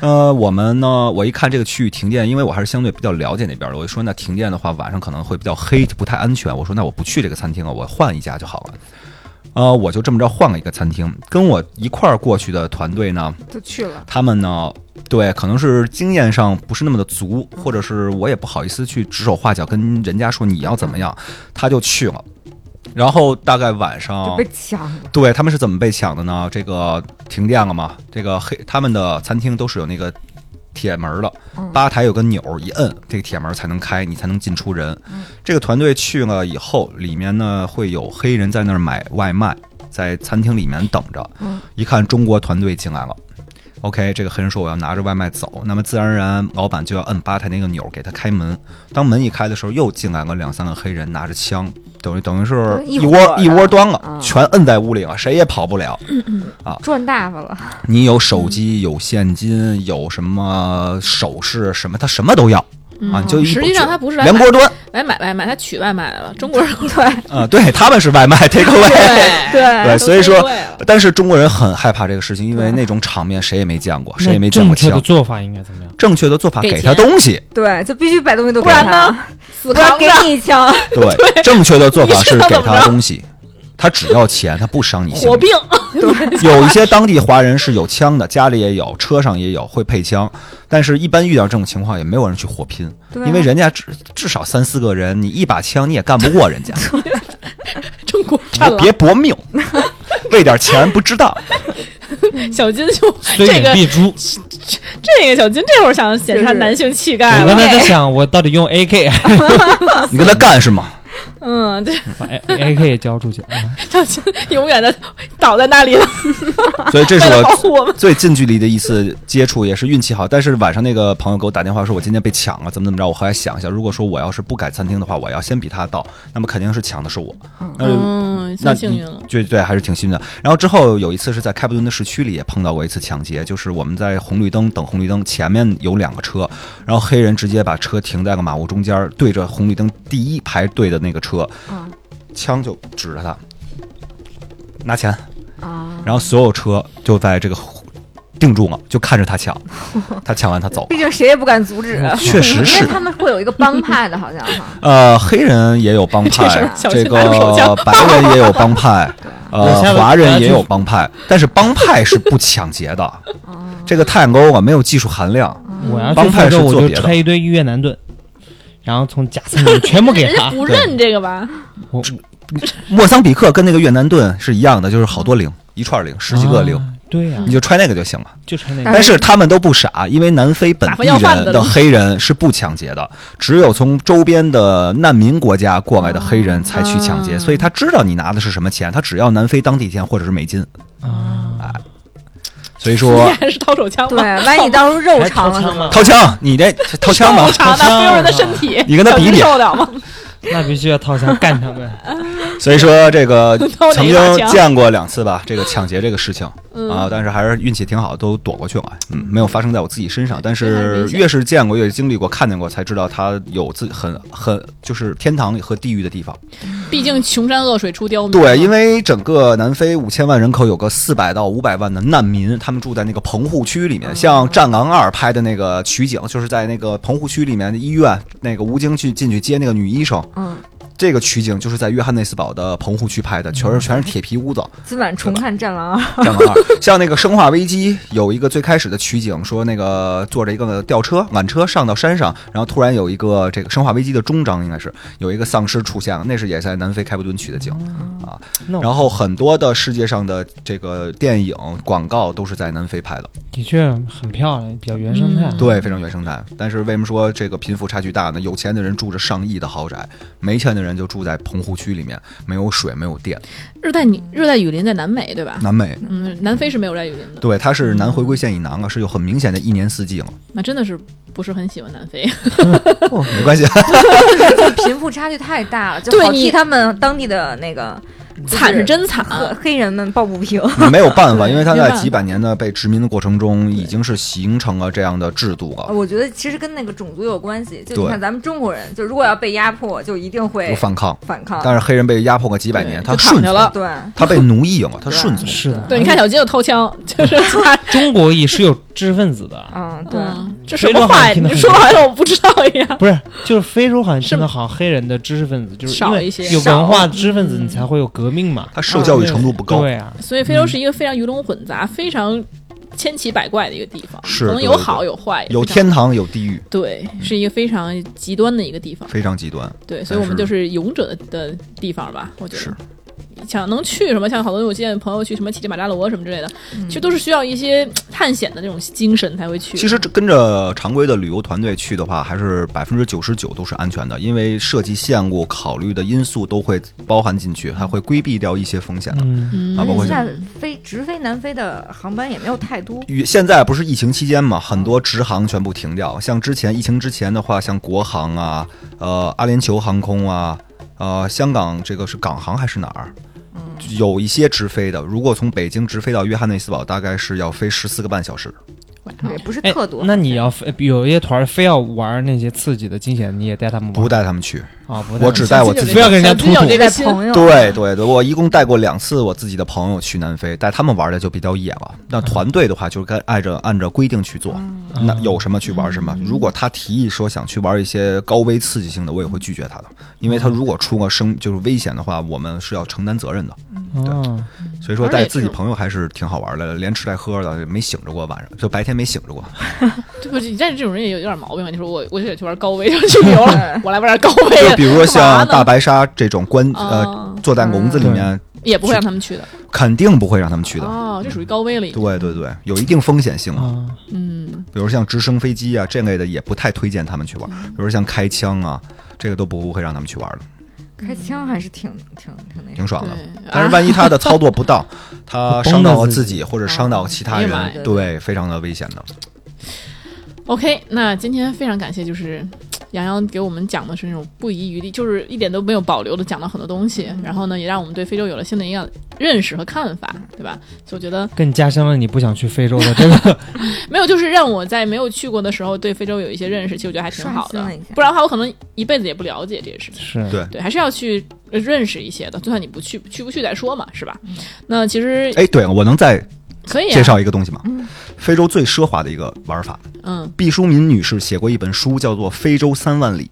Speaker 5: 呃，我们呢，我一看这个区域停电，因为我还是相对比较了解那边的，我就说那停啊电的话，晚上可能会比较黑，不太安全。我说那我不去这个餐厅了，我换一家就好了。呃，我就这么着换了一个餐厅，跟我一块儿过去的团队呢，
Speaker 4: 就去了。
Speaker 5: 他们呢，对，可能是经验上不是那么的足，或者是我也不好意思去指手画脚跟人家说你要怎么样，他就去了。然后大概晚上
Speaker 4: 就被抢了，
Speaker 5: 对，他们是怎么被抢的呢？这个停电了嘛？这个黑他们的餐厅都是有那个铁门的，
Speaker 4: 嗯
Speaker 5: 吧台有个钮儿一摁，这个铁门才能开，你才能进出人。
Speaker 4: 嗯
Speaker 5: 这个团队去了以后，里面呢会有黑人在那儿买外卖，在餐厅里面等着。
Speaker 4: 嗯
Speaker 5: 一看中国团队进来了。OK，这个黑人说我要拿着外卖走，那么自然而然老板就要摁吧台那个钮儿给他开门。当门一开的时候，又进来了两三个黑人拿着枪，等于等于是
Speaker 4: 一
Speaker 5: 一
Speaker 4: 伙
Speaker 5: 窝
Speaker 4: 儿
Speaker 5: 一窝端了，
Speaker 4: 啊
Speaker 5: 全摁在屋里了，谁也跑不了。
Speaker 4: 赚大发了，
Speaker 5: 你有手机，有现金，有什么首饰什么，他什么都要啊！你就一
Speaker 2: 实际上他不是来
Speaker 5: 连
Speaker 2: 买
Speaker 5: 锅端
Speaker 2: <laughs> 来买外卖，他取外卖来了。
Speaker 5: <laughs>
Speaker 2: 中国人
Speaker 5: 啊、对他们是外卖 take away。
Speaker 2: <laughs> 对
Speaker 4: <laughs> 对
Speaker 5: 对，哎所以说
Speaker 2: 都太贵了，
Speaker 5: 但是中国人很害怕这个事情，因为
Speaker 4: 对
Speaker 5: 那种场面谁也没见过，
Speaker 3: 那
Speaker 5: <laughs> 谁也没见
Speaker 3: 正
Speaker 5: 过
Speaker 3: 确的
Speaker 5: 枪。
Speaker 3: 做法应该怎么样？
Speaker 5: 正确的做法，
Speaker 2: 给
Speaker 5: 给他
Speaker 2: 钱
Speaker 5: 东西。
Speaker 4: 对，就必须把东西都
Speaker 2: 不然
Speaker 4: 给
Speaker 2: 呢
Speaker 4: 他，
Speaker 2: 死
Speaker 4: 不然
Speaker 2: 扛
Speaker 4: 给
Speaker 2: 着。
Speaker 4: 你一枪，
Speaker 2: <laughs>
Speaker 5: 对，正确的做法是
Speaker 2: 你知
Speaker 5: 给
Speaker 2: 道怎么
Speaker 5: 他
Speaker 2: 着
Speaker 5: 东西，他只要钱，他不伤你性
Speaker 2: 火
Speaker 5: 命。 <laughs>
Speaker 2: 并，
Speaker 4: <laughs>
Speaker 5: 有一些当地华人是有枪的，家里也有，车上也有，会配枪。但是，一般遇到这种情况，也没有人去火拼，
Speaker 4: 对啊
Speaker 5: 因为人家至至少三四个人，你一把枪你也干不过
Speaker 4: <laughs>
Speaker 5: 人家，
Speaker 2: <laughs> 中国战
Speaker 5: 你
Speaker 2: 狼
Speaker 5: 别搏命，为点钱不值当。
Speaker 2: 小金就
Speaker 3: 虽
Speaker 2: 这
Speaker 3: 远
Speaker 2: 个
Speaker 3: 必诛。
Speaker 2: 这个小金这会儿想显示他
Speaker 4: 就是
Speaker 2: 男性气概
Speaker 3: 我刚
Speaker 2: 了，
Speaker 3: 才在想，我到底用 AK 还
Speaker 5: 你跟他干
Speaker 4: <laughs>
Speaker 5: 是吗？
Speaker 2: 嗯，对，
Speaker 3: 是把 AK 也交出去？啊
Speaker 2: 小金永远的倒在那里了，
Speaker 5: 所以这
Speaker 2: 为
Speaker 5: 是
Speaker 2: 了保 <laughs>
Speaker 5: 我
Speaker 2: 护我们。
Speaker 5: 最近距离的一次接触，也是运气好。但是晚上那个朋友给我打电话说，我今天被抢了，怎么怎么着？我后来想一下，如果说我要是不改餐厅的话，我要先比他到，那么肯定是抢的是我。那就
Speaker 2: 嗯，
Speaker 5: 那
Speaker 2: 算幸运了
Speaker 5: 你。对对，还是挺幸运的。然后之后有一次是在开普敦的市区里也碰到过一次抢劫，就是我们在红绿灯等红绿灯，前面有两个车，然后黑人直接把车停在了马路中间，对着红绿灯第一排队的那个车，
Speaker 4: 嗯
Speaker 5: 枪就指着他，拿钱，
Speaker 4: 啊，
Speaker 5: 然后所有车就在这个定住了，就看着他 <laughs> 抢，他抢完他走了。
Speaker 4: <laughs> 毕竟谁也不敢阻止，啊
Speaker 5: 确实
Speaker 4: 因
Speaker 5: 嗯是
Speaker 4: 为，他们会有一个帮派的，好像哈，
Speaker 5: 呃，黑人也有帮
Speaker 2: <laughs> 这是
Speaker 5: 派，
Speaker 2: 小
Speaker 5: 这
Speaker 2: 心买手
Speaker 5: 个
Speaker 2: 枪
Speaker 5: 白人也有帮派，
Speaker 3: 对下
Speaker 5: 呃，
Speaker 3: 次大
Speaker 5: 华
Speaker 3: 家
Speaker 5: 人也
Speaker 3: 去
Speaker 5: 有帮派，但是帮派是不抢劫的，
Speaker 4: 啊，
Speaker 5: 这个太 low 了，没有技术含量。
Speaker 2: 嗯
Speaker 3: 我要
Speaker 5: 帮
Speaker 3: 去泰
Speaker 5: 派是
Speaker 3: 州，
Speaker 5: 做
Speaker 3: 我就
Speaker 5: 别的
Speaker 3: 揣一堆越南盾，然后从假餐里全部
Speaker 2: <laughs>
Speaker 3: 给
Speaker 2: 人家
Speaker 5: 啊
Speaker 3: 他。
Speaker 2: 不认这个吧？
Speaker 3: 我
Speaker 5: 莫桑比克跟那个越南盾是一样的，就是好多零，一串零，十几个嗯零，
Speaker 3: 啊对呀
Speaker 5: 你，就揣那个就行了。
Speaker 3: 就穿那
Speaker 4: 但
Speaker 3: 个
Speaker 5: 但是他们都不傻，因为南非本
Speaker 2: 打
Speaker 5: 地
Speaker 2: 发要饭
Speaker 5: 人
Speaker 2: 的
Speaker 5: 的黑人是不抢劫的，只有从周边的难民国家过来的黑人才去抢劫，
Speaker 2: 哦
Speaker 5: 所以他知道你拿的是什么钱，他只要南非当地钱或者是美金。
Speaker 3: 啊，
Speaker 5: 所以
Speaker 2: 你
Speaker 5: 说，
Speaker 2: 还是掏手枪
Speaker 4: <laughs> 对，
Speaker 2: 吧？
Speaker 4: 万一到时候肉肠了
Speaker 3: 还掏
Speaker 4: 怎
Speaker 3: 枪啊
Speaker 4: 么
Speaker 3: 吗
Speaker 5: 掏枪，你这啊掏枪吧
Speaker 2: 手，长的
Speaker 3: 掏枪
Speaker 2: 没有人的身体，
Speaker 5: 你跟他比
Speaker 2: 小
Speaker 5: 比
Speaker 2: 金受得了吗？
Speaker 3: 那必须要掏枪干他们。
Speaker 5: 所以说这个
Speaker 2: 掏哪
Speaker 5: 曾
Speaker 2: 一
Speaker 5: 经
Speaker 2: 把枪
Speaker 5: 见过两次吧，这个抢劫这个事情
Speaker 2: 嗯
Speaker 5: 啊，但是还是运气挺好，都躲过去了，嗯，没有发生在我自己身上。但
Speaker 2: 还是
Speaker 5: 是
Speaker 2: 危险
Speaker 5: 越是见过，越是经历过，看见过，才知道它有自很很就是天堂和地狱的地方。
Speaker 2: 毕竟穷山恶水出刁民嘛。
Speaker 5: 对，因为整个南非五千万人口，有个四百到五百万的难民，他们住在那个棚户区里面。像《战狼二》拍的那个取景，就是在那个棚户区里面的医院，那个吴京去进去接那个女医生，
Speaker 4: 嗯，
Speaker 5: 这个取景就是在约翰内斯堡的棚户区拍的，全是全是铁皮屋子。
Speaker 4: 今晚重看《战狼二》，
Speaker 5: 《战狼二》像那个《生化危机》有一个最开始的取景，说那个坐着一个吊车缆车上到山上，然后突然有一个这个《生化危机》的终章应该是有一个丧尸出现了，那是也在南非开普敦取的景啊。
Speaker 2: 嗯
Speaker 3: 那我
Speaker 5: 然后很多的世界上的这个电影广告都是在南非拍的，
Speaker 3: 的确很漂亮，比较原生态。
Speaker 2: 嗯
Speaker 5: 对，非常原生态。但是为什么说这个贫富差距大呢？有钱的人住着上亿的豪宅，没钱的人就住在棚户区里面，没有水，没有电。
Speaker 2: 热带你热带雨林在南美对吧？
Speaker 5: 南美，
Speaker 2: 嗯，南非是没有热带雨林的，
Speaker 5: 对，它是南回归线以南了，啊是有很明显的一年四季了。
Speaker 2: 那真的是不是很喜欢南非。
Speaker 5: 哦， <laughs> 没关系，
Speaker 4: 贫富差距太大了，就
Speaker 2: 对
Speaker 4: 好
Speaker 2: 你
Speaker 4: 替他们当地的那个
Speaker 2: 惨是真惨，啊
Speaker 4: 黑黑人们抱不平。
Speaker 5: 你没有办法，因为它
Speaker 2: 没有
Speaker 5: 在
Speaker 2: 办法
Speaker 5: 几百年的被殖民的过程中，已经是形成了这样的制度
Speaker 2: 嗯
Speaker 5: 了，
Speaker 4: <laughs> 我觉得其实跟那个种族有关系，就
Speaker 5: 对
Speaker 4: 你看咱们中国人，就如果要被压迫，就一定会
Speaker 5: 有反抗。
Speaker 4: 反抗。
Speaker 5: 但是黑人被压迫了几百年，
Speaker 2: 对
Speaker 5: 他
Speaker 2: 就躺
Speaker 5: 顺
Speaker 2: 下
Speaker 5: 从，
Speaker 2: 了。
Speaker 4: 对，
Speaker 5: 他被奴役了，他顺从。
Speaker 3: 是的， <laughs>
Speaker 2: 对，你看小金又掏枪，就是他
Speaker 3: 中国也是有知识分子的，
Speaker 4: 嗯，对，
Speaker 2: 嗯，这什
Speaker 3: 非
Speaker 2: 么
Speaker 3: 洲
Speaker 2: 话
Speaker 3: 好
Speaker 2: 呀？
Speaker 3: 像听
Speaker 2: 你
Speaker 3: 得很
Speaker 2: 说好像我不知道一样。
Speaker 3: 不是，就是非洲好像听的好，黑人的知识分子就是因
Speaker 2: 少
Speaker 3: 为
Speaker 2: 一些
Speaker 3: 有文化知识分子，你才会有革命嘛。
Speaker 5: 他受教育程度不高，
Speaker 3: 对啊，
Speaker 2: 所以非洲是一个非常鱼龙混杂、非常千奇百怪的一个地方，
Speaker 5: 是
Speaker 2: 可能
Speaker 5: 对
Speaker 2: 有
Speaker 5: 对对
Speaker 2: 好有坏，哎
Speaker 5: 有
Speaker 2: 非常
Speaker 5: 天堂有地狱，
Speaker 2: 对，是一个非常极端的一个地方。
Speaker 5: 非常极端。
Speaker 2: 对，所以我们
Speaker 5: 但
Speaker 2: 就是是勇者的的地方吧，我觉
Speaker 5: 是
Speaker 2: 得。想能去什么，像好多我见朋友去什么乞力马扎罗什么之类的，
Speaker 4: 嗯
Speaker 2: 其实都是需要一些嘖探险的这种精神才会去。
Speaker 5: 其实这跟着常规的旅游团队去的话，还是百分之九十九都是安全的，因为涉及限故考虑的因素都会包含进去，它会规避掉一些风险的。
Speaker 3: 嗯，
Speaker 2: 嗯
Speaker 5: 啊，包括
Speaker 4: 而且现
Speaker 5: 像
Speaker 4: 在飞直飞南非的航班也没有太多，
Speaker 5: 与现在不是疫情期间嘛，很多直航全部停掉。像之前疫情之前的话，像国航啊，呃，阿联酋航空啊，呃，香港这个是港航还是哪儿？
Speaker 2: 嗯
Speaker 5: 有一些直飞的，如果从北京直飞到约翰内斯堡，大概是要飞十四个半小时。
Speaker 2: 我操
Speaker 4: 也不是
Speaker 3: 哎
Speaker 4: 特多。
Speaker 3: 那你要非有一些团儿非要玩那些刺激的惊险，你也带他们玩
Speaker 5: 不带他们去，
Speaker 3: 啊？不带，
Speaker 5: 我只带我自己
Speaker 3: 不要跟人家
Speaker 2: 曾经有啊
Speaker 3: 突突
Speaker 2: 这
Speaker 4: 带
Speaker 2: 个心
Speaker 4: 朋友啊
Speaker 5: 对对对，我一共带过两次我自己的朋友去南非，带他们玩的就比较野了。那团队的话，就是该按着按照规定去做，
Speaker 2: 嗯
Speaker 5: 那有什么去玩什么。如果他提议说想去玩一些高危刺激性的，我也会拒绝他的，因
Speaker 2: 嗯
Speaker 5: 为他如果出个生就是危险的话，我们是要承担责任的。
Speaker 3: 嗯
Speaker 5: 所以说
Speaker 2: 而且
Speaker 5: 带自己
Speaker 2: 是
Speaker 5: 朋友还是挺好玩的，连吃带喝的，没醒着过晚上，就白天没醒着过。
Speaker 2: 对不起，但是这种人也有点毛病嘛。你说我我就得去玩高危，就去旅游了，我来玩点高危
Speaker 5: 就
Speaker 2: 的，
Speaker 5: 比如
Speaker 2: 干嘛
Speaker 5: 说像
Speaker 2: 呢
Speaker 5: 大白鲨这种关
Speaker 2: 哦
Speaker 5: 呃坐在笼子里面，
Speaker 2: 也不会让他们去的。
Speaker 5: 肯定不会让他们去的。
Speaker 2: 哦，这属于高危了已经。
Speaker 5: 对对对，有一定风险性的。
Speaker 3: 啊，
Speaker 2: 嗯，
Speaker 5: 比如像直升飞机啊这类的，也不太推荐他们去玩。比如像开枪啊，这个都不会让他们去玩的，
Speaker 4: 开
Speaker 2: 嗯
Speaker 4: 枪还是挺挺挺那
Speaker 5: 挺爽的。
Speaker 2: 对。
Speaker 5: 但是万一他的操作不当，他伤到了自己或者伤到其他
Speaker 2: 哎呀妈
Speaker 5: 人，
Speaker 4: 呀
Speaker 5: 对，非常的危险的。
Speaker 2: OK，那今天非常感谢，就是杨洋给我们讲的是那种不遗余力，就是一点都没有保留的讲到很多东西，然后呢，也让我们对非洲有了新的一个认识和看法，对吧？所以我觉得
Speaker 3: 更加深了你不想去非洲的 <laughs> 这个
Speaker 2: 没有，就是让我在没有去过的时候对非洲有一些认识，其实我觉得还挺好的
Speaker 4: 刷新了一下，
Speaker 2: 不然的话我可能一辈子也不了解这些事情。
Speaker 3: 是
Speaker 5: 对
Speaker 2: 对，还是要去呃认识一些的，就算你不去，去不去再说嘛，是吧？那其实
Speaker 5: 哎，对，我能再
Speaker 2: 可以、啊、
Speaker 5: 介，绍一个东西吗
Speaker 4: 嗯？
Speaker 5: 非洲最奢华的一个玩法，
Speaker 2: 嗯
Speaker 5: 毕淑敏女士写过一本书，叫做《非洲三万里》。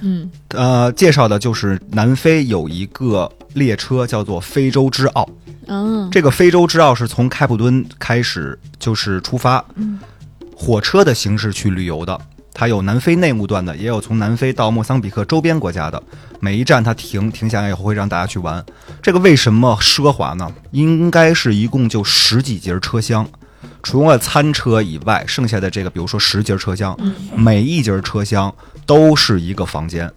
Speaker 2: 嗯，
Speaker 5: 呃，介绍的就是南非有一个列车叫做非洲之傲，
Speaker 2: 嗯，
Speaker 5: 这个非洲之傲是从开普敦开始就是出发，火车的形式去旅游的。它有南非内陆段的，也有从南非到莫桑比克周边国家的。每一站它停停下来以后会让大家去玩。这个为什么奢华呢？应该是一共就十几节车厢，除了餐车以外，剩下的这个比如说十节车厢，每一节车厢都是一个房间，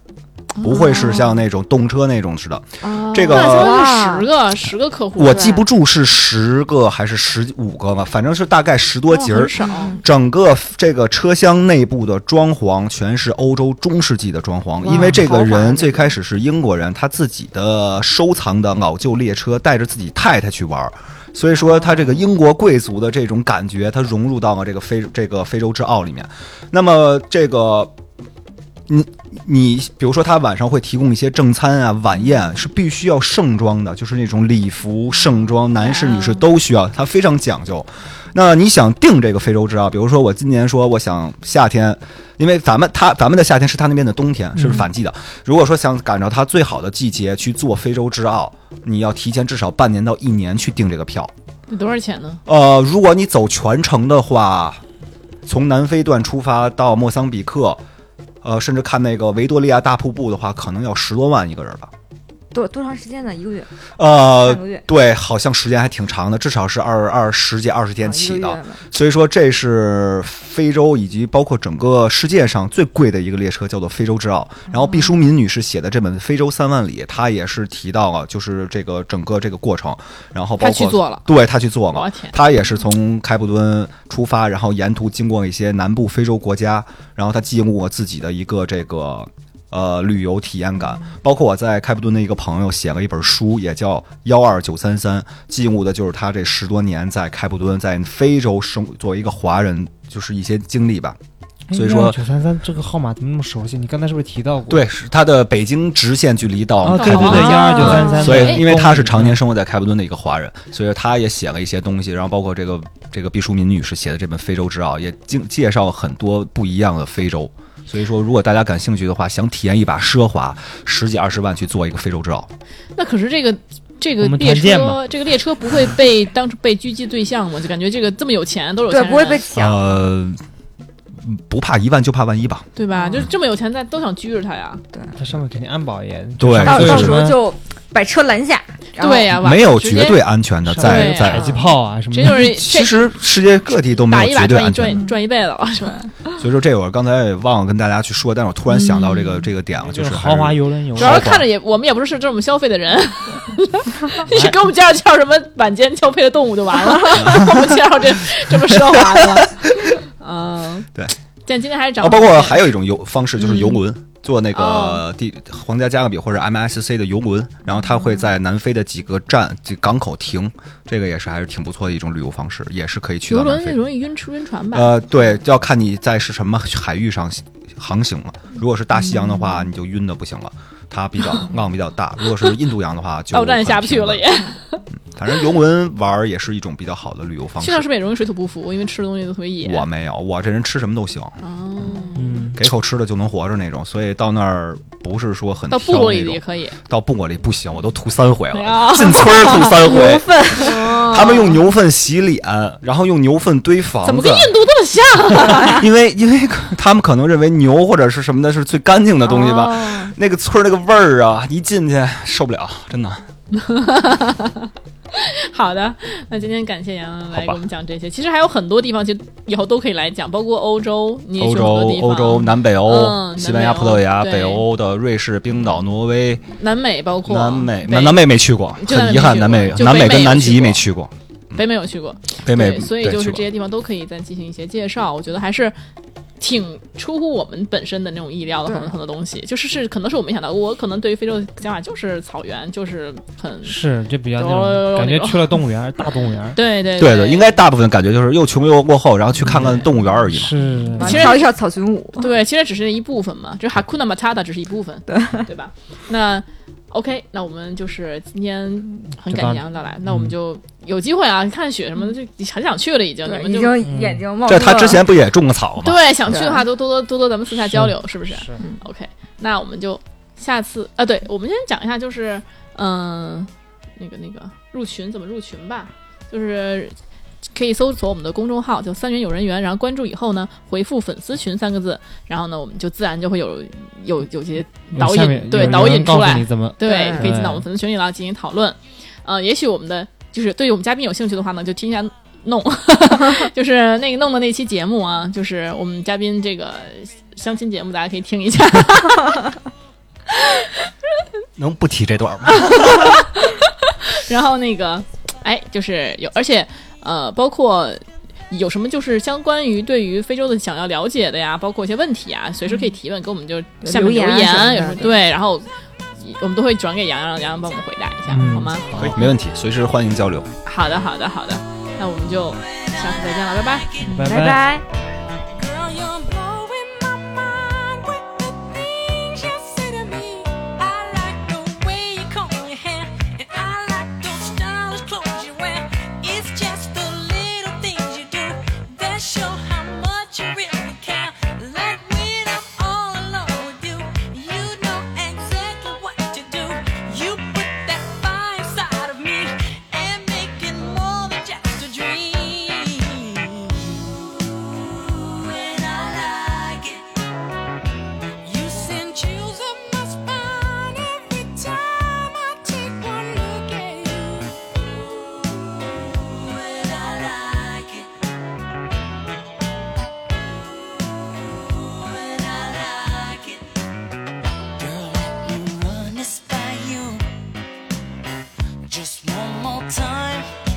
Speaker 5: 不会是像那种动车那种似的。
Speaker 4: 啊
Speaker 5: 这个
Speaker 2: 那咱
Speaker 4: 哇
Speaker 2: 们是十个十个客户，
Speaker 5: 我记不住是十个还是十五个吧，反正是大概十多节
Speaker 2: 哦
Speaker 5: 儿
Speaker 2: 很。少。
Speaker 5: 整个这个车厢内部的装潢全是欧洲中世纪的装潢，因为这个人最开始是英国人，他自己的收藏的老旧列车，带着自己太太去玩儿，所以说他这个英国贵族的这种感觉，他融入到了这个非这个非洲之傲里面。那么这个。你你比如说，他晚上会提供一些正餐啊、晚宴，是必须要盛装的，就是那种礼服盛装，男士女士都需要，他非常讲究。那你想定这个非洲之傲，比如说我今年说我想夏天，因为咱们他咱们的夏天是他那边的冬天，
Speaker 4: 嗯
Speaker 5: 是反季的。如果说想赶着他最好的季节去做非洲之傲，你要提前至少半年到一年去订这个票。
Speaker 2: 你多少钱呢？
Speaker 5: 呃，如果你走全程的话，从南非段出发到莫桑比克，呃，甚至看那个维多利亚大瀑布的话，可能要十多万一个人吧。
Speaker 4: 多多长时间呢？一个月，
Speaker 5: 呃
Speaker 4: 半个月，
Speaker 5: 对，好像时间还挺长的，至少是二二十几二十天
Speaker 4: 啊一个
Speaker 5: 起
Speaker 4: 月
Speaker 5: 的。
Speaker 4: 吧
Speaker 5: 所以说，这是非洲以及包括整个世界上最贵的一个列车，叫做非洲之傲。
Speaker 2: 嗯
Speaker 5: 然后毕淑敏女士写的这本《非洲三万里》，她也是提到了，就是这个整个这个过程，然后包
Speaker 2: 他
Speaker 5: 括
Speaker 2: 去做了，
Speaker 5: 对他去做
Speaker 2: 我
Speaker 5: 了
Speaker 2: 天，
Speaker 5: 他也是从开普敦出发，然后沿途经过一些南部非洲国家，然后他记录我自己的一个这个呃旅游体验感。包括我在开普敦的一个朋友写了一本书，也叫《幺二九三三》，记录的就是他这十多年在开普敦在非洲生作为一个华人就是一些经历吧。嗯所以说
Speaker 3: 九三三这个号码怎么那么熟悉？你刚才是不是提到过？
Speaker 5: 对，是它的北京直线距离到
Speaker 3: 啊，
Speaker 5: 开
Speaker 3: 对
Speaker 5: 普
Speaker 3: 对对，
Speaker 5: 敦，
Speaker 3: 幺二九三三。
Speaker 2: 哎
Speaker 5: 所以因为他
Speaker 2: 哦
Speaker 5: 是常年生活在开普敦的一个华人，所以他也写了一些东西，然后包括这个这个毕淑敏女士写的这本《非洲之傲》，也经介绍很多不一样的非洲。所以说，如果大家感兴趣的话，想体验一把奢华，十几二十万去做一个非洲之傲，
Speaker 2: 那可是这个这个
Speaker 3: 我们
Speaker 2: 列
Speaker 3: 团建嘛
Speaker 2: 车，这个列车不会被当成被狙击对象吗？就感觉这个这么有钱都是有钱
Speaker 4: 对，
Speaker 2: 人，
Speaker 4: 不会被抢。
Speaker 5: 呃，不怕一万就怕万一吧。
Speaker 2: 对
Speaker 4: 啊
Speaker 2: 吧？就是这么有钱，但都想狙着他呀。
Speaker 3: 嗯它上面肯定安保也
Speaker 5: 对
Speaker 4: 到
Speaker 5: 所以
Speaker 4: 到
Speaker 5: 什
Speaker 4: 时候就把车拦下，然后
Speaker 2: 对呀、
Speaker 5: 没有
Speaker 2: 直接
Speaker 5: 绝对安全的，
Speaker 3: 上
Speaker 5: 在
Speaker 2: 面
Speaker 5: 在
Speaker 3: 迫击炮啊什么
Speaker 2: 这
Speaker 3: 的。
Speaker 2: 就是
Speaker 5: 其
Speaker 2: 这
Speaker 5: 实世界各地都没
Speaker 2: 打
Speaker 5: 有
Speaker 2: 一
Speaker 5: 绝
Speaker 2: 把
Speaker 5: 对
Speaker 2: 赚一
Speaker 5: 安全的。
Speaker 2: 赚
Speaker 5: 嗯
Speaker 2: 赚一辈子了，是吧？
Speaker 5: 所以说，这个我刚才也忘了跟大家去说，但是我突然想到这
Speaker 2: 嗯
Speaker 5: 个、这个点了，
Speaker 3: 就是是豪华游轮游
Speaker 2: 主要
Speaker 3: 轮
Speaker 2: 是看着也，我们也不是这么消费的
Speaker 5: <laughs>
Speaker 2: 人，你给我们介绍介绍什么晚间交配的动物就
Speaker 5: <laughs>
Speaker 2: 完了，我们介绍这这么奢华的了，嗯，
Speaker 5: 对。
Speaker 2: 但今天还是
Speaker 5: 啊，
Speaker 2: 找，
Speaker 5: 包括还有一种游方式就是游
Speaker 2: 嗯
Speaker 5: 轮，坐那个
Speaker 2: 哦
Speaker 5: 地皇家加勒比或者 MSC 的游轮，然后它会在南非的几个站、几港口停，这个也是还是挺不错的一种旅游方式，也是可以去
Speaker 2: 游
Speaker 5: 到南
Speaker 2: 轮
Speaker 5: 非。
Speaker 2: 容易晕船晕船吧？
Speaker 5: 呃，对，要看你在是什么海域上航行了。如果是大西洋的话，
Speaker 2: 嗯
Speaker 5: 你就晕的不行了，它比较浪比较大；如果是印度洋的话，就
Speaker 2: 到站
Speaker 5: 很
Speaker 2: 下不去
Speaker 5: 平
Speaker 2: 了
Speaker 5: 稳
Speaker 2: 也。，
Speaker 5: 反正游轮玩儿也是一种比较好的旅游方
Speaker 2: 去
Speaker 5: 式
Speaker 2: 那。儿是不是也容易水土不服？因为吃的东西都特别野。
Speaker 5: 我没有，我这人吃什么都行，
Speaker 2: 哦，
Speaker 3: 嗯，
Speaker 5: 给口吃的就能活着那种，所以到那儿不是说很
Speaker 2: 到部
Speaker 5: 挑
Speaker 2: 落
Speaker 5: 那
Speaker 2: 里
Speaker 5: 种
Speaker 2: 也可以。
Speaker 5: 到部落里不行，我都吐三回
Speaker 2: 哎
Speaker 5: 了， <laughs>
Speaker 2: 呀 <laughs>
Speaker 5: 进村儿吐三回。
Speaker 2: 他
Speaker 5: 他们用牛粪洗脸，然后用牛粪堆房
Speaker 2: 怎么
Speaker 5: 子
Speaker 2: 跟，印度这么像 <laughs>
Speaker 5: 因为因为他们可能认为牛或者是什么的是最干净的东西吧。
Speaker 2: 吧？
Speaker 5: 那个村儿那个味儿啊，一进去受不了，真的。
Speaker 2: 好的，那今天感谢杨洋来
Speaker 5: 好
Speaker 2: 给
Speaker 5: 吧
Speaker 2: 我们讲这些。其实还有很多地方，其实以后都可以来讲，包括欧洲，你也
Speaker 5: 欧
Speaker 2: 去
Speaker 5: 洲、
Speaker 2: 很多地方
Speaker 5: 欧洲、南北欧、
Speaker 2: 嗯
Speaker 5: 西班牙、葡萄牙、
Speaker 2: 南
Speaker 5: 北
Speaker 2: 北欧
Speaker 5: 欧的瑞士、冰岛、挪威、
Speaker 2: 南美，包括
Speaker 5: 南美、
Speaker 2: 北
Speaker 5: 南南美没去过，
Speaker 2: 就南
Speaker 5: 很
Speaker 2: 美
Speaker 5: 遗憾，
Speaker 2: 没去
Speaker 5: 南美
Speaker 2: 过、就
Speaker 5: 南
Speaker 2: 北
Speaker 5: 跟
Speaker 2: 美
Speaker 5: 南
Speaker 2: 有去
Speaker 5: 极没
Speaker 2: 过
Speaker 5: 去过，
Speaker 2: 北美有去过，
Speaker 5: 北美
Speaker 2: 对，所以
Speaker 5: 对
Speaker 2: 就是
Speaker 5: 去
Speaker 2: 这
Speaker 5: 过
Speaker 2: 些地方都可以再进行一些介绍。我觉得还是挺出乎我们本身的那种意料的，
Speaker 4: 对
Speaker 2: 很多很多东西，就是是可能是我没想到，我可能对于非洲的想法就是草原，就是很
Speaker 3: 是就比较那
Speaker 2: 有有有
Speaker 3: 种
Speaker 2: 有
Speaker 3: 感觉
Speaker 2: 那种
Speaker 3: 去了动物园儿，大动物园儿。
Speaker 2: 对对
Speaker 5: 对
Speaker 2: 对，
Speaker 5: 应该大部分感觉就是又穷又落后，然后去看看
Speaker 3: 嗯
Speaker 5: 动物园而已嘛。
Speaker 3: 是，
Speaker 4: 完
Speaker 2: 其实
Speaker 4: 跳一跳草裙舞。
Speaker 2: 对，其实只是一部分嘛，这 Hakuna Matata 只是一部分，对对吧？那 OK，那我们就是今天很
Speaker 3: 就
Speaker 2: 感
Speaker 3: 到
Speaker 2: 谢杨导来，那我们就有机会啊，看雪什么的，就很想去了，已经你
Speaker 4: 对，
Speaker 2: 们
Speaker 4: 已
Speaker 2: 就。
Speaker 4: 经眼睛冒
Speaker 5: 嗯
Speaker 4: 出
Speaker 5: 这
Speaker 4: 了。
Speaker 5: 他之前不也种过草吗？
Speaker 2: 对，想去的
Speaker 4: 对
Speaker 2: 话，多多多多多，咱们私下交流，是不是？
Speaker 3: 是
Speaker 2: OK，那我们就下次啊，对，我们先讲一下，就是嗯、那个那个入群怎么入群吧，就是。可以搜索我们的公众号，就“三元有人缘”，然后关注以后呢，回复“粉丝群”三个字，然后呢，我们就自然就会有有有些导
Speaker 3: 下面
Speaker 2: 引对
Speaker 3: 有
Speaker 2: 导
Speaker 3: 人
Speaker 2: 引
Speaker 3: 告
Speaker 2: 出
Speaker 3: 诉
Speaker 2: 来
Speaker 3: 你，怎么
Speaker 2: 对，
Speaker 4: 对
Speaker 2: 可以进到我们粉丝群里来进行讨论。呃，也许我们的就是对于我们嘉宾有兴趣的话呢，就听一下弄， <laughs> 就是那个弄的那期节目啊，就是我们嘉宾这个相亲节目，大家可以听一下。
Speaker 5: 能不提这
Speaker 2: <laughs>
Speaker 5: 段吗？
Speaker 2: 然后那个，哎，就是有，而且呃，包括。有什么就是相关于对于非洲的想要了解的呀，包括一些问题啊，随时可以提问，给我们就下面
Speaker 4: 嗯留言啊
Speaker 2: 留言，
Speaker 4: 什么的
Speaker 2: 有什么
Speaker 4: 对
Speaker 2: 对，然后我们都会转给洋洋，让洋洋帮我们回答一下，
Speaker 3: 嗯
Speaker 2: 好吗？
Speaker 5: 可以，没问题，随时欢迎交流。
Speaker 2: 好的，好的，好的，那我们就下次再见了，拜拜。
Speaker 3: 拜
Speaker 4: 拜拜。
Speaker 1: Girl, you're blowing my mind with the things you say to me. I like the way you comb your hair, and I like those stylish clothes you wear. It's just the little things you do that show how much you really care. Like when I'm all alone with you, you know exactly what to do. You put that fire inside of me and make it more than just a dream. When I like it, you send chills up my spine every time I take one look at you. When I like it, when I like it, girl, let me run this by you just one more time.